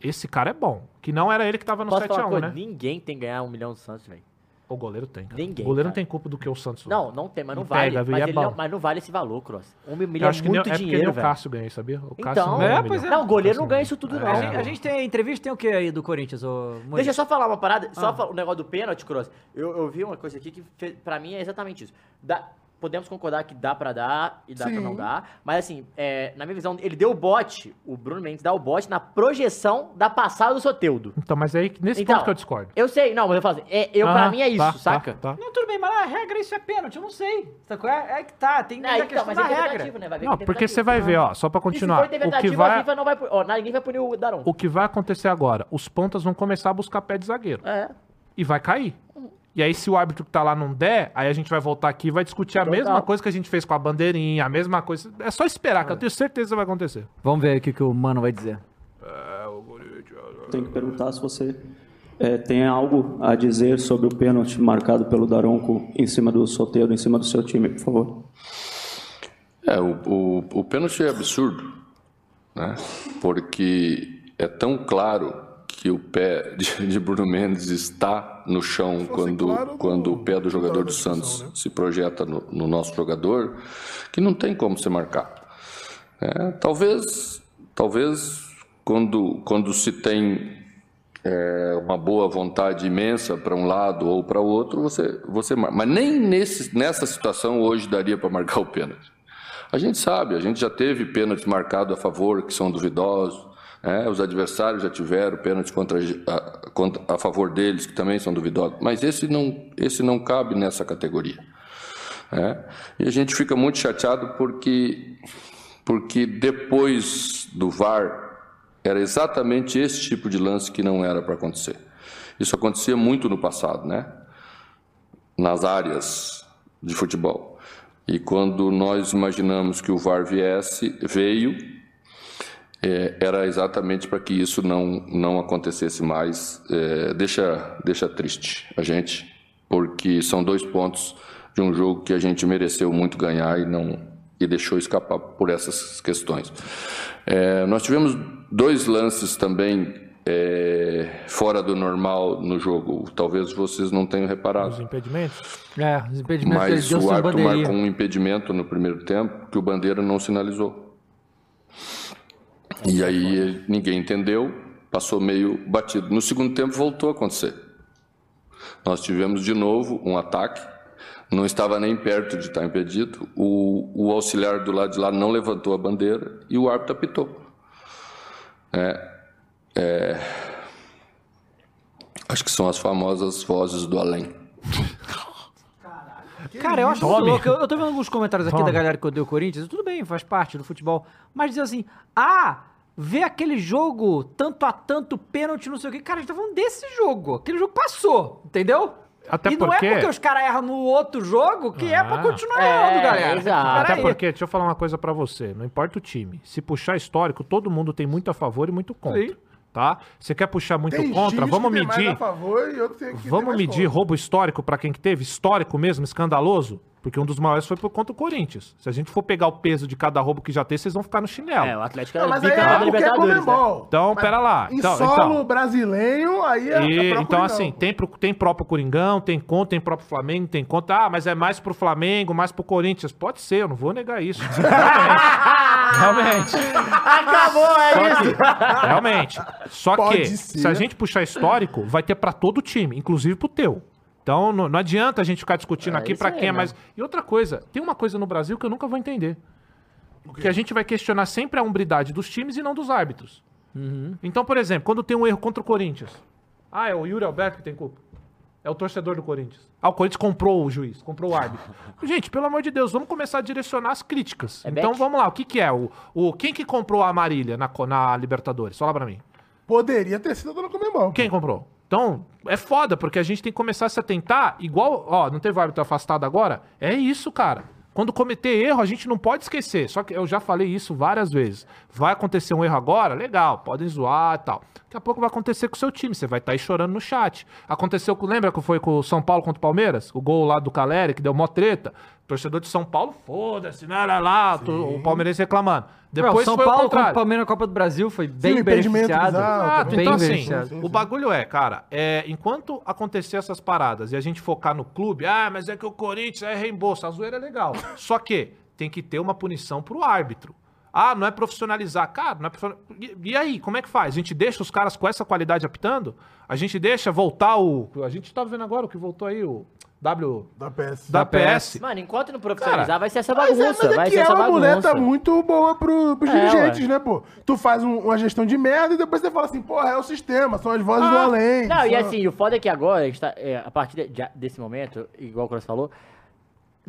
E: Esse cara é bom. Que não era ele que tava no
C: Posso falar uma
E: 7x1,
C: coisa?
E: né?
C: Ninguém tem que ganhar um milhão do Santos, velho.
E: O goleiro tem. Cara.
C: Ninguém,
E: o goleiro não
C: cara.
E: tem culpa do que o Santos.
C: Não, não tem, mas não
E: Não
C: vale.
E: pega, viu? E
C: mas,
E: é
C: ele
E: bom.
C: não, mas não vale esse valor, Cross. Um milhão
E: Eu
C: é
E: acho que
C: muito
E: nem, é porque nem
C: dinheiro,
E: o
C: velho.
E: Cássio ganha, sabia? O Cássio
C: Então,
E: não ganha É.
A: É,
E: um milhão.
A: pois é.
C: não, o goleiro
E: Cássio
C: não ganha isso tudo, não.
A: A gente, a gente tem entrevista, tem o que aí do Corinthians, ô Muniz?
C: Deixa eu só falar uma parada,
E: Ah.
C: só falar o negócio do pênalti, Cross. Eu, eu vi uma coisa aqui que fe- pra mim é exatamente isso. Dá- podemos concordar que dá pra dar e dá pra não
B: Sim.
C: dar, mas assim, é, na minha visão, ele deu o bote, o Bruno Mendes dá o bote na projeção da passada do Soteudo.
E: Então, mas aí, nesse
C: Então,
E: ponto que eu discordo.
C: Eu sei, não, mas eu falo assim, é, eu, pra
E: Ah,
C: mim é isso,
E: tá, tá,
C: saca?
E: tá.
A: Não, tudo bem, mas a regra isso é pênalti, eu não sei. Sacou? É, é que tá, tem
C: Não,
A: tem a
C: então,
A: questão
C: mas
A: da
C: é
A: regra.
C: interpretativo, né? Vai ver que
E: Não,
C: é
E: porque você
C: interpretativo.
E: vai ver, ó, só pra continuar.
C: E se for
E: O que
C: interpretativo, a
E: vai,
C: FIFA não vai... pu- Ó, na- ninguém vai punir o Daron.
E: o que vai acontecer agora? Os pontas vão começar a buscar pé de zagueiro.
C: É.
E: E vai cair. E aí, se o árbitro que tá lá não der, aí a gente vai voltar aqui e vai discutir a
C: Total.
E: mesma coisa que a gente fez com a bandeirinha, a mesma coisa. É só esperar, que eu tenho certeza que vai acontecer.
A: Vamos ver o que, que o Mano vai dizer.
H: Tem que perguntar se você eh, tem algo a dizer sobre o pênalti marcado pelo Daronco em cima do Soteldo, em cima do seu time, por favor.
I: É, o, o, o pênalti é absurdo, né? Porque é tão claro que o pé de, de Bruno Mendes está no chão
B: fosse
I: quando,
B: claro,
I: quando o pé do jogador
B: da
I: do
B: discussão,
I: Santos
B: né?
I: se projeta no, no nosso jogador, que não tem como se marcar. É, talvez, talvez quando, quando se tem é, uma boa vontade imensa para um lado ou para o outro, você, você marca. Mas nem nesse, nessa situação hoje daria para marcar o pênalti. A gente sabe, a gente já teve pênalti marcado a favor, que são duvidosos. né? os adversários já tiveram pênalti contra a, contra- a favor deles, que também são duvidosos. Mas esse não, esse não cabe nessa categoria. né? E a gente fica muito chateado porque, porque depois do VAR era exatamente esse tipo de lance que não era para acontecer. Isso acontecia muito no passado, né? nas áreas de futebol. E quando nós imaginamos que o VAR viesse, veio, eh, era exatamente para que isso não, não acontecesse mais. Eh, deixa, deixa triste a gente, porque são dois pontos de um jogo que a gente mereceu muito ganhar e não e deixou escapar por essas questões. Eh, nós tivemos dois lances também eh, fora do normal no jogo. Talvez vocês não tenham reparado.
E: Os impedimentos?
A: É, os impedimentos
I: Mas
A: dele deu
I: o
A: sem
I: árbitro
A: bandeirinha.
I: marcou um impedimento no primeiro tempo que o Bandeira não sinalizou. E aí ele- ninguém entendeu, passou meio batido. No segundo tempo voltou a acontecer. Nós tivemos de novo um ataque, não estava nem perto de estar impedido. O, o auxiliar do lado de lá não levantou a bandeira e o árbitro apitou. É, é, acho que são as famosas vozes do além.
A: Cara, eu acho
E: isso?
A: muito
E: Tome.
A: louco. Eu, eu tô vendo alguns comentários aqui
E: Tome.
A: da galera que odeia o Corinthians. Tudo bem, faz parte do futebol. Mas dizer assim, ah, vê aquele jogo tanto a tanto, pênalti, não sei o quê. Cara, a gente tá falando desse jogo. Aquele jogo passou, entendeu?
E: Até
A: e não
E: porque-
A: é porque os caras erram no outro jogo que é pra
E: Ah.
A: continuar
C: É,
A: errando, galera.
C: exato.
A: Peraí.
E: Até porque, deixa eu falar uma coisa pra você, não importa o time. Se puxar histórico, todo mundo tem muito a favor e muito contra,
A: Sim.
E: tá? Você quer puxar muito
B: Tem
E: contra?
B: times
E: Vamos
B: que tem mais
E: medir.
B: a favor e outro tem que tem
E: Vamos
B: mais
E: medir
B: contra.
E: roubo histórico pra quem que teve? Histórico mesmo, escandaloso? Porque um dos maiores foi por contra o Corinthians. Se a gente for pegar o peso de cada roubo que já tem, vocês vão ficar no chinelo.
C: É, o Atlético
B: Não,
C: era
B: mas aí
C: bicampeão da
B: é porque é
C: Libertadores, né?
B: Comembol.
E: Então,
B: Mas
E: pera lá.
B: Em
E: Então,
B: solo
E: então.
B: brasileiro, aí é
E: E,
B: próprio
E: então,
B: não.
E: assim, tem, pro, tem próprio Coringão, tem conta, tem próprio Flamengo, tem conta. Ah, mas é mais pro Flamengo, mais pro Corinthians. Pode ser, eu não vou negar isso. Realmente.
C: Acabou, é
E: Só que- realmente. Só
B: Pode
E: que,
B: ser.
E: se a gente puxar histórico, vai ter pra todo time, inclusive pro teu. Então, não, não adianta a gente ficar discutindo
C: É
E: aqui
C: isso
E: pra
C: aí,
E: quem é
C: né?
E: mais. E outra coisa, tem uma coisa no Brasil que eu nunca vou entender. Que a gente vai questionar sempre a umbridade dos times e não dos árbitros. Então, por exemplo, quando tem um erro contra o Corinthians. Ah, é o Yuri Alberto que tem culpa. É o torcedor do Corinthians. Ah, o Corinthians comprou o juiz, comprou o árbitro. Gente, pelo amor de Deus, vamos começar a direcionar as críticas.
C: É
E: então
C: Beck?
E: vamos lá, o que que é? O, o, quem que comprou a Marília na, co- na Libertadores? Fala pra mim.
B: Poderia ter sido no Comembol.
E: Quem comprou? Então, é foda, porque a gente tem que começar a se atentar, igual, ó, não teve árbitro afastado agora? É isso, cara. Quando cometer erro, a gente não pode esquecer. Só que eu já falei isso várias vezes. Vai acontecer um erro agora? Legal, podem zoar e tal. Daqui a pouco vai acontecer com o seu time, você vai estar aí chorando no chat. Aconteceu, com- lembra que foi com o São Paulo contra o Palmeiras? O gol lá do Caleri, que deu mó treta. Torcedor de São Paulo, foda-se, né, lá, lá, lá, o Palmeirense reclamando.
A: Não,
E: Depois
A: São
E: foi
A: Paulo
E: o contrário.
A: contra o Palmeiras na Copa do Brasil foi bem
B: impedimento
A: beneficiado.
B: bizarro,
E: Exato.
A: Ah, Bem
E: Então, assim,
A: beneficiado.
E: o bagulho é, cara, é, enquanto acontecer essas paradas e a gente focar no clube, ah, mas é que o Corinthians é reembolso, a zoeira é legal. Só que tem que ter uma punição pro árbitro. Ah, não é profissionalizar. Cara, não é profissional... e, e aí, como é que faz? A gente deixa os caras com essa qualidade apitando? A gente deixa voltar o. A gente tá vendo agora o que voltou aí, o W.
B: Da PS.
E: Da, PS.
C: Mano, enquanto não profissionalizar,
E: Cara,
C: vai ser essa
B: Mas é,
C: é bagunça.
B: mas é
C: vai
B: que
C: ser
B: é
C: essa
B: uma
C: bagunça.
B: muleta muito boa pro, pros
C: É,
B: dirigentes,
C: ué.
B: né, pô? Tu faz um- uma gestão de merda e depois você fala assim, porra, é o sistema, são as vozes do além.
C: Ah, Não, e
B: são-
C: assim, o foda é que agora, a, gente tá, é, a partir de- de- desse momento, igual o Cross falou,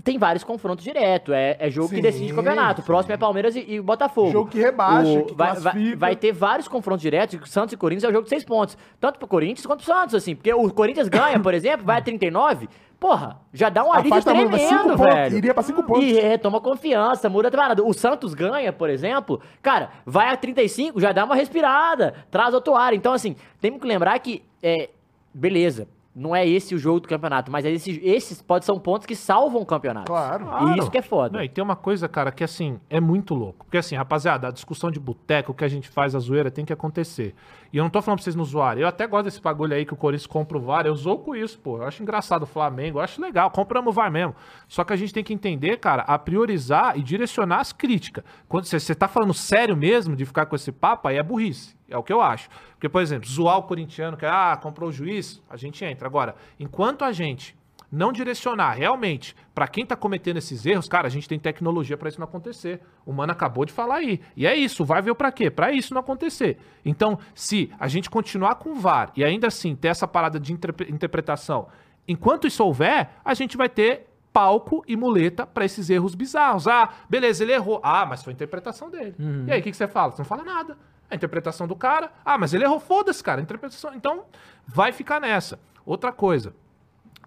C: tem vários confrontos direto. É, é jogo
B: Sim,
C: que decide campeonato. O próximo é Palmeiras e, e Botafogo.
B: Jogo que rebaixa, que
C: vai, vai,
B: classifica.
C: vai ter vários confrontos diretos. e Santos e Corinthians é o jogo de seis pontos. Tanto pro Corinthians quanto pro Santos, assim. Porque o Corinthians ganha, por exemplo, vai a 39. Porra, já dá um alívio
B: Afasta muito,
C: tremendo,
B: vai cinco pontos,
C: velho.
B: iria pra cinco pontos.
C: E retoma É, confiança, muda a parada. O Santos ganha, por exemplo, cara, vai a 35, já dá uma respirada, traz outro ar. Então, assim, temos que lembrar que, é, beleza, não é esse o jogo do campeonato, mas é esse- esses pode são pontos que salvam o campeonato.
B: Claro.
C: E isso que é foda.
E: Não, e tem uma coisa, cara, que assim, é muito louco. Porque assim, rapaziada, a discussão de boteco, o que a gente faz, a zoeira, tem que acontecer. E eu não tô falando pra vocês não zoarem. Eu até gosto desse bagulho aí que o Corinthians compra o VAR. Eu zoo com isso, pô. Eu acho engraçado o Flamengo, eu acho legal. Compramos o VAR mesmo. Só que a gente tem que entender, cara, a priorizar e direcionar as críticas. Quando você- você tá falando sério mesmo de ficar com esse papo, aí é burrice. É o que eu acho. Porque, por exemplo, zoar o corintiano que ah, comprou o juiz, a gente entra. Agora, enquanto a gente não direcionar realmente para quem tá cometendo esses erros, cara, a gente tem tecnologia para isso não acontecer. O Mano acabou de falar aí. E é isso, vai ver para quê? Para isso não acontecer. Então, se a gente continuar com o VAR e ainda assim ter essa parada de interpre- interpretação, enquanto isso houver, a gente vai ter palco e muleta para esses erros bizarros. Ah, beleza, ele errou. Ah, mas foi a interpretação dele. E aí, o que, que você fala? Você não fala nada. É A interpretação do cara. Ah, mas ele errou. Foda-se, cara. A interpretação. Então, vai ficar nessa. Outra coisa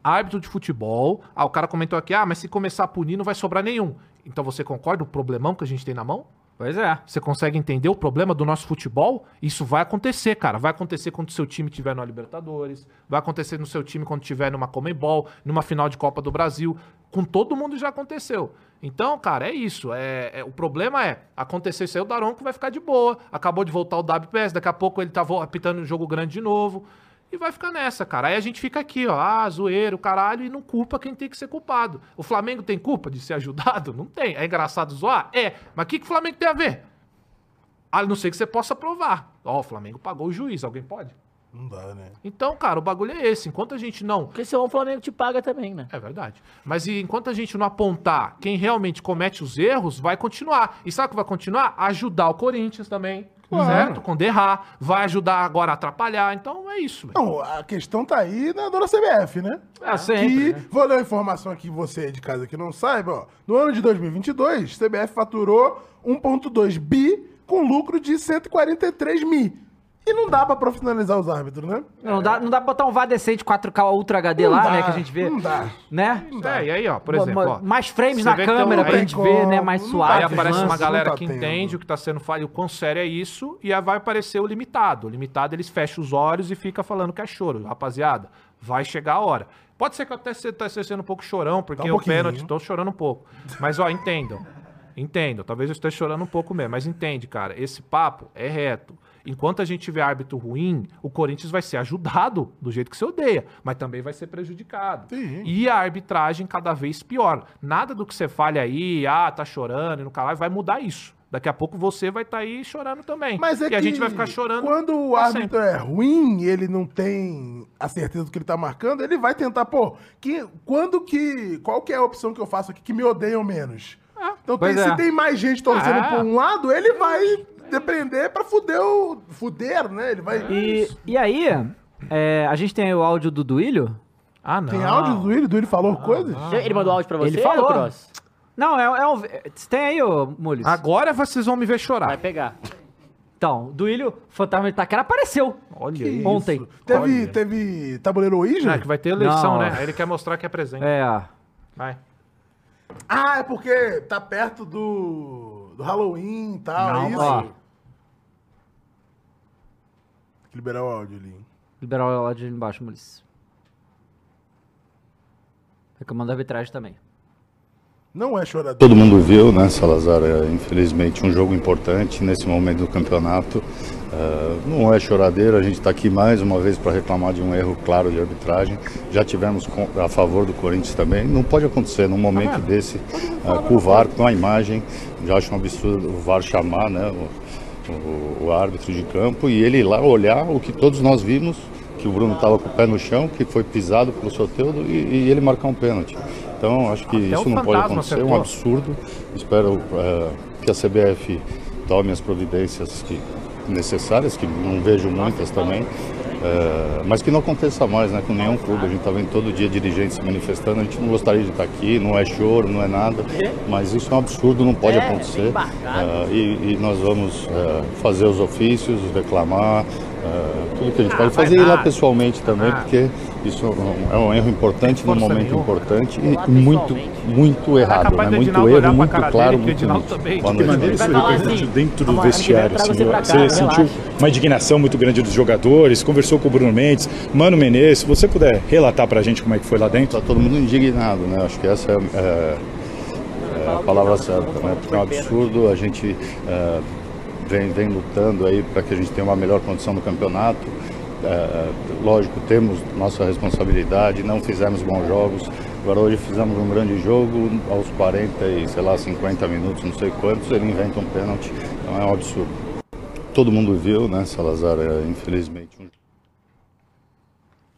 E: árbitro de futebol. Ah, o cara comentou aqui, ah, mas se começar a punir não vai sobrar nenhum. Então você concorda o problemão que a gente tem na mão?
A: Pois é.
E: Você consegue entender o problema do nosso futebol? Isso vai acontecer, cara. Vai acontecer quando o seu time tiver na Libertadores, vai acontecer no seu time quando tiver numa Comembol, numa final de Copa do Brasil. Com todo mundo já aconteceu. Então, cara, é isso. É, é- o problema é, aconteceu isso aí, o Daronco vai ficar de boa. Acabou de voltar o WPS, daqui a pouco ele tá vo- apitando um jogo grande de novo. E vai ficar nessa, cara. Aí a gente fica aqui, ó, ah, zoeiro, caralho, e não culpa quem tem que ser culpado. O Flamengo tem culpa de ser ajudado? Não tem. É engraçado zoar? É. Mas o que, que o Flamengo tem a ver? A não ser que você possa provar. Ó, o Flamengo pagou o juiz, alguém pode?
B: Não dá, né?
E: Então, cara, o bagulho é esse. Enquanto a gente não.
C: Porque senão o Flamengo te paga também, né?
E: É verdade. Mas e enquanto a gente não apontar quem realmente comete os erros, vai continuar. E sabe o que vai continuar? Ajudar o Corinthians também. Certo? Quando errar. Vai ajudar agora a atrapalhar. Então é isso, velho.
B: Não, a questão tá aí na dona CBF, né?
A: É, sempre,
B: Que, vou ler uma informação aqui, você de casa que não saiba, ó. No ano de 2022, CBF faturou 1,2 bi com lucro de 143 mi. E não dá pra profissionalizar os árbitros, né?
A: Não, dá, não dá pra botar um VAR decente 4K Ultra HD lá,
B: dá,
A: né? Que a gente vê.
B: Não dá.
A: Né?
E: É, e aí, ó, por
A: Ma-
E: exemplo,
A: ma-
E: ó.
A: mais frames
E: você
A: na
E: vê que tem um
A: câmera pra
E: aí
A: gente ver, né? Mais
B: Não
A: suave.
E: Aí
B: tá
A: os
E: aparece uma
B: avanços,
A: lances.
E: galera
B: não tá
E: que
B: tendo.
E: entende o que tá sendo falho, o quão sério é isso, e aí vai aparecer o limitado. O limitado, eles fecham os olhos e fica falando que é choro. Rapaziada, vai chegar a hora. Pode ser que eu até se- tá sendo um pouco chorão, porque
B: Tá um
E: o pênalti,
B: pouquinho.
E: tô chorando um pouco. Mas, ó, entendam. Entendam. Talvez eu esteja chorando um pouco mesmo, mas entende, cara. Esse papo é reto. Enquanto a gente tiver árbitro ruim, o Corinthians vai ser ajudado do jeito que você odeia, mas também vai ser prejudicado.
B: Sim.
E: E a arbitragem cada vez pior. Nada do que você fale aí, ah, tá chorando e no caralho, vai mudar isso. Daqui a pouco você vai estar aí chorando também.
B: Mas é
E: e
B: que
E: a gente vai ficar chorando.
B: Quando o
E: pra
B: árbitro é
E: sempre.
B: ruim, ele não tem a certeza do que ele tá marcando, ele vai tentar, pô, que, quando que. Qual que é a opção que eu faço aqui que me odeiam menos? então tem-
A: pois é.
B: se tem mais gente torcendo
E: Ah.
B: por um lado, ele vai depender pra fuder o. Fuder, né? Ele vai.
A: E, e aí, é, a gente tem aí o áudio do Duílio?
E: Ah, não.
B: Tem áudio do Duílio? Duílio falou
E: Ah,
B: coisas?
C: Ele mandou áudio pra você,
A: Ele falou.
C: Cross?
A: Não, é, é um. é- Tem aí, ô Mules?
E: Agora vocês vão me ver chorar.
C: Vai pegar.
A: Então, Duílio, Fantasma de Itaquera apareceu
E: Olha
B: Que
E: isso.
A: ontem.
B: Teve,
E: Olha.
B: teve tabuleiro Ouija?
E: É, que vai ter eleição,
A: Não.
E: né? Aí Ele quer mostrar que é presente.
A: É, ó.
E: Vai.
B: Ah, é porque tá perto do. do Halloween e tal.
E: Não,
B: é isso?
A: ó.
B: Tem que Liberar o áudio ali.
A: Liberar o áudio ali embaixo, Mules. É Recomendo a arbitragem também.
B: Não é chorador.
J: Todo mundo viu, né, Salazar? é, Infelizmente, um jogo importante nesse momento do campeonato. Eh, não é choradeira, a gente está aqui mais uma vez para reclamar de um erro claro de arbitragem. Já tivemos com- a favor do Corinthians também. Não pode acontecer num momento
E: Ah,
J: desse eh, com o VAR, com a imagem. Já acho um absurdo o VAR chamar, né? o- o- o árbitro de campo e ele ir lá olhar o que todos nós vimos que o Bruno estava com o pé no chão, que foi pisado pelo Soteudo e, e ele marcar um pênalti. Então, acho que
E: Até
J: isso
E: o
J: não pode
E: fantasma
J: acontecer, é um
E: acertou.
J: absurdo. Espero eh, que a CBF tome as providências que- necessárias, que não vejo muitas também, eh, mas que não aconteça mais né, com nenhum clube. A gente está vendo todo dia dirigentes se manifestando, a gente não gostaria de estar aqui, não é choro, não é nada, mas isso é um absurdo, não pode
C: É,
J: acontecer.
C: tem barcada.
J: Eh, ah, e, e nós vamos ah, fazer os ofícios, reclamar, ah, tudo que a gente pode fazer e ir lá pessoalmente também,
C: Ah.
J: porque isso é um- é um erro importante, num
E: força
J: momento
E: nenhuma.
J: importante
C: Vou lá
J: e muito,
C: pessoalmente.
J: muito errado,
E: é capaz
J: né?
E: do
J: muito
E: Edinaldo olhar pra
J: erro, muito
E: cara dele,
J: claro,
E: que o
J: muito
E: Edinaldo
J: nítido.
E: também.
J: Boa
E: De que
J: noite,
C: Ele vai falar assim,
J: dentro do
C: "Amor, ano que vem eu
J: vestiário,
C: trago você
J: senhor.
C: pra cá,
J: Você sentiu
C: relaxa."
J: uma indignação muito grande dos jogadores, conversou com o Bruno Mendes, Mano Menezes, se você puder relatar pra gente como é que foi lá dentro. Tá todo mundo indignado, né? Acho que essa é, é, é a palavra certa, né? Porque é um absurdo, a gente é, vem, vem lutando aí para que a gente tenha uma melhor condição no campeonato. É, lógico, temos nossa responsabilidade, não fizemos bons jogos. Agora hoje fizemos um grande jogo, aos 40 e sei lá, 50 minutos, não sei quantos, ele inventa um pênalti, então é um absurdo. todo mundo viu, né? Salazar, é, infelizmente, um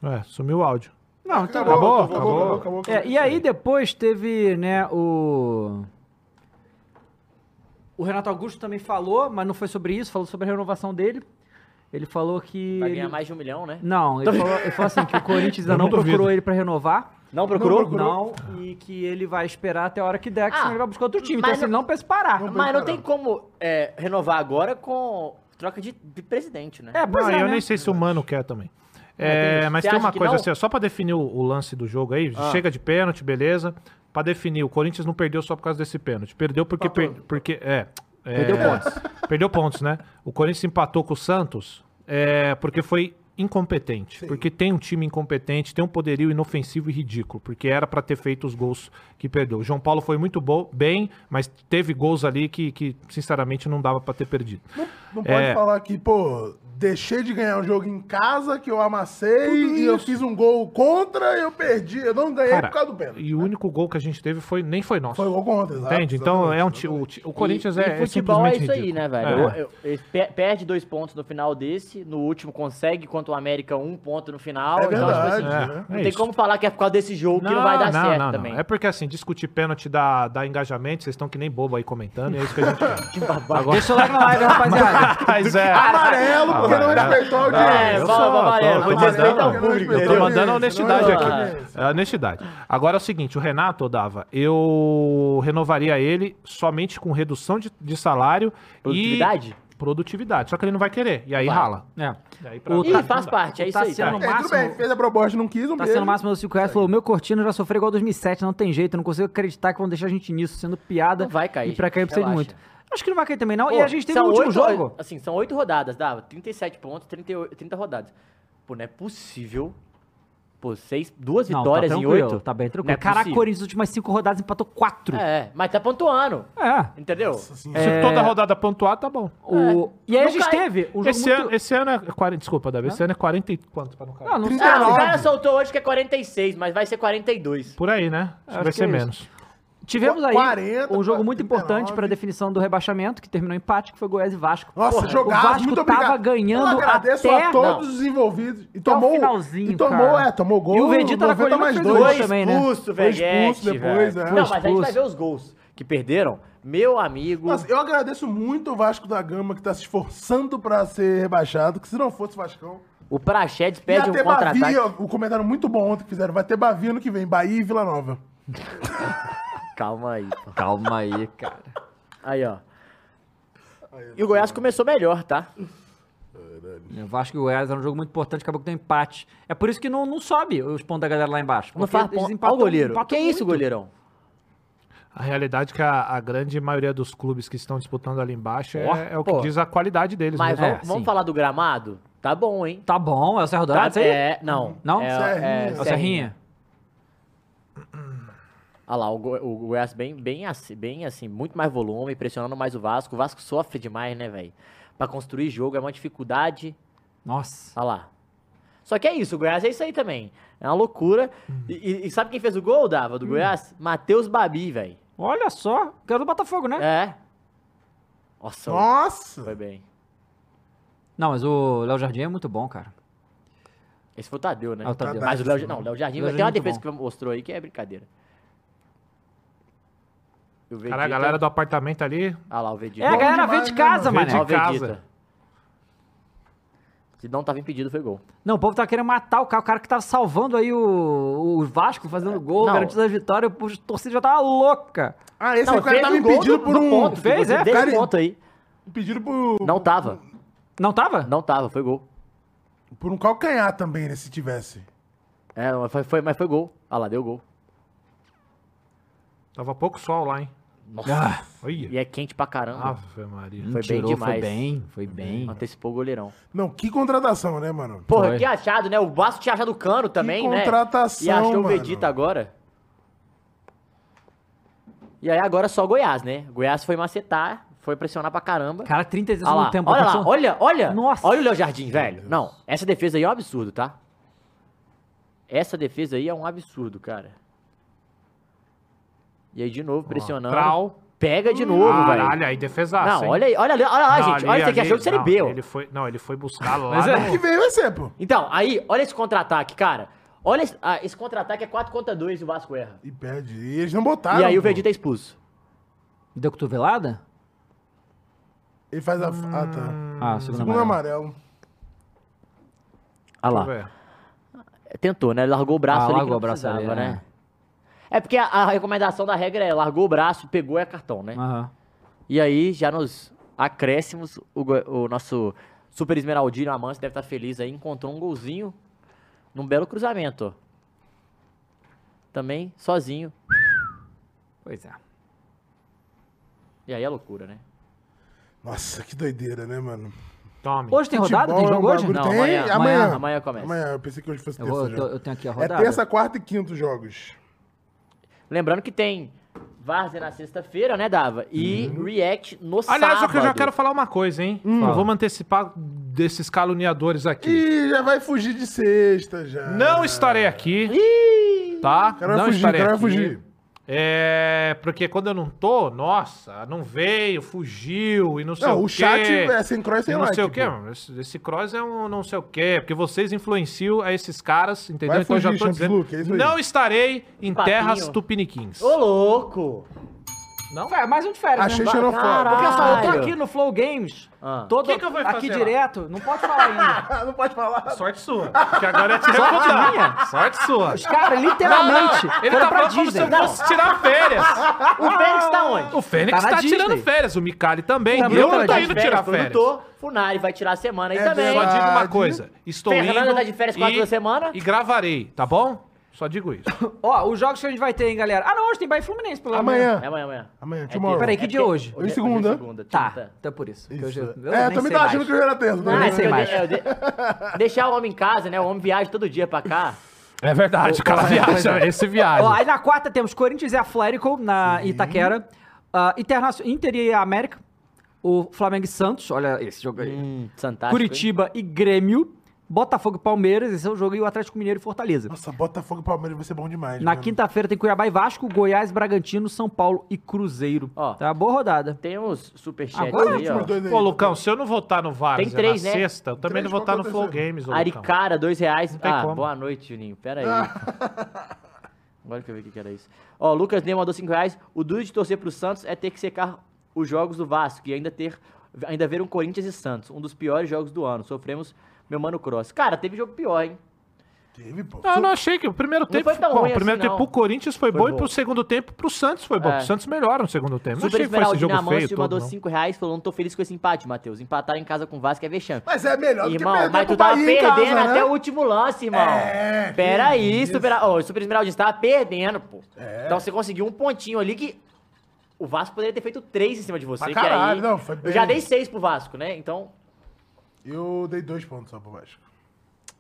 E: É, sumiu o áudio.
A: Não, tá
E: Acabou,
A: bom.
E: acabou, acabou, acabou, acabou,
A: É, e aí depois teve, né, o... O Renato Augusto também falou, mas não foi sobre isso, falou sobre a renovação dele. Ele falou que...
C: Vai
A: ele-
C: ganhar mais de um milhão, né?
A: Não, ele falou, ele falou assim que o Corinthians ainda
C: Eu não
A: não, procurou
C: duvido.
A: ele pra renovar.
C: Não procurou?
A: Não, e que ele vai esperar até a hora que der, que
C: Ah,
A: senão ele vai buscar outro time.
C: mas
A: Então, assim,
C: não-
A: não pensa em parar.
C: Mas não tem como é, renovar agora com troca de, de presidente, né?
A: É,
E: Não, e eu nem sei se o Mano quer também.
C: É, tem
E: É,
C: isso.
E: mas
C: Você
E: tem
C: acha
E: uma
C: que
E: coisa
C: não?
E: assim, ó, só pra definir o, o lance do jogo aí,
C: Ah.
E: chega de pênalti, beleza. Pra definir, o Corinthians não perdeu só por causa desse pênalti. Perdeu porque. per- porque é, é,
C: Perdeu pontos.
E: Perdeu pontos, né? O Corinthians empatou com o Santos é, porque foi incompetente. Porque tem um time incompetente, tem um poderio inofensivo e ridículo. Porque era pra ter feito os gols que perdeu. O João Paulo foi muito bom, bem, mas teve gols ali que, que sinceramente, não dava pra ter perdido.
B: Não pode
E: É.
B: falar que, pô, deixei de ganhar um jogo em casa que eu amassei e eu fiz um gol contra eu perdi. Eu não ganhei
E: Cara,
B: É por causa do pênalti. né?
E: E o único gol que a gente teve foi nem foi nosso.
B: Foi gol contra, exato,
E: Entende? Então é um ti- o, ti- o Corinthians é, é
C: futebol é
E: simplesmente
C: isso aí,
E: ridículo.
C: né, velho?
E: É.
C: Eu- eu- ele pe- perde dois pontos no final desse, no último consegue contra o América um ponto no final.
E: É
C: tipo
E: verdade,
C: assim,
E: né?
C: Não
E: É
C: tem
E: isso.
C: como falar que é por causa desse jogo que não vai dar certo também.
E: É porque assim, discutir pênalti dá, dá engajamento, vocês estão que nem bobo aí comentando, e é isso que a gente quer. que
C: babaca.
A: Deixa o like na live, rapaziada.
E: Mas é.
B: Ah, Amarelo, porque não respeitou a audiência.
E: É, eu sou-
B: amarelo,
E: tô- eu tô
B: amarelo,
E: mandando-
B: porque não respeitou
E: Eu
B: a
E: tô mandando a
B: audiência,
E: honestidade
B: não é
E: aqui. É, honestidade. Agora é o seguinte, o Renato, Dava, eu renovaria ele somente com redução de, de salário
C: Produtividade?
E: e... Produtividade. Só que ele não vai querer. E aí
C: Vai.
E: rala.
A: É.
E: Daí pra-
A: O
E: Ih,
A: Ta-
C: faz parte, é
A: o
C: isso aí,
A: Tassiano
B: É, tudo bem,
A: Máximo,
B: fez a proposta, não quis, um
A: Tá sendo
B: beijo.
A: máximo do 5 reais, falou: meu cortino já sofreu igual 2007, não tem jeito, não consigo acreditar que vão deixar a gente nisso, sendo piada.
C: Não vai cair,
A: E pra cair
C: gente,
A: precisa de
C: relaxa.
A: muito. Acho que não vai cair também, não. e
C: Pô,
A: a gente teve
C: são
A: o último
C: oito-
A: jogo.
C: Assim, são oito rodadas, dava 37 pontos, 38 30 rodadas. Pô, não é possível. Pô, seis, duas
A: Não,
C: vitórias
A: tá
C: em
A: tranquilo,
C: oito.
A: Tá bem tranquilo.
C: Não é
A: Caraca, o
C: possível.
A: Corinthians, nas últimas cinco rodadas, empatou quatro.
C: É, mas tá pontuando.
A: É.
C: Entendeu?
E: Se
A: É.
E: toda rodada pontuar, tá bom.
A: O... E aí a
C: Não
A: gente
C: cai.
A: teve um jogo
E: Esse,
A: muito...
E: ano, esse ano é 40, desculpa, Davi, esse ano é 40 e quanto pra não cair?
A: Não, não
C: Ah, o
B: 39.
C: cara soltou hoje que é 46, mas vai ser 42.
E: Por aí, né? Acho que vai
A: que
E: ser
A: é isso.
E: menos.
A: Tivemos aí
B: 40,
A: um jogo muito
B: 39.
A: importante pra definição do rebaixamento, que terminou em empate, que foi Goiás e Vasco.
B: Nossa,
A: Porra,
B: jogado,
A: O Vasco
B: muito
A: tava
B: obrigado.
A: ganhando
B: Eu agradeço
A: até...
B: a todos os envolvidos. E tomou.
A: o finalzinho,
B: e tomou,
A: cara.
B: é, tomou gol.
A: E o Vegeta na
B: 90
A: colina
B: mais
A: fez
B: dois.
A: gol
B: Foi
A: também, né?
C: Expulso,
B: Foi
C: velho.
B: expulso depois, é.
C: Não,
B: Foi
C: mas a gente vai
A: expulso.
C: ver os gols que perderam. Meu amigo.
B: Nossa, eu agradeço muito o Vasco da Gama que tá se esforçando pra ser rebaixado, que se não fosse o Vascão.
C: O Praxedes
B: Ia
C: pede um
B: ter
C: contra-ataque.
B: Bavia, o comentário muito bom ontem que fizeram. Vai ter Bavia no que vem, Bahia e Vila Nova.
C: Calma aí. pô.
A: Calma aí, cara.
C: Aí, ó. E o Goiás começou melhor, tá?
A: O Vasco e o Goiás era um jogo muito importante, acabou que deu empate. É por isso que não, não sobe os pontos da galera lá embaixo.
C: Não
A: porque
C: faz
A: eles
C: ponto. Olha
A: empatam-
C: o goleiro.
A: empatam
C: Que isso,
A: muito.
C: goleirão?
E: A realidade é que a, a grande maioria dos clubes que estão disputando ali embaixo
C: Ó,
E: é, é o que
C: pô.
E: diz a qualidade deles.
C: Mas
E: mesmo.
C: vamos, vamos
A: sim.
C: falar do gramado? Tá bom, hein?
A: Tá bom, é o Serra Dourado, isso aí?
C: é, não.
A: Não?
C: É,
B: Serrinha.
C: é,
A: É o Serrinha.
C: Olha lá, o, Go- o Goiás bem, bem, assim, bem assim, muito mais volume, pressionando mais o Vasco. O Vasco sofre demais, né, velho? Pra construir jogo é uma dificuldade.
A: Nossa.
C: Olha lá. Só que é isso, o Goiás é isso aí também. É uma loucura. E, e- e sabe quem fez o gol, Dava, do Goiás? Matheus Babi, velho.
A: Olha só, que era do Botafogo, né?
C: É. Nossa,
B: Nossa!
C: foi bem.
A: Não, mas o Léo Jardim é muito bom, cara.
C: Esse foi o Tadeu, né?
A: Ah, o Tadeu.
C: Mas o Léo, não, o Léo Jardim,
A: Léo
C: mas tem uma
A: Jardim é
C: defesa
A: muito
C: que mostrou aí que é brincadeira. E o
E: Cara, a
C: Vegeta-
E: galera do apartamento ali.
C: Ah lá, o
A: É,
C: Vegeta.
A: a galera
B: demais,
A: vê de
B: né,
A: casa,
E: mano?
A: mano.
E: Vê
C: Ó, o
E: de casa.
C: Vegeta. Se não tava impedido, foi gol.
A: Não, o povo tá querendo matar o cara, o cara que tava salvando aí o, o Vasco, fazendo gol,
C: É, não.
A: garantindo a vitória, a torcida já tava louca.
B: Ah, esse
C: não,
B: aí o cara
C: fez
B: tava
C: o gol
B: impedido
C: do-
B: por
C: do
B: um.
C: Ponto,
A: Fez,
C: fez,
A: é?
C: é? Deixa
B: Cara,
C: o ponto aí.
B: Impedido por,
C: Não tava.
A: Não tava?
C: Não tava, foi gol.
B: por um calcanhar também, né? Se tivesse.
C: É, mas foi, foi- mas foi gol. Ah lá, deu gol.
E: Tava pouco sol lá, hein?
A: Ah,
E: Olha.
C: E é quente pra caramba.
E: Ave Maria.
C: Foi bem demais.
A: Foi bem, foi bem.
C: Antecipou o goleirão.
B: Não, que contratação, né, mano?
C: Porra,
A: Foi.
C: que achado, né? O Vasco tinha achado o cano também, né?
B: contratação,
C: E achou
B: mano.
C: o Vegeta agora. E aí agora só Goiás, né? Goiás foi macetar, foi pressionar pra caramba.
A: Cara, 30 vezes
C: Olha lá,
A: no tempo.
C: olha lá,
A: aconteceu- um
C: olha, olha.
A: Nossa.
C: Olha o Léo Jardim, velho. Não, essa defesa aí é um absurdo, tá? Essa defesa aí é um absurdo, cara. E aí, de novo, pressionando.
E: Trau.
C: pega de novo, velho.
E: Caralho, aí defesaço,
C: Não,
E: hein?
C: olha aí, olha, ali, olha lá,
E: Não,
C: gente.
E: ali-
C: olha isso aqui,
E: ali-
C: achou de Série
E: não,
C: B, ó.
E: Ele foi, não, ele foi buscar lá. né?
C: Mas é
E: no-
B: Que veio vai ser, pô.
C: Então, aí, olha esse contra-ataque, cara. Olha esse, ah, esse contra-ataque é 4 contra 2 e o Vasco erra.
B: E perde. E eles não botaram.
C: e aí o
B: pô.
C: Vegeta é expulso.
A: Deu cotovelada?
B: Ele faz a. Ah, tá.
A: Ah, segundo
B: Segundo
A: amarelo.
B: amarelo.
C: Olha
E: Deixa eu
C: lá.
E: ver.
C: Tentou, né? Ele Largou o braço
A: Ah,
C: ali. que
A: largou
C: não
A: o braço ali,
C: precisava,
A: é.
C: né? É porque a, a recomendação da regra é largou o braço, pegou é cartão, né?
A: Aham.
C: E aí, já nos acréscimos, o, go- o nosso super esmeraldino Amante deve estar feliz aí, encontrou um golzinho num belo cruzamento. ó. Também, sozinho.
A: Pois é.
C: E aí é loucura, né?
B: Nossa, que doideira, né, mano?
E: Tome.
A: Hoje tem rodada? Tem
B: Futebol é um
A: jogo hoje?
B: bagulho-
C: Não,
B: Tem?
C: amanhã,
B: Amanhã.
C: amanhã começa.
B: Amanhã, eu pensei que hoje fosse
A: Eu,
B: terça
A: vou- né?
B: já.
A: eu tô- eu tenho aqui a
B: É
A: rodada.
B: terça, quarta e quinto jogos.
C: Lembrando que tem Várzea na sexta-feira, né, Dava? E
B: Uhum.
C: React no sábado.
E: Aliás, só que eu já quero falar uma coisa, hein?
C: Hum.
E: Não vamos antecipar desses caluniadores aqui.
B: Ih, já vai fugir de sexta já.
E: Não estarei aqui. Tá?
B: cara vai
E: não
B: fugir,
E: estarei
B: cara vai
E: aqui.
B: fugir.
E: É, porque quando eu não tô, nossa, não veio, fugiu e não sei
B: Não,
E: o
B: o
E: quê.
B: chat é sem cross, sem
E: e não
B: like,
E: sei o quê,
B: pô.
E: mano. Esse, esse cross é um não sei o quê, porque vocês influenciam a esses caras, entendeu?
B: Vai
E: então eu já
B: fugir,
E: tô
B: Champs
E: dizendo,
B: Luke, é isso aí.
E: não estarei em
C: Papinho.
E: terras tupiniquins.
C: Ô, louco!
A: Não, é mais um de férias,
B: Achei
A: né?
B: xenofóbico.
A: Porque eu, só, eu tô
C: Caralho.
A: aqui no Flow Games,
C: Ah.
A: todo
E: Que que eu vou
A: aqui
E: fazer lá?
A: direto, não pode falar ainda.
B: Ah, não pode falar.
E: Sorte sua, que agora é te refutar. Sorte sua.
A: Os caras, literalmente,
E: Ele
A: foram
E: tá
A: pra
E: falando como se
A: Disney.
E: eu fosse tirar férias.
C: O Fênix tá onde?
E: O Fênix
A: Tá
E: tá,
A: na Disney.
E: tirando férias, o Micali também.
A: Também
E: eu
A: tá
E: não
A: na
E: tô
A: Disney.
E: indo tirar férias.
C: produtor, Funari vai tirar a semana aí
B: É
C: também.
E: Só digo uma
B: Verdade.
E: coisa. Estou
C: Fernanda
E: indo
C: tá de férias quatro
E: e-
C: da semana.
E: E gravarei, tá bom? Só digo isso.
A: Ó, os jogos que a gente vai ter, hein, galera. Ah, não, hoje tem Bahia e Fluminense, pelo amor.
C: É
B: Amanhã.
C: amanhã, amanhã.
B: Amanhã,
C: É
B: tomorrow.
C: terça.
A: Peraí, que
C: É
A: dia
C: porque-
A: hoje?
C: hoje é-
B: segunda.
C: hoje é segunda,
A: Tá,
C: quinta.
A: então é por isso. que hoje
B: Isso.
A: eu- eu
B: é,
A: nem
B: eu também
A: sei
B: tava
A: mais.
B: achando que hoje era terça.
A: nem
C: Ah,
B: né?
A: sei
C: eu-
A: mais.
C: eu- eu- deixar o homem em casa, né? O homem viaja todo dia pra cá.
E: É verdade, o cara viaja, esse viaja.
A: Ó, aí na quarta temos Corinthians e Atlético na Itaquera. Ah, Internacio- Inter e América. O Flamengo e Santos, olha esse jogo aí.
C: Hum, fantástico.
A: Curitiba e Grêmio. Botafogo e Palmeiras, esse é o jogo. E o Atlético Mineiro e Fortaleza.
B: Nossa, Botafogo e Palmeiras vai ser bom demais.
A: na
B: mano.
A: quinta-feira tem Cuiabá e Vasco, Goiás, Bragantino, São Paulo e Cruzeiro.
C: Ó.
A: Tá, boa rodada.
C: Tem uns superchats
A: Agora
B: Os
C: aí,
B: últimos
C: ó.
B: dois aí. tá
E: Pô, Lucão, se eu não votar no Vargas é
C: Tem três,
E: na
C: né?
E: sexta, eu também
B: Três,
E: não votar
B: qual
E: no
B: que é o
E: Flow
B: terceiro?
E: Games, ô Lucão.
C: Aricara, dois reais.
E: tem
C: Ah,
E: como.
C: boa noite, Juninho. Pera aí. Agora que eu vi o que que era isso. Ó, o Lucas Ney mandou cinco reais. O duro de torcer pro Santos é ter que secar os jogos do Vasco e ainda ter... Ainda ver um Corinthians e Santos. Um dos piores jogos do ano. Sofremos meu Mano Cross. Cara, teve jogo pior, hein?
B: Teve, pô.
E: Não, eu não achei que o primeiro tempo.
C: foi tão
E: bom,
C: ruim
E: o primeiro
C: assim,
E: tempo
C: não.
E: pro Corinthians foi,
C: Foi
E: bom, e
C: bom.
E: pro segundo tempo pro Santos foi bom.
C: É.
E: O Santos melhora no segundo tempo. Não
C: Super
E: achei que foi esse
C: Esmeraldina
E: jogo feio
C: Amâncio
E: todo,
C: mandou
E: não.
C: 5 reais falou, não tô feliz com esse empate, Matheus. Empatar em casa com o Vasco é vexame.
B: Mas é melhor do que
C: Irmão,
B: perder
C: mas
B: pro
C: tu tava
B: Bahia em casa,
C: perdendo até
B: né?
C: o último lance, irmão.
B: É, que
C: Pera aí,
B: isso. É.
C: Super, oh, Super Esmeraldina, você tava perdendo, pô. Então você conseguiu um pontinho ali que o Vasco poderia ter feito três em cima de você.
B: Pra
C: que
B: caralho,
C: aí,
B: não, foi bem.
C: Eu já dei seis pro Vasco, né? Então,
B: Eu dei dois pontos só pro Vasco.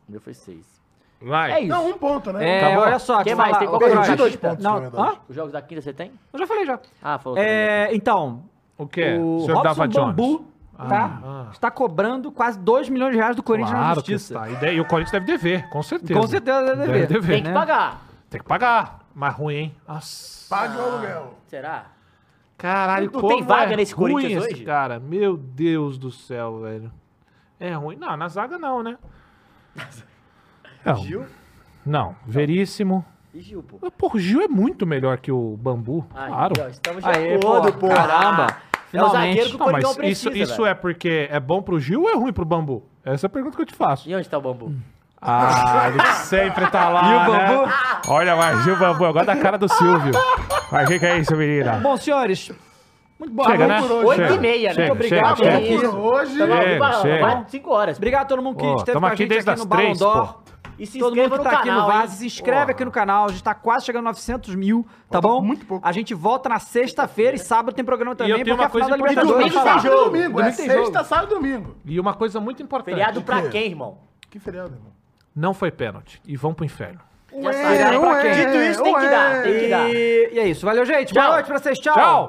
C: o meu foi seis. É
E: Vai.
C: isso.
B: Não, um ponto, né?
A: É,
E: Acabou?
A: olha só,
C: Quem
A: deixa eu
C: mais?
A: falar.
C: Tem
A: Ô,
C: qualquer
A: Croix.
B: coisa? Dois pontos,
A: Não,
B: na verdade.
A: hã?
C: Os jogos da quinta você tem?
A: Eu já falei já.
C: Ah, falou. também.
A: É, então,
E: é? O quê?
A: o
E: senhor Dava
A: Robson
E: Jones.
A: Bambu tá,
E: Ah, ah.
A: está cobrando quase 2 milhões de reais do Corinthians na
E: Claro que
A: justiça.
E: está. E, daí- e o Corinthians deve dever, com certeza.
A: Com certeza deve dever.
C: Tem que
A: né?
C: pagar.
E: Tem que pagar. Mas ruim, hein? Nossa.
B: Pague o aluguel.
C: Será?
E: Caralho,
C: Não- não
E: como
C: tem vaga
E: é
C: nesse
E: ruim
C: Corinthians
E: esse
C: hoje?
E: cara. Meu Deus do céu, velho. É ruim. Não, na zaga não, né? Não,
B: Gil?
E: não. Veríssimo.
C: E Gil, pô.
E: Porra, o Gil é muito melhor que o Bambu,
C: Aí,
E: claro.
C: ó, estamos de
A: Aê,
C: acordo,
A: pô.
C: pô.
A: Caramba.
C: É o zagueiro
A: Finalmente.
C: que o
E: Não, mas
C: Coringão
E: isso,
C: precisa,
E: isso
C: velho.
E: é porque é bom pro Gil ou é ruim pro Bambu? Essa é a pergunta que eu te faço.
C: E onde tá o Bambu?
E: Ah, ele sempre tá lá,
A: E o
E: né?
A: Bambu?
E: Olha, mas Gil Bambu, agora da cara do Silvio. Mas fica aí, seu menina.
A: Bom, senhores, muito boa
E: Chega,
A: noite.
E: né?
C: Oito e
E: Chega,
C: meia, né?
E: chega,
A: Obrigado,
E: chega,
B: Vamos
E: chega.
B: por hoje.
C: Tá bom,
E: Chega,
C: vai-
E: chega.
C: vai cinco horas.
A: Obrigado a todo mundo que
E: Ó,
A: esteve
E: tamo
A: com a
E: aqui
A: gente
E: desde
A: aqui no
E: as
A: Balão
E: três,
A: d'Or.
C: E se
A: Todo mundo
C: inscreva
A: que
C: no
A: tá aqui no
C: canal, hein?
A: Vaz, se inscreve aqui no canal. A gente tá quase chegando a 900 mil, tá
B: Falta
A: bom?
B: muito pouco.
A: A gente volta na sexta-feira e sábado tem programa também,
E: eu tenho
A: porque
E: uma
A: a final
E: coisa
A: da
E: importante.
A: Libertadores.
B: Domingo
A: vai
B: sai
A: rolar.
B: domingo. domingo. É
A: Domingo tem jogo.
B: sexta, sábado e domingo.
E: E uma coisa muito importante.
C: Feriado pra
B: quê?
C: quem, irmão?
B: Que feriado, irmão.
E: Não foi pênalti. E vão pro inferno.
C: Já sabe.
A: pra quem?
C: Dito isso, tem que dar, tem que dar.
A: E, e é isso. Valeu, gente.
C: Tchau.
A: Boa noite pra vocês.
E: Tchau!